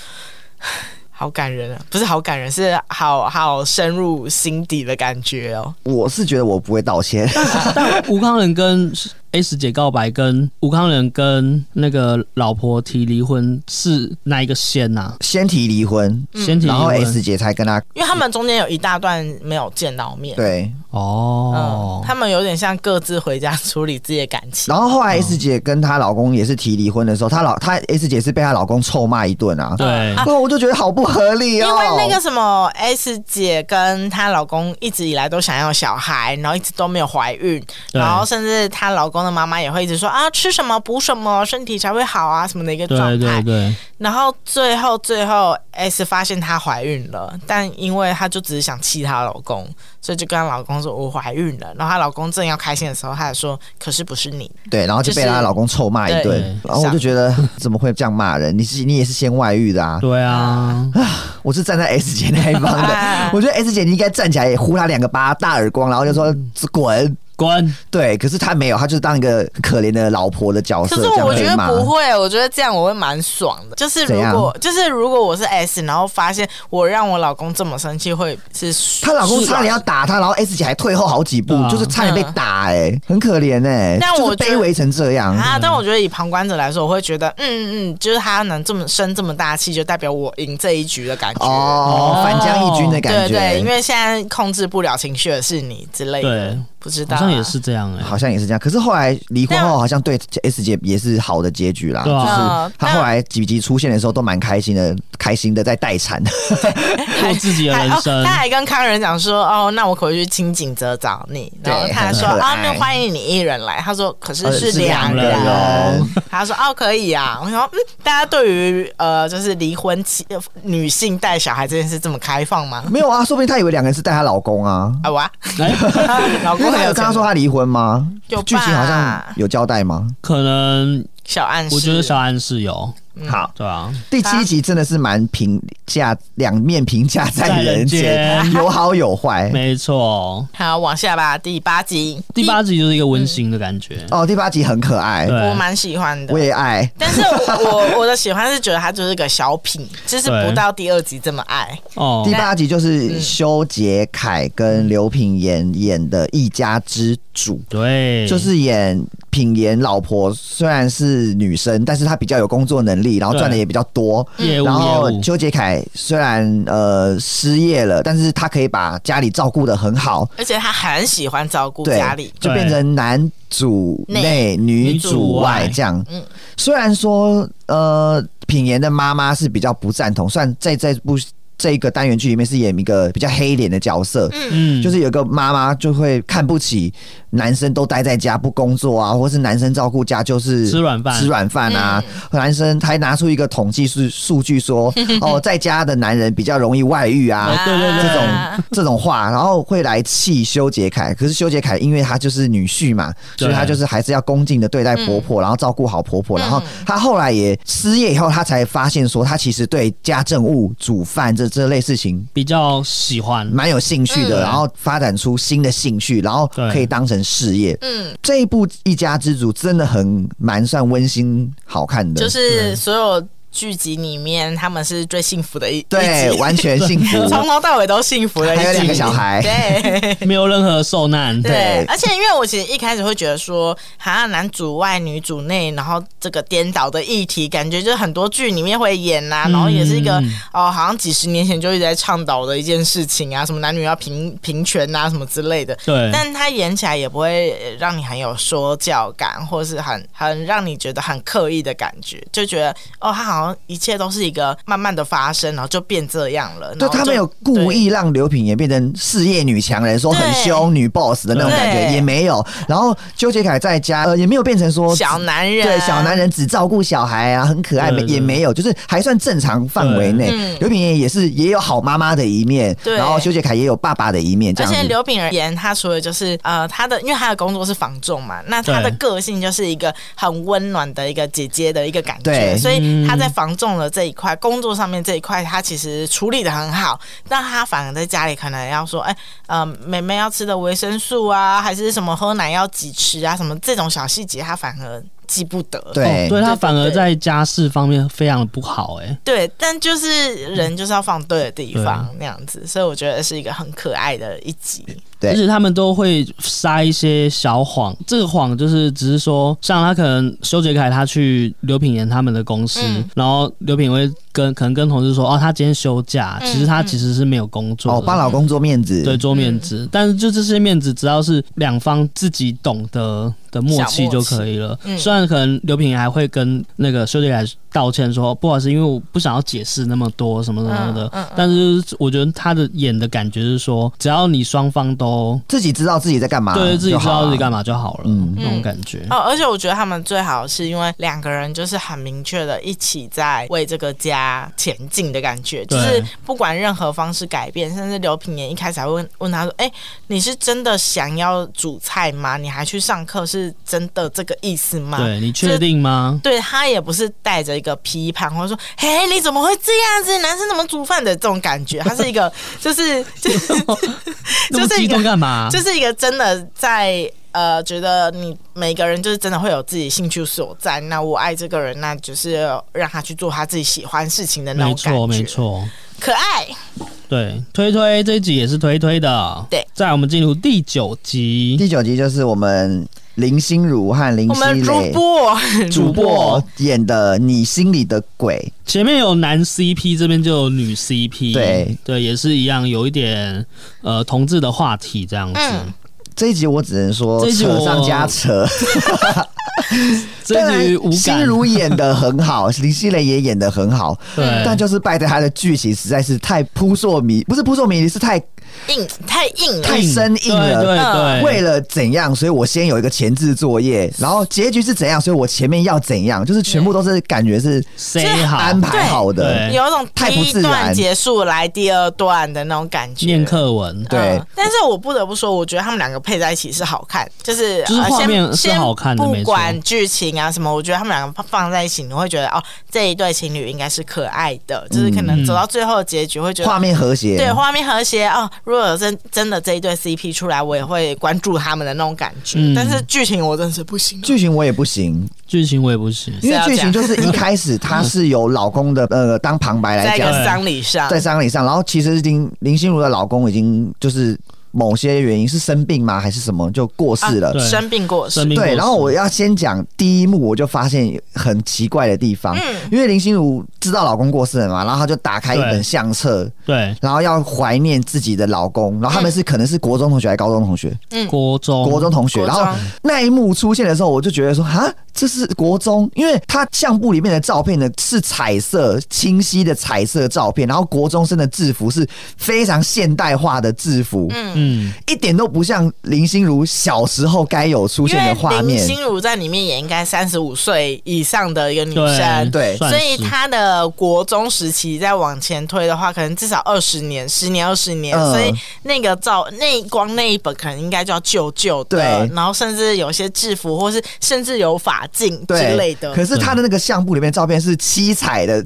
[SPEAKER 3] 好感人啊，不是好感人，是好好深入心底的感觉哦。
[SPEAKER 2] 我是觉得我不会道歉。
[SPEAKER 1] 但吴康仁跟 S 姐告白，跟吴康仁跟那个老婆提离婚是哪一个先呐、
[SPEAKER 2] 先提离婚，
[SPEAKER 3] 嗯
[SPEAKER 1] 先提离
[SPEAKER 2] 然后 S
[SPEAKER 1] 婚
[SPEAKER 2] 姐才跟他
[SPEAKER 3] 因为他们中间有一大段没有见到面，
[SPEAKER 2] 对，
[SPEAKER 1] 哦
[SPEAKER 3] 嗯，，他们有点像各自回家处理自己的感情
[SPEAKER 2] 然。后后来
[SPEAKER 1] 嗯
[SPEAKER 2] S 姐跟她老公也是提离婚的时候，她老她 S 姐是被她老公臭骂一顿啊，
[SPEAKER 1] 对
[SPEAKER 2] 不过我就觉得好不合理哦。
[SPEAKER 3] 因为那个什么 S 姐跟她老公一直以来都想要小孩，然后一直都没有怀孕，
[SPEAKER 1] 对
[SPEAKER 3] 然后甚至她老公公的妈妈也会一直说啊，吃什么补什么，身体才会好啊什么的一个状态。
[SPEAKER 1] 对对对，
[SPEAKER 3] 然后最后最后 S 发现她怀孕了，但因为她就只是想气她老公，所以就跟她老公说我怀孕了。然后她老公正要开心的时候，她还说可是不是你，
[SPEAKER 2] 对，然后就
[SPEAKER 3] 就是
[SPEAKER 2] 被她老公臭骂一顿
[SPEAKER 1] 对，
[SPEAKER 2] 然后我就觉得 怎么会这样骂人？你是你也是先外遇的啊？
[SPEAKER 1] 对啊，
[SPEAKER 3] 嗯
[SPEAKER 2] 我是站在 S 姐那一方的
[SPEAKER 3] 啊，
[SPEAKER 2] 我觉得 S 姐你应该站起来呼她两个巴大耳光，然后就说滚。
[SPEAKER 1] 滚！
[SPEAKER 2] 对，可是她没有，她就是当一个可怜的老婆的角色，
[SPEAKER 3] 可是
[SPEAKER 2] 哦这样
[SPEAKER 3] 我觉
[SPEAKER 2] 被
[SPEAKER 3] 得
[SPEAKER 2] 骂。
[SPEAKER 3] 不会，我觉得这样我会蛮爽的。就是
[SPEAKER 2] 怎
[SPEAKER 3] 如
[SPEAKER 2] 样
[SPEAKER 3] 果就是如果我是 S，然后发现我让我老公这么生气，会是
[SPEAKER 2] 她老公
[SPEAKER 3] 爽
[SPEAKER 2] 差点要打她，然后 S 姐还退后好几步，
[SPEAKER 1] 对啊
[SPEAKER 2] 就是差点被打、哎、很可怜哎、
[SPEAKER 3] 但
[SPEAKER 2] 就是
[SPEAKER 3] 嗯我觉得
[SPEAKER 2] 卑微成这样，
[SPEAKER 3] 啊，但我觉得以旁观者来说，我会觉得，嗯嗯，就是他能这么生这么大气，就代表我赢这一局的感觉。
[SPEAKER 2] 哦，
[SPEAKER 1] 哦
[SPEAKER 2] 反将一军的感
[SPEAKER 3] 对
[SPEAKER 2] 觉，
[SPEAKER 3] 对，因为现在控制不了情绪的是你之类的
[SPEAKER 1] 对，
[SPEAKER 3] 不知道、
[SPEAKER 1] 好
[SPEAKER 3] 啊、
[SPEAKER 1] 像也是这样哎、
[SPEAKER 2] 好像也是这样。可是后来离婚
[SPEAKER 3] 但
[SPEAKER 2] 后，好像对 S 姐也是好的结局啦。
[SPEAKER 1] 对啊
[SPEAKER 3] 嗯
[SPEAKER 2] 就是她后来几集出现的时候都蛮开心的，开心的在待产。
[SPEAKER 1] 过自己的
[SPEAKER 3] 还
[SPEAKER 1] 人
[SPEAKER 3] 哦，
[SPEAKER 1] 生
[SPEAKER 3] 他。还跟康仁讲说，哦，那我可不可以去清景泽找你？
[SPEAKER 2] 对
[SPEAKER 3] 然后他还说，
[SPEAKER 2] 很可
[SPEAKER 3] 啊，
[SPEAKER 2] 爱
[SPEAKER 3] 那欢迎你一人来。他说，可是
[SPEAKER 2] 呃
[SPEAKER 3] 是
[SPEAKER 2] 是两
[SPEAKER 3] 两
[SPEAKER 1] 哦人
[SPEAKER 3] 人。
[SPEAKER 1] 哦
[SPEAKER 3] 他说，哦，可以啊。我想说，嗯，大家对于呃，就是离婚妻呃女性带小孩这件事这么开放吗？
[SPEAKER 2] 没有啊，说不定她以为两个人是带她老公啊。
[SPEAKER 3] 啊哇，
[SPEAKER 1] 哎、
[SPEAKER 3] 老
[SPEAKER 2] 因为
[SPEAKER 3] 公
[SPEAKER 2] 她
[SPEAKER 3] 很
[SPEAKER 2] 有
[SPEAKER 3] 有
[SPEAKER 2] 跟
[SPEAKER 3] 钱
[SPEAKER 2] 她说她离婚吗？
[SPEAKER 3] 有吧
[SPEAKER 2] 剧情好像有交代吗？
[SPEAKER 1] 可能
[SPEAKER 3] 小暗示，
[SPEAKER 1] 我觉得小安是有，
[SPEAKER 3] 嗯
[SPEAKER 2] 好，
[SPEAKER 1] 对啊，
[SPEAKER 2] 第七集真的是蛮评价两面评价在
[SPEAKER 1] 在
[SPEAKER 2] 人间，
[SPEAKER 1] 人
[SPEAKER 2] 有好 有坏。
[SPEAKER 1] 没错。
[SPEAKER 3] 好，往下吧，第八集，
[SPEAKER 1] 第八集就是一个温馨的感觉，
[SPEAKER 2] 哦，第八集很可爱，
[SPEAKER 1] 对
[SPEAKER 3] 嗯哎我蛮喜欢的
[SPEAKER 2] 我。也爱。
[SPEAKER 3] 但是我我我的喜欢是觉得他就是个小品，就是不
[SPEAKER 1] 对
[SPEAKER 3] 到第二集这么爱。
[SPEAKER 1] 哦
[SPEAKER 2] 第，八集就是修杰楷跟刘品言演的一家之主，
[SPEAKER 1] 对，
[SPEAKER 2] 就是演品言老婆，虽然是女生，但是她比较有工作能力，然后赚的也比较多。
[SPEAKER 3] 嗯
[SPEAKER 1] 业务
[SPEAKER 2] 然后
[SPEAKER 1] 业务，
[SPEAKER 2] 邱杰凯虽然呃失业了，但是他可以把家里照顾的很好，
[SPEAKER 3] 而且他很喜欢照顾
[SPEAKER 2] 对
[SPEAKER 3] 家里，
[SPEAKER 2] 就变成男主内女主外这样。
[SPEAKER 3] 嗯
[SPEAKER 2] 虽然说呃品言的妈妈是比较不赞同，算在这部这一个单元剧里面是演一个比较黑脸的角色，
[SPEAKER 1] 嗯，
[SPEAKER 2] 就是有个妈妈就会看不起男生都待在家不工作啊，或是男生照顾家就是
[SPEAKER 1] 吃软饭
[SPEAKER 2] 吃软饭啊。男生还拿出一个统计数数据说，哦，在家的男人比较容易外遇
[SPEAKER 3] 嗯
[SPEAKER 2] 啊。
[SPEAKER 1] 对对对
[SPEAKER 2] 这种
[SPEAKER 1] 嗯
[SPEAKER 3] 啊
[SPEAKER 2] 这种话，然后会来气修杰楷。可是修杰楷因为他就是女婿嘛，所以
[SPEAKER 1] 对
[SPEAKER 2] 他就是还是要恭敬的对待婆婆，然后照顾好婆婆。
[SPEAKER 3] 嗯
[SPEAKER 2] 然后他后来也失业以后，他才发现说，他其实对家政务、煮饭这这类事情
[SPEAKER 1] 比较喜欢，
[SPEAKER 2] 蛮有兴趣的，
[SPEAKER 1] 嗯
[SPEAKER 2] 然后发展出新的兴趣，然后可以当成事业。
[SPEAKER 3] 嗯，
[SPEAKER 2] 这一部《一家之主》真的很蛮算温馨好看的，
[SPEAKER 3] 就是所有剧集里面他们是最幸福的一
[SPEAKER 2] 对
[SPEAKER 3] 一，集
[SPEAKER 2] 完全幸福。
[SPEAKER 3] 从头到尾都幸福的一集，
[SPEAKER 2] 还有两个小孩
[SPEAKER 3] 对。
[SPEAKER 1] 没有任何受难，
[SPEAKER 3] 对，而且因为我其实一开始会觉得说，好像男主外女主内，然后这个颠倒的议题，感觉就是很多剧里面会演呐、
[SPEAKER 1] 嗯
[SPEAKER 3] 然后也是一个、哦，好像几十年前就一直在倡导的一件事情啊，什么男女要平平权啊，什么之类的。
[SPEAKER 1] 对，哦
[SPEAKER 3] 但他演起来也不会呃让你很有说教感，或是很很让你觉得很刻意的感觉，就觉得哦，他好像一切都是一个慢慢的发生，然后就变这样了。
[SPEAKER 2] 对
[SPEAKER 3] 然后
[SPEAKER 2] 他
[SPEAKER 3] 就
[SPEAKER 2] 没有故意让刘品言变成事业女强人，说很凶女 boss 的那种感觉
[SPEAKER 3] 对
[SPEAKER 2] 也没有。然后纠结凯在家，呃，也没有变成说
[SPEAKER 3] 小男人，啊
[SPEAKER 2] 对小男人只照顾小孩啊，很可爱，
[SPEAKER 1] 对
[SPEAKER 2] 没
[SPEAKER 1] 对
[SPEAKER 2] 也没有，就是还算正常范围内
[SPEAKER 3] 对嗯。
[SPEAKER 2] 刘品言也是也有好妈妈的一面，
[SPEAKER 3] 对
[SPEAKER 2] 然后修杰楷也有爸爸的一面，这
[SPEAKER 3] 而
[SPEAKER 2] 样子。
[SPEAKER 3] 且刘炳而言，他除了就是呃，他的因为他的工作是房仲嘛，那他的
[SPEAKER 1] 对
[SPEAKER 3] 个性就是一个很温暖的一个姐姐的一个感
[SPEAKER 2] 对
[SPEAKER 3] 觉，所以他在房仲的这一块、工作上面这一块，他其实处理的很好。但他反而在家里可能要说，哎、呃，妹妹要吃的维生素啊，还是什么喝奶要几匙啊，什么这种小细节，他反而记不得。
[SPEAKER 2] 对
[SPEAKER 1] 哦对他
[SPEAKER 3] 对对
[SPEAKER 1] 反而在家事方面非常的不好，哎，
[SPEAKER 3] 对，但就是人就是要放对的地方那样子，所以我觉得是一个很可爱的一集。
[SPEAKER 2] 对
[SPEAKER 1] 而且他们都会撒一些小谎，这个谎就是只是说，像他可能修杰楷他去刘品言他们的公司，
[SPEAKER 3] 嗯
[SPEAKER 1] 然后刘品言会跟可能跟同事说哦，他今天休假，
[SPEAKER 3] 嗯
[SPEAKER 1] 其实他其实是没有工作的。
[SPEAKER 2] 哦，帮老公做面子，
[SPEAKER 1] 对，做面子，但是就这些面子，只要是两方自己懂得的默契就可以了。
[SPEAKER 3] 嗯
[SPEAKER 1] 虽然可能刘品言还会跟那个修杰来道歉说，不好意思，因为我不想要解释那么多什么什么的，
[SPEAKER 3] 嗯嗯嗯
[SPEAKER 1] 但是我觉得他的演的感觉是说，只要你双方都
[SPEAKER 2] 自己知道自己在
[SPEAKER 3] 啊
[SPEAKER 2] 干嘛，啊
[SPEAKER 1] 对自己知道自己
[SPEAKER 2] 嘛。
[SPEAKER 1] 干嘛就好了，
[SPEAKER 2] 嗯
[SPEAKER 1] 那种感觉。
[SPEAKER 3] 哦，而且我觉得他们最好是因为两个人就是很明确的一起在为这个家前进的感觉，就
[SPEAKER 1] 对
[SPEAKER 3] 是不管任何方式改变，甚至刘品言一开始还问问他说：“哎、你是真的想要煮菜吗？你还去上课是真的这个意思吗？”
[SPEAKER 1] 对你确定吗？
[SPEAKER 3] 对他也不是带着一个批判，或者说“嘿，你怎么会这样子？男生怎么煮饭的？”这种感觉，他是一个就是就是
[SPEAKER 1] 那么
[SPEAKER 3] 就是
[SPEAKER 1] 激
[SPEAKER 3] 一个
[SPEAKER 1] 动干嘛？
[SPEAKER 2] 啊
[SPEAKER 3] 就是一个真的在呃，觉得你每个人就是真的会有自己兴趣所在。那我爱这个人，那就是让他去做他自己喜欢事情的那
[SPEAKER 1] 没
[SPEAKER 3] 种感觉，
[SPEAKER 1] 错，没，错。
[SPEAKER 3] 可爱。
[SPEAKER 1] 对，推推这一集也是推推的。
[SPEAKER 3] 对，
[SPEAKER 1] 在我们进入第九集，
[SPEAKER 2] 第九集就是我们林心如和林
[SPEAKER 3] 我们
[SPEAKER 2] 熙
[SPEAKER 3] 主
[SPEAKER 2] 蕾
[SPEAKER 3] 播
[SPEAKER 2] 主播演的《你心里的鬼》，
[SPEAKER 1] 前面有男 CP，这边就有女 CP，
[SPEAKER 2] 对
[SPEAKER 1] 对，也是一样，有一点呃同志的话题这样子。
[SPEAKER 3] 嗯
[SPEAKER 2] 这一集我只能说
[SPEAKER 1] 这一集我
[SPEAKER 2] 扯上加扯，
[SPEAKER 1] 这一集无
[SPEAKER 2] 心
[SPEAKER 1] 感，
[SPEAKER 2] 如演的很好，林熙蕾也演的很好，
[SPEAKER 1] 对，
[SPEAKER 2] 但就是败在她的剧情实在是太扑朔迷，不是扑朔迷离，是太
[SPEAKER 3] 硬太硬了，
[SPEAKER 2] 太生硬了
[SPEAKER 1] 对对对，
[SPEAKER 2] 为了怎样，所以我先有一个前置作业，然后结局是怎样，所以我前面要怎样，就是全部都是感觉是啊
[SPEAKER 1] 谁好
[SPEAKER 2] 安排好的。
[SPEAKER 1] 对
[SPEAKER 3] 有一种
[SPEAKER 2] 太
[SPEAKER 3] 第
[SPEAKER 2] 不
[SPEAKER 3] 一
[SPEAKER 2] 自
[SPEAKER 3] 段
[SPEAKER 2] 然
[SPEAKER 3] 结束来第二段的那种感觉。
[SPEAKER 1] 念课文，
[SPEAKER 2] 对
[SPEAKER 3] 嗯但是我不得不说，我觉得他们两个配在一起是好看，就是
[SPEAKER 1] 就是
[SPEAKER 3] 呃
[SPEAKER 1] 画面
[SPEAKER 3] 先
[SPEAKER 1] 是好看的
[SPEAKER 3] 先
[SPEAKER 1] 没
[SPEAKER 3] 不
[SPEAKER 1] 错
[SPEAKER 3] 管剧情啊什么，我觉得他们两个放放在一起，你会觉得哦，这一对情侣应该是可爱的，就是可能走到最后的结局会觉得。
[SPEAKER 2] 画面和谐，
[SPEAKER 3] 对画面和谐哦，如果有真真的这一对 CP 出来，我也会关注他们的那种感觉。
[SPEAKER 1] 嗯
[SPEAKER 3] 但是剧情我真的是不行，
[SPEAKER 2] 剧情我也不行，
[SPEAKER 1] 剧情我也不行。
[SPEAKER 2] 因为
[SPEAKER 3] 是要
[SPEAKER 2] 剧情
[SPEAKER 3] 这
[SPEAKER 2] 就是一开始她是由老公的呃当旁白
[SPEAKER 3] 在
[SPEAKER 2] 来
[SPEAKER 3] 一
[SPEAKER 2] 讲，
[SPEAKER 3] 个丧礼上，
[SPEAKER 2] 在丧礼上，然后其实林林心如的老公已经就是某些原因是生病吗还是什么就过世了
[SPEAKER 1] 啊，对
[SPEAKER 3] 生病过世
[SPEAKER 1] 生，命
[SPEAKER 2] 对，
[SPEAKER 1] 过
[SPEAKER 2] 然后我要先讲第一幕，我就发现很奇怪的地方，因为林心如知道老公过世了嘛，然后她就打开一
[SPEAKER 1] 对
[SPEAKER 2] 本相册，
[SPEAKER 1] 对
[SPEAKER 2] 然后要怀念自己的老公，然后他们是可能是国中同学还是高中同学，
[SPEAKER 1] 国中
[SPEAKER 2] 国中同学，
[SPEAKER 3] 哦国
[SPEAKER 2] 然
[SPEAKER 3] 中
[SPEAKER 2] 后那一幕出现的时候，我就觉得说啊，这是国中，因为他相簿里面的照片呢是彩色清晰的彩色照片，然后国中生的制服是非常现代化的制服，
[SPEAKER 1] 嗯，
[SPEAKER 2] 一点都不像林心如小时候该有出
[SPEAKER 3] 因
[SPEAKER 2] 现的
[SPEAKER 3] 为
[SPEAKER 2] 画
[SPEAKER 3] 林
[SPEAKER 2] 面。
[SPEAKER 3] 心如在里面也应该三十五岁以上的一个女生，
[SPEAKER 2] 对
[SPEAKER 1] 算
[SPEAKER 3] 嗯所以
[SPEAKER 1] 是
[SPEAKER 3] 他的国中时期再往前推的话，可能至少二十年、十年、二十年，
[SPEAKER 2] 嗯
[SPEAKER 3] 所以那个照那光那一本可能应该就要旧旧的，
[SPEAKER 2] 对
[SPEAKER 3] 然后甚至有些制服，或是甚至有法镜之类
[SPEAKER 2] 对，
[SPEAKER 3] 的。
[SPEAKER 2] 可是他的那个相簿里面的照片是七彩的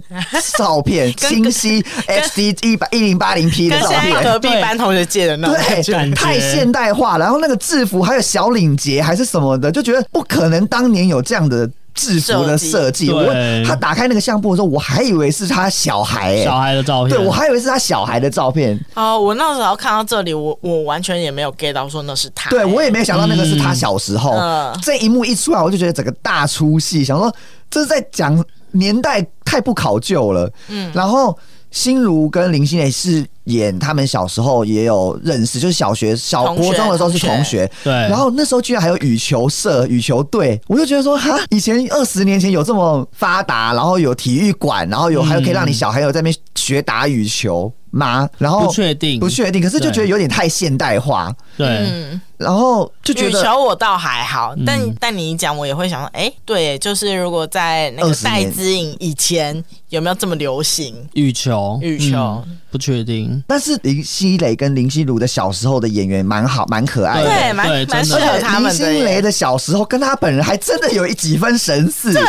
[SPEAKER 2] 照 片，清晰 HD 一百一零八零 P 的
[SPEAKER 3] 跟
[SPEAKER 2] 照
[SPEAKER 3] 现在
[SPEAKER 2] 片，
[SPEAKER 3] 隔壁班同学借的那种感觉，
[SPEAKER 1] 感
[SPEAKER 2] 对，
[SPEAKER 1] 觉
[SPEAKER 2] 太现代化，然后那个制服还有小领结还是什么的，就觉得不可能当年有这样的制服的设计。
[SPEAKER 1] 设计
[SPEAKER 2] 我
[SPEAKER 1] 对
[SPEAKER 2] 他打开那个相簿的时候，我还以为是他小孩、欸，
[SPEAKER 1] 小孩的照片，
[SPEAKER 2] 对我还以为是他小孩的照片，
[SPEAKER 3] 哦，我那时候看到这里，我我完全也没有 get 到说那是他、欸
[SPEAKER 2] 对我也没有想到那个是他小时候。
[SPEAKER 3] 嗯
[SPEAKER 2] 这一幕一出来，我就觉得整个大出戏，想说这是在讲年代太不考究了。嗯，然后心如跟林心蕾是演他们小时候也有认识，就是小学小
[SPEAKER 3] 同学
[SPEAKER 2] 国中的时候是
[SPEAKER 3] 同
[SPEAKER 2] 同
[SPEAKER 3] 学
[SPEAKER 2] 学，
[SPEAKER 1] 对
[SPEAKER 2] 然后那时候居然还有羽球社、羽球队，我就觉得说哈，以前二十年前有这么发达，然后有体育馆，然后有还有可以让你小孩有在那边学打羽球吗？然后
[SPEAKER 1] 不确定，
[SPEAKER 2] 不确定，可是就觉得有点太现代化，
[SPEAKER 1] 对，
[SPEAKER 3] 嗯。
[SPEAKER 2] 然后就觉
[SPEAKER 3] 羽
[SPEAKER 2] 得
[SPEAKER 3] 球我倒还好，但
[SPEAKER 1] 嗯
[SPEAKER 3] 但你一讲我也会想说，哎、对，就是如果在那个
[SPEAKER 2] 20
[SPEAKER 3] 戴
[SPEAKER 2] 年
[SPEAKER 3] 资颖以前有没有这么流行？
[SPEAKER 1] 羽球，
[SPEAKER 3] 羽球
[SPEAKER 1] 嗯不确定，
[SPEAKER 2] 但是林熙蕾跟林心如的小时候的演员蛮好，蛮可爱的。
[SPEAKER 3] 对，蛮
[SPEAKER 1] 对
[SPEAKER 3] 蛮
[SPEAKER 1] 真
[SPEAKER 3] 适
[SPEAKER 1] 的
[SPEAKER 3] 合
[SPEAKER 2] 而且
[SPEAKER 3] 他
[SPEAKER 2] 林
[SPEAKER 3] 们的
[SPEAKER 2] 心
[SPEAKER 3] 耶。
[SPEAKER 2] 蕾的小时候跟她本人还真的有一几分神似，
[SPEAKER 3] 的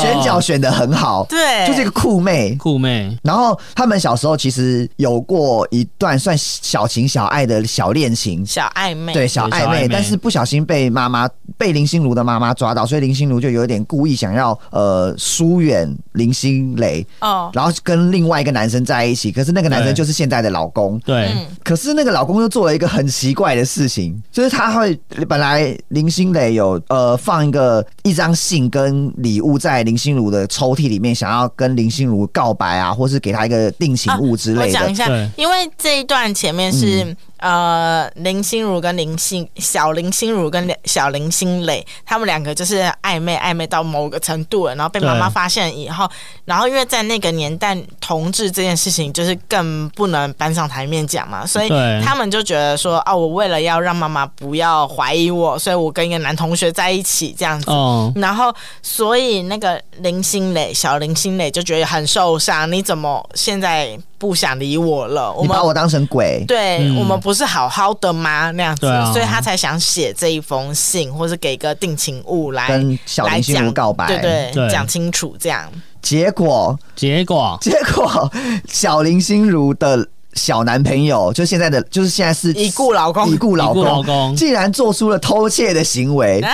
[SPEAKER 2] 选角选的很好，
[SPEAKER 3] 对，
[SPEAKER 2] 就是一个酷妹。
[SPEAKER 1] 酷妹，
[SPEAKER 2] 然后他们小时候其实有有过一段算小情小爱的小恋情，
[SPEAKER 3] 小暧昧，
[SPEAKER 2] 对小
[SPEAKER 1] 对
[SPEAKER 2] 暧
[SPEAKER 1] 小
[SPEAKER 2] 昧，
[SPEAKER 1] 暧昧
[SPEAKER 2] 但是不小心被妈妈被林心如的妈妈抓到，所以林心如就有点故意想要呃疏远林心蕾，
[SPEAKER 3] 哦，
[SPEAKER 2] 然后跟另外一个男生在一起，可是那个男生
[SPEAKER 1] 对
[SPEAKER 2] 就是现在的老公。
[SPEAKER 1] 对，
[SPEAKER 3] 嗯，
[SPEAKER 2] 可是那个老公又做了一个很奇怪的事情，就是他会本来林心蕾有呃放一个一张信跟礼物在林心如的抽屉里面，想要跟林心如告白啊，或是给她一个定情物之
[SPEAKER 3] 我
[SPEAKER 2] 类的。嗯
[SPEAKER 3] 讲一下
[SPEAKER 1] 对，
[SPEAKER 3] 因为这一段前面是、呃林心如跟林心小林心如跟小林心蕾，他们两个就是暧昧暧昧到某个程度了，然后被妈妈
[SPEAKER 1] 对
[SPEAKER 3] 发现以后，然后因为在那个年代同志这件事情就是更不能搬上台面讲嘛，所以
[SPEAKER 1] 对
[SPEAKER 3] 他们就觉得说啊，我为了要让妈妈不要怀疑我，所以我跟一个男同学在一起这样子。
[SPEAKER 1] 哦，
[SPEAKER 3] 然后，所以那个林心蕾，小林心蕾就觉得很受伤。你怎么现在不想理我了？我
[SPEAKER 2] 你
[SPEAKER 3] 们
[SPEAKER 2] 把我当成鬼，
[SPEAKER 3] 对、
[SPEAKER 1] 嗯
[SPEAKER 3] 我们不是好好的吗？那样子，
[SPEAKER 1] 对啊
[SPEAKER 3] 所以他才想写这一封信，或是给个定情物来
[SPEAKER 2] 跟小林心如告白。
[SPEAKER 3] 来讲对对，
[SPEAKER 1] 对
[SPEAKER 3] 讲清楚这样。
[SPEAKER 2] 结果
[SPEAKER 1] 结果
[SPEAKER 2] 结果小林心如的小男朋友，就现在的，就是现在是
[SPEAKER 3] 已故老公
[SPEAKER 2] 已故老
[SPEAKER 1] 已
[SPEAKER 2] 公，
[SPEAKER 1] 故老公
[SPEAKER 2] 竟然做出了偷窃的行 为，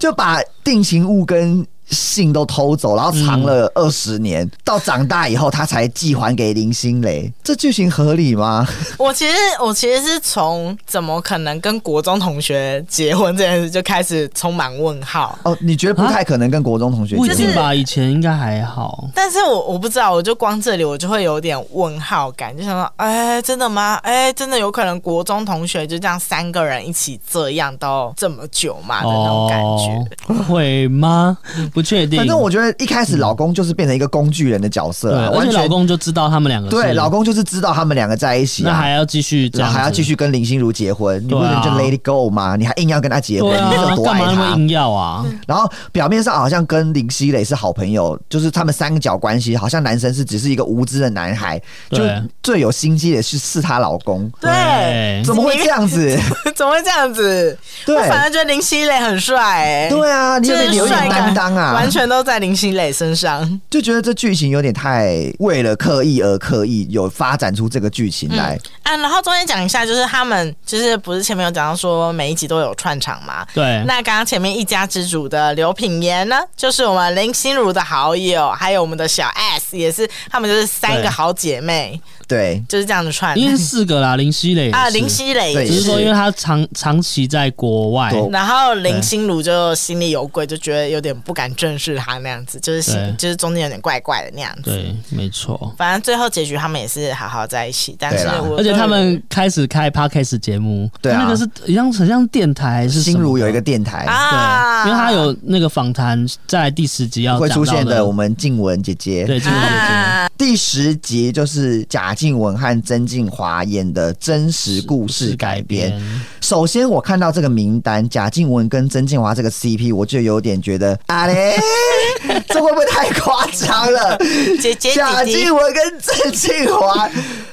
[SPEAKER 2] 就把定情物跟。信都偷走，然后
[SPEAKER 1] 嗯
[SPEAKER 2] 藏了二十年，到长大以后他才寄还给林心蕾，这剧情合理吗？
[SPEAKER 3] 我其实我其实是从怎么可能跟国中同学结婚这件事就开始充满问号。
[SPEAKER 2] 哦，你觉得不太可能跟国中同学
[SPEAKER 1] 啊不一
[SPEAKER 2] 结婚
[SPEAKER 1] 定吧，以前应该还好。
[SPEAKER 3] 但是我我不知道，我就光这里我就会有点问号感，就想说，哎、真的吗？哎、真的有可能国中同学就这样三个人一起这样到这么久嘛
[SPEAKER 2] 哦
[SPEAKER 3] 的那种感觉？
[SPEAKER 1] 哦、会吗？不确定。
[SPEAKER 2] 反正我觉得一开始老公就是变成一个工具人的角色
[SPEAKER 1] 对，
[SPEAKER 2] 啊、
[SPEAKER 1] 而
[SPEAKER 2] 完
[SPEAKER 1] 且
[SPEAKER 2] 全
[SPEAKER 1] 老公就知道他们两个是
[SPEAKER 2] 对老，公就是知道他们两个在一起、啊，
[SPEAKER 1] 那还要继续这
[SPEAKER 2] 然
[SPEAKER 1] 样，
[SPEAKER 2] 后还要继。续跟林心如结婚，你不
[SPEAKER 1] 对
[SPEAKER 2] 能
[SPEAKER 1] 啊
[SPEAKER 2] 就 let it go 吗？你还硬要跟他结婚，
[SPEAKER 1] 对
[SPEAKER 2] 你是
[SPEAKER 1] 啊，
[SPEAKER 2] 有多
[SPEAKER 1] 干
[SPEAKER 2] 爱
[SPEAKER 1] 嘛那么
[SPEAKER 2] 他？
[SPEAKER 1] 硬要啊？
[SPEAKER 2] 然后表面上好像跟林熙蕾是好朋友，就是他们三角关系，好像男生是只是一个无知的男孩，就
[SPEAKER 1] 对
[SPEAKER 2] 最有心机的是是她老公，
[SPEAKER 3] 对，
[SPEAKER 1] 嗯
[SPEAKER 2] 怎么会这样子？
[SPEAKER 3] 怎么会这样子？
[SPEAKER 2] 对
[SPEAKER 3] 我反而觉得林熙蕾很帅、哎，
[SPEAKER 2] 对啊，你有
[SPEAKER 3] 这
[SPEAKER 2] 点有
[SPEAKER 3] 是帅
[SPEAKER 2] 点
[SPEAKER 3] 感
[SPEAKER 2] 担当啊，
[SPEAKER 3] 完全都在林熙蕾身上。
[SPEAKER 2] 就觉得这剧情有点太为了刻意而刻意，有发展出这个剧情来。
[SPEAKER 3] 啊，然后中间讲一下，就是他们就是不是前面有讲到说每一集都有串场嘛？
[SPEAKER 1] 对，
[SPEAKER 3] 那刚刚前面一家之主的刘品言呢，就是我们林心如的好友，还有我们的小 S 也是，她们就是三个
[SPEAKER 1] 对
[SPEAKER 3] 好姐妹，
[SPEAKER 2] 对，
[SPEAKER 3] 就是这样子串
[SPEAKER 1] 因为四个啦，林熙蕾也
[SPEAKER 3] 啊。
[SPEAKER 1] 是
[SPEAKER 3] 林，熙蕾
[SPEAKER 2] 对
[SPEAKER 3] 也
[SPEAKER 1] 只是
[SPEAKER 3] 是，
[SPEAKER 1] 说因为她长长期在国外，
[SPEAKER 2] 对
[SPEAKER 3] 然后林心如就心里有鬼，就觉得有点不敢正视她那样子，就是心
[SPEAKER 1] 对
[SPEAKER 3] 就是中间有点怪怪的那样子。
[SPEAKER 1] 对，没错。
[SPEAKER 3] 反正最后结局他们也是好好在一起，但是
[SPEAKER 2] 对啦
[SPEAKER 3] 我
[SPEAKER 1] 而且
[SPEAKER 3] 对
[SPEAKER 1] 他们开始开 podcast 节目，
[SPEAKER 2] 对啊
[SPEAKER 1] 那个是一样很像电台还是什
[SPEAKER 2] 心
[SPEAKER 1] 么
[SPEAKER 2] 如有一
[SPEAKER 1] 的
[SPEAKER 2] 个电台。
[SPEAKER 3] 啊，
[SPEAKER 1] 对，因为他有那个访谈在第十集要
[SPEAKER 2] 会出现
[SPEAKER 1] 讲到
[SPEAKER 2] 的，我们静雯姐姐，
[SPEAKER 1] 对，进入姐
[SPEAKER 3] 啊，
[SPEAKER 2] 第十集就是贾静雯和曾静华演的真实故事
[SPEAKER 1] 姐
[SPEAKER 2] 改编。，首先，我看到这个名单，贾静雯跟曾静华这个 CP，我就有点觉得，啊嘞， 这会不会太夸张了？
[SPEAKER 3] 姐姐
[SPEAKER 2] 贾
[SPEAKER 3] 啊姐姐
[SPEAKER 2] 静雯跟曾静华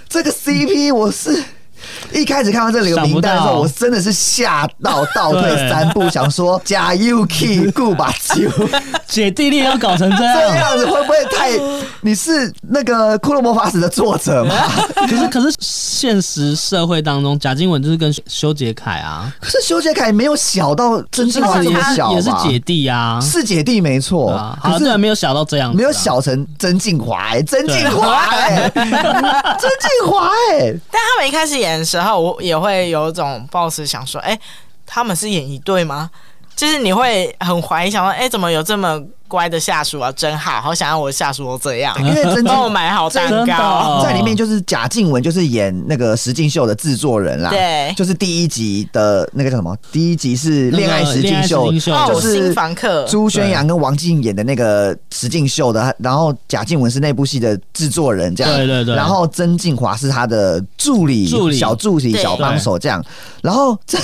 [SPEAKER 2] 这个 CP，我是。一开始看到这里有名单的
[SPEAKER 1] 想
[SPEAKER 2] 时
[SPEAKER 1] 不
[SPEAKER 2] 候，
[SPEAKER 1] 到
[SPEAKER 2] 我真的是吓到倒退
[SPEAKER 1] 对
[SPEAKER 2] 三步，想说 贾 Yuki 顾把 酒。
[SPEAKER 1] 姐弟恋要搞成这
[SPEAKER 2] 这
[SPEAKER 1] 样，
[SPEAKER 2] 样子会不会太？你是那个《骷髅魔法使》的作者 吗？
[SPEAKER 1] 可是可是现实社会当中，贾静雯就是跟修杰楷啊，
[SPEAKER 2] 可是修杰楷没有小到真
[SPEAKER 1] 其
[SPEAKER 2] 正
[SPEAKER 1] 实
[SPEAKER 2] 这
[SPEAKER 1] 也
[SPEAKER 2] 么小
[SPEAKER 1] 也是
[SPEAKER 2] 吧？
[SPEAKER 1] 姐弟啊，
[SPEAKER 2] 是姐弟没错
[SPEAKER 1] 对啊，，好
[SPEAKER 2] 可
[SPEAKER 1] 对啊，
[SPEAKER 2] 是
[SPEAKER 1] 没有小到这样，
[SPEAKER 2] 没有，小成曾静华欸，曾静华欸，曾静华哎，
[SPEAKER 3] 但他们一开始演的时候，我也会有一种 boss 想说，哎、他们是演一对吗？就是你会很怀疑，想说，哎、怎么有这么乖的下属啊？真好，好想要我的下属都这样，
[SPEAKER 2] 因为曾
[SPEAKER 3] 帮我
[SPEAKER 2] 静。
[SPEAKER 3] 买好蛋
[SPEAKER 1] 真的
[SPEAKER 3] 糕。
[SPEAKER 1] 哦
[SPEAKER 2] 在里面就是贾静雯，就是演那个石敬秀的制作人啦。
[SPEAKER 3] 对
[SPEAKER 2] 就是第一集的那个叫什么？第一集是
[SPEAKER 1] 那
[SPEAKER 2] 《
[SPEAKER 1] 个
[SPEAKER 2] 恋爱石敬秀
[SPEAKER 1] 恋爱石敬》，秀
[SPEAKER 3] 哦，
[SPEAKER 2] 就
[SPEAKER 3] 我新
[SPEAKER 2] 是
[SPEAKER 3] 房客，
[SPEAKER 2] 朱宣阳跟王静演的那个石敬秀的，然后贾静雯是那部戏的制作人，这样。
[SPEAKER 1] 对对对
[SPEAKER 2] 然后曾静华是他的助理、
[SPEAKER 1] 助理
[SPEAKER 2] 小助理、
[SPEAKER 3] 对
[SPEAKER 2] 小帮手这样。然后这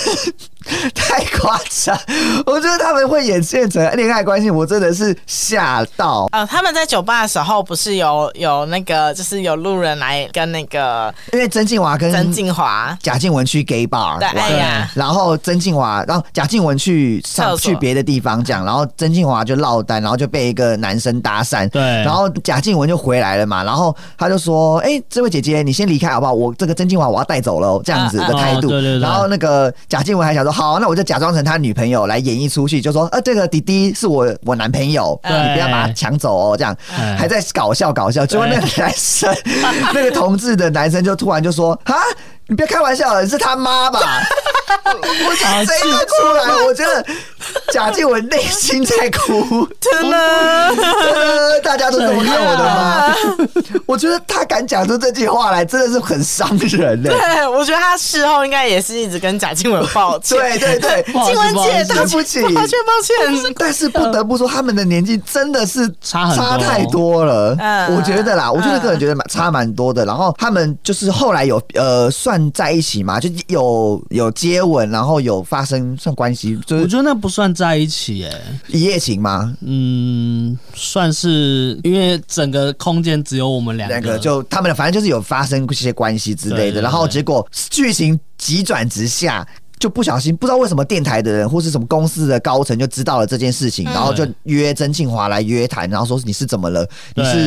[SPEAKER 2] 太夸张！我觉得他们会演现成恋爱关系，我真的是吓到。
[SPEAKER 3] 呃，他们在酒吧的时候，不是有有那个，就是有路人来跟那个
[SPEAKER 2] 因为曾静华跟
[SPEAKER 3] 曾静华，
[SPEAKER 2] 贾静雯去 gay bar，
[SPEAKER 3] 对，哎呀，
[SPEAKER 2] 然后曾静华，然后贾静雯去上
[SPEAKER 3] 厕所
[SPEAKER 2] 去别的地方讲，然后曾静华就落单，然后就被一个男生搭讪，
[SPEAKER 1] 对
[SPEAKER 2] 然后贾静雯就回来了嘛，然后他就说：“哎、这位姐姐，你先离开好不好？我这个曾静华我要带走了哦，这样子的
[SPEAKER 1] 啊啊
[SPEAKER 2] 态度。
[SPEAKER 1] 哦对对对
[SPEAKER 2] 然后那个贾静雯还想说：“好，那我就假装成他女朋友来演绎出去，就说：‘呃，这个弟弟是我我男朋友，
[SPEAKER 1] 对
[SPEAKER 2] 你不要把他抢走哦。’这样
[SPEAKER 1] 哎
[SPEAKER 2] 还在搞笑搞笑，结果那个男生， 那个同志的男生就突然就说：‘啊，你不要开玩笑了，你是他妈吧？’”我觉得这一段出来，我觉得贾静雯内心在哭。
[SPEAKER 3] 真的，
[SPEAKER 2] 呃，大家都怎么看我的吗？ 我觉得他敢讲出这句话来，真的是很伤人欸的、
[SPEAKER 3] 对，我觉得他事后应该也是一直跟贾静雯抱 歉，
[SPEAKER 2] 对对 对，
[SPEAKER 1] 不好意思
[SPEAKER 3] 静雯
[SPEAKER 1] 不好
[SPEAKER 3] 姐
[SPEAKER 1] 意，思
[SPEAKER 3] 道
[SPEAKER 2] 对
[SPEAKER 3] 歉，
[SPEAKER 2] 不起。呃
[SPEAKER 3] 抱歉，抱 歉。
[SPEAKER 2] 但是不得不说，他们的年纪真的是
[SPEAKER 1] 差很多
[SPEAKER 2] 差太多了。
[SPEAKER 3] 嗯
[SPEAKER 2] 我觉得啦，我觉得
[SPEAKER 3] 嗯
[SPEAKER 2] 个人觉得蛮差蛮多的。然后他们就是后来有呃算在一起嘛，就有有接吻，然后有发生算关系，就
[SPEAKER 1] 我
[SPEAKER 2] 是
[SPEAKER 1] 觉得那不算在一起、耶。
[SPEAKER 2] 一夜情吗？
[SPEAKER 1] 嗯，算是因为整个空间只有我们两
[SPEAKER 2] 那
[SPEAKER 1] 个，
[SPEAKER 2] 个就他们反正就是有发生一些关系之类
[SPEAKER 1] 对
[SPEAKER 2] 的，
[SPEAKER 1] 对
[SPEAKER 2] 然后
[SPEAKER 1] 对
[SPEAKER 2] 结果剧情急转直下。就不小心不知道为什么电台的人或是什么公司的高层就知道了这件事
[SPEAKER 3] 嗯
[SPEAKER 2] 情，然后就约曾庆华来约谈，然后说你是怎么了？你
[SPEAKER 1] 对
[SPEAKER 2] 是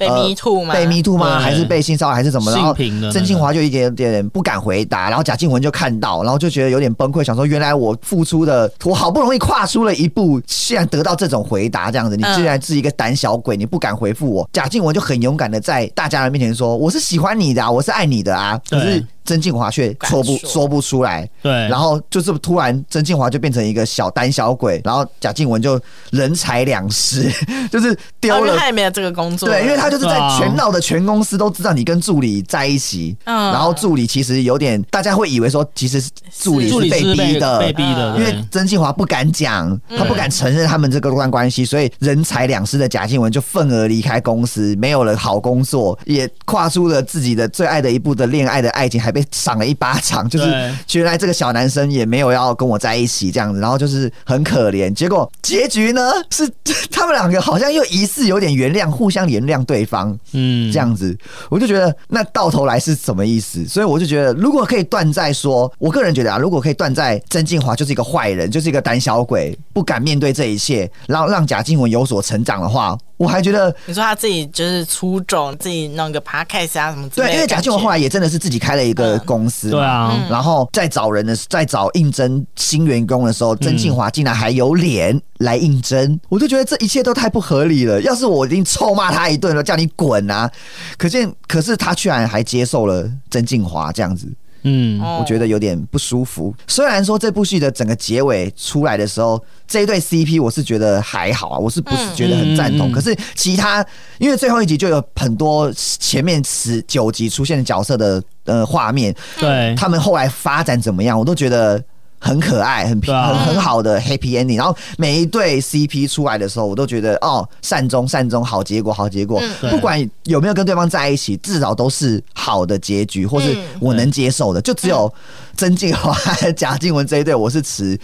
[SPEAKER 2] 呃
[SPEAKER 3] 被 me too 吗
[SPEAKER 2] 被 me too 吗？
[SPEAKER 1] 对
[SPEAKER 2] 还是被性骚扰还是怎么？然后
[SPEAKER 1] 性平的那个
[SPEAKER 2] 曾庆华就一点点不敢回答，然后贾静雯就看到，然后就觉得有点崩溃，想说原来我付出的，我好不容易跨出了一步，竟然得到这种回答，这样子，你
[SPEAKER 3] 嗯
[SPEAKER 2] 竟然是一个胆小鬼，你不敢回复我。贾静雯就很勇敢的在大家人面前说，我是喜欢你的、啊，我是爱你的啊，可
[SPEAKER 1] 对
[SPEAKER 2] 是。曾静华却说不
[SPEAKER 3] 敢说
[SPEAKER 2] 说不出来，
[SPEAKER 1] 对，
[SPEAKER 2] 然后就是突然曾静华就变成一个小胆小鬼，然后贾静雯就人财两失， 就是
[SPEAKER 3] 哦
[SPEAKER 2] 丢
[SPEAKER 3] 因为
[SPEAKER 2] 了
[SPEAKER 3] 他也没有这个工作了，
[SPEAKER 2] 对，因为他就是在
[SPEAKER 1] 对啊
[SPEAKER 2] 全闹的全公司都知道你跟助理在一起，
[SPEAKER 3] 嗯
[SPEAKER 2] 然后助理其实有点大家会以为说，其实是助理
[SPEAKER 1] 助
[SPEAKER 2] 是
[SPEAKER 1] 理
[SPEAKER 2] 被
[SPEAKER 1] 是
[SPEAKER 2] 逼的，
[SPEAKER 1] 被逼的，
[SPEAKER 2] 因
[SPEAKER 1] 对嗯
[SPEAKER 2] 为曾庆华不敢讲，他不敢承认他们这个段关系，所以人财两失的贾静雯就愤而离开公司，没有了好工作，也跨出了自己的最爱的一步的恋爱的爱情，还被赏了一巴掌，就是
[SPEAKER 1] 对
[SPEAKER 2] 原来这个小男生也没有要跟我在一起这样子，然后就是很可怜。结果结局呢是 他们两个好像又疑似有点原谅，互相原谅对方，
[SPEAKER 1] 嗯
[SPEAKER 2] 这样子，我就觉得那到头来是什么意思？所以我就觉得，如果可以断在说，我个人觉得啊，如果可以断在曾静华就是一个坏人，就是一个胆小鬼，不敢面对这一切，然后让贾静雯有所成长的话，我还觉得
[SPEAKER 3] 你说他自己就是出众，自己弄个 podcast 啊什么之类的感觉。
[SPEAKER 2] 对，因为贾静雯后来也真的是自己开了一个公司嘛，
[SPEAKER 1] 对啊，
[SPEAKER 2] 然后在找人的在找应征新员工的时候，曾庆华竟然还有脸来应征，我就觉得这一切都太不合理了。要是我已经臭骂他一顿了，叫你滚啊！可见，可是他居然还接受了曾庆华这样子。
[SPEAKER 1] 嗯，
[SPEAKER 3] 哦
[SPEAKER 2] 我觉得有点不舒服。虽然说这部戏的整个结尾出来的时候，这一对 CP 我是觉得还好啊，我是不是觉得很赞
[SPEAKER 1] 嗯
[SPEAKER 2] 同？
[SPEAKER 1] 嗯嗯
[SPEAKER 2] 可是其他，因为最后一集就有很多前面十九集出现的角色的呃画面，
[SPEAKER 1] 对，
[SPEAKER 2] 他们后来发展怎么样，我都觉得。很可爱，很
[SPEAKER 1] 对
[SPEAKER 2] 平
[SPEAKER 1] 啊
[SPEAKER 2] 很很好的 happy ending。然后每一对 CP 出来的时候，我都觉得哦，善终善终，好结果好结果。
[SPEAKER 1] 对
[SPEAKER 2] 不管有没有跟对方在一起，至少都是好的结局，或是
[SPEAKER 3] 嗯
[SPEAKER 2] 我能接受的。就只有
[SPEAKER 1] 嗯
[SPEAKER 2] 曾静华、贾静雯这一对，我是持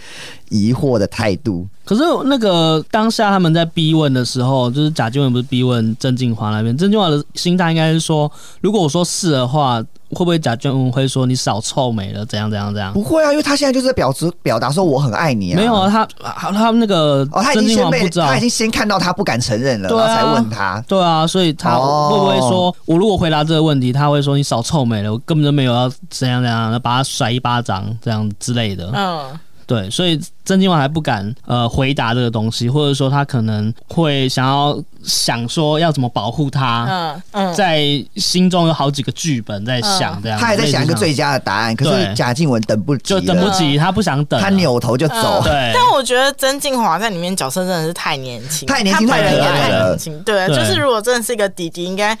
[SPEAKER 2] 疑惑的态度。
[SPEAKER 1] 可是那个当下他们在逼问的时候，就是贾静雯不是逼问郑静华那边，郑静华的心态应该是说，如果我说是的话，会不会贾静雯会说你少臭美了，怎样怎样怎样？
[SPEAKER 2] 不会啊，因为他现在就是在表示表达说我很爱你啊。
[SPEAKER 1] 没有啊，他他他那个
[SPEAKER 2] 哦，他已
[SPEAKER 1] 郑
[SPEAKER 2] 经
[SPEAKER 1] 静
[SPEAKER 2] 先
[SPEAKER 1] 华
[SPEAKER 2] 被
[SPEAKER 1] 不知道
[SPEAKER 2] 他已，经先看到他不敢承认了，
[SPEAKER 1] 对啊
[SPEAKER 2] 然后才问他。
[SPEAKER 1] 对啊，所以他
[SPEAKER 2] 哦
[SPEAKER 1] 会不会说，我如果回答这个问题，他会说你少臭美了，我根本就没有要怎样怎样，把他甩一巴掌这样之类的。
[SPEAKER 3] 嗯，
[SPEAKER 1] 对，所以郑金华还不敢呃回答这个东西，或者说他可能会想要想说要怎么保护他，
[SPEAKER 3] 嗯嗯，
[SPEAKER 1] 在心中有好几个剧本在想这样，
[SPEAKER 2] 他还在想一个
[SPEAKER 1] 类
[SPEAKER 2] 最
[SPEAKER 1] 似
[SPEAKER 2] 佳的答案，可是
[SPEAKER 1] 对
[SPEAKER 2] 贾静雯等不及
[SPEAKER 1] 这
[SPEAKER 2] 了，
[SPEAKER 1] 样就等不及，他不想等了，啊
[SPEAKER 2] 他扭头就走。
[SPEAKER 1] 对
[SPEAKER 3] 但我觉得曾静华在里面角色真的是太年轻，
[SPEAKER 2] 太年轻
[SPEAKER 3] 他本人也
[SPEAKER 1] 太可爱
[SPEAKER 3] 太
[SPEAKER 2] 了
[SPEAKER 3] 年轻。对，
[SPEAKER 1] 对
[SPEAKER 3] 就是如果真的是一个弟弟，应该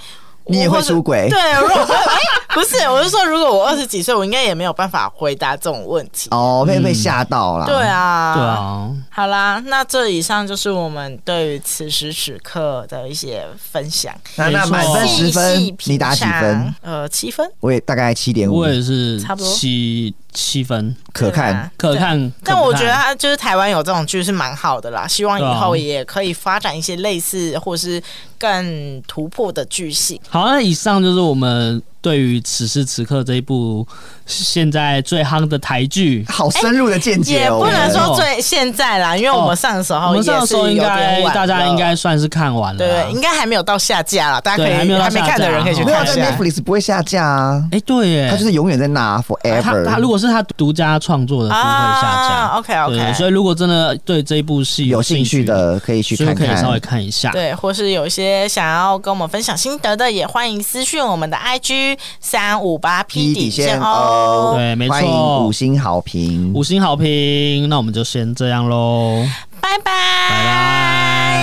[SPEAKER 2] 你也会出轨
[SPEAKER 3] 对，如果 哎不是，我是说，如果我二十几岁，我应该也没有办法回答这种问题。
[SPEAKER 2] 哦，被被吓到了。
[SPEAKER 3] 对啊，
[SPEAKER 1] 对。啊，
[SPEAKER 3] 好啦，那这以上就是我们对于此时此刻的一些分享。
[SPEAKER 2] 那
[SPEAKER 1] 没
[SPEAKER 2] 那
[SPEAKER 1] 错
[SPEAKER 2] 满分
[SPEAKER 3] 细
[SPEAKER 2] 十
[SPEAKER 3] 细
[SPEAKER 2] 分，
[SPEAKER 3] 品
[SPEAKER 2] 你打几分
[SPEAKER 3] 尝？？呃，七分，
[SPEAKER 2] 我也大概七点五
[SPEAKER 1] 我，也是
[SPEAKER 3] 差不多
[SPEAKER 1] 七七分，
[SPEAKER 2] 可
[SPEAKER 3] 对
[SPEAKER 2] 看
[SPEAKER 3] 啊。
[SPEAKER 1] 可看。可
[SPEAKER 3] 但
[SPEAKER 1] 不
[SPEAKER 3] 我
[SPEAKER 1] 看
[SPEAKER 3] 觉得它就是台湾有这种剧是蛮好的啦，希望
[SPEAKER 1] 对啊
[SPEAKER 3] 以后也可以发展一些类似或是更突破的剧系。
[SPEAKER 1] 好，那以上就是我们对于此时此刻这一部现在最夯的台剧。
[SPEAKER 2] 好深入的见解
[SPEAKER 3] 哎也
[SPEAKER 2] 哦，
[SPEAKER 3] 不能
[SPEAKER 1] 我
[SPEAKER 3] 说
[SPEAKER 1] 们哦
[SPEAKER 3] 最现在啦，因为我们上的时
[SPEAKER 1] 我
[SPEAKER 3] 候也
[SPEAKER 1] 们上的
[SPEAKER 3] 是
[SPEAKER 1] 时候
[SPEAKER 3] 有
[SPEAKER 1] 应该
[SPEAKER 3] 点晚了
[SPEAKER 1] 大家应该算是看完了啊
[SPEAKER 3] 对
[SPEAKER 1] 啦，
[SPEAKER 3] 对，应该还没有到下架啦，大家可
[SPEAKER 1] 对还
[SPEAKER 3] 以
[SPEAKER 1] 没有到下架
[SPEAKER 3] 看的人可以去
[SPEAKER 2] 没有
[SPEAKER 3] 看
[SPEAKER 2] 啊
[SPEAKER 3] 一
[SPEAKER 2] 在
[SPEAKER 3] 下。
[SPEAKER 2] Netflix 不会下架啊，
[SPEAKER 1] 哎、对耶，
[SPEAKER 2] 它就是永远在那
[SPEAKER 1] 他
[SPEAKER 2] forever。
[SPEAKER 1] 他如果是他独家创作的，不会下架。
[SPEAKER 3] 啊，OK
[SPEAKER 1] 对，所
[SPEAKER 3] OK，
[SPEAKER 1] 以如果真的对这一部戏
[SPEAKER 2] 有
[SPEAKER 1] 兴
[SPEAKER 2] 兴趣，的可以去
[SPEAKER 1] 所以
[SPEAKER 2] 看
[SPEAKER 1] 可以稍微
[SPEAKER 2] 看。
[SPEAKER 1] 看一下。
[SPEAKER 3] 对，或是有一些想要跟我们分享心得的，也欢迎私讯我们的 IG 三五八 P 底线
[SPEAKER 2] 哦
[SPEAKER 3] 哦。
[SPEAKER 1] 对没错
[SPEAKER 2] 欢迎五星好评，
[SPEAKER 1] 五星好评，那我们就先这样喽，
[SPEAKER 3] 拜
[SPEAKER 1] 拜
[SPEAKER 3] 拜。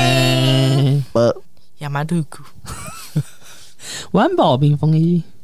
[SPEAKER 1] 拜。
[SPEAKER 2] 呃
[SPEAKER 3] 亚麻绿谷。
[SPEAKER 1] 晚宝冰风衣。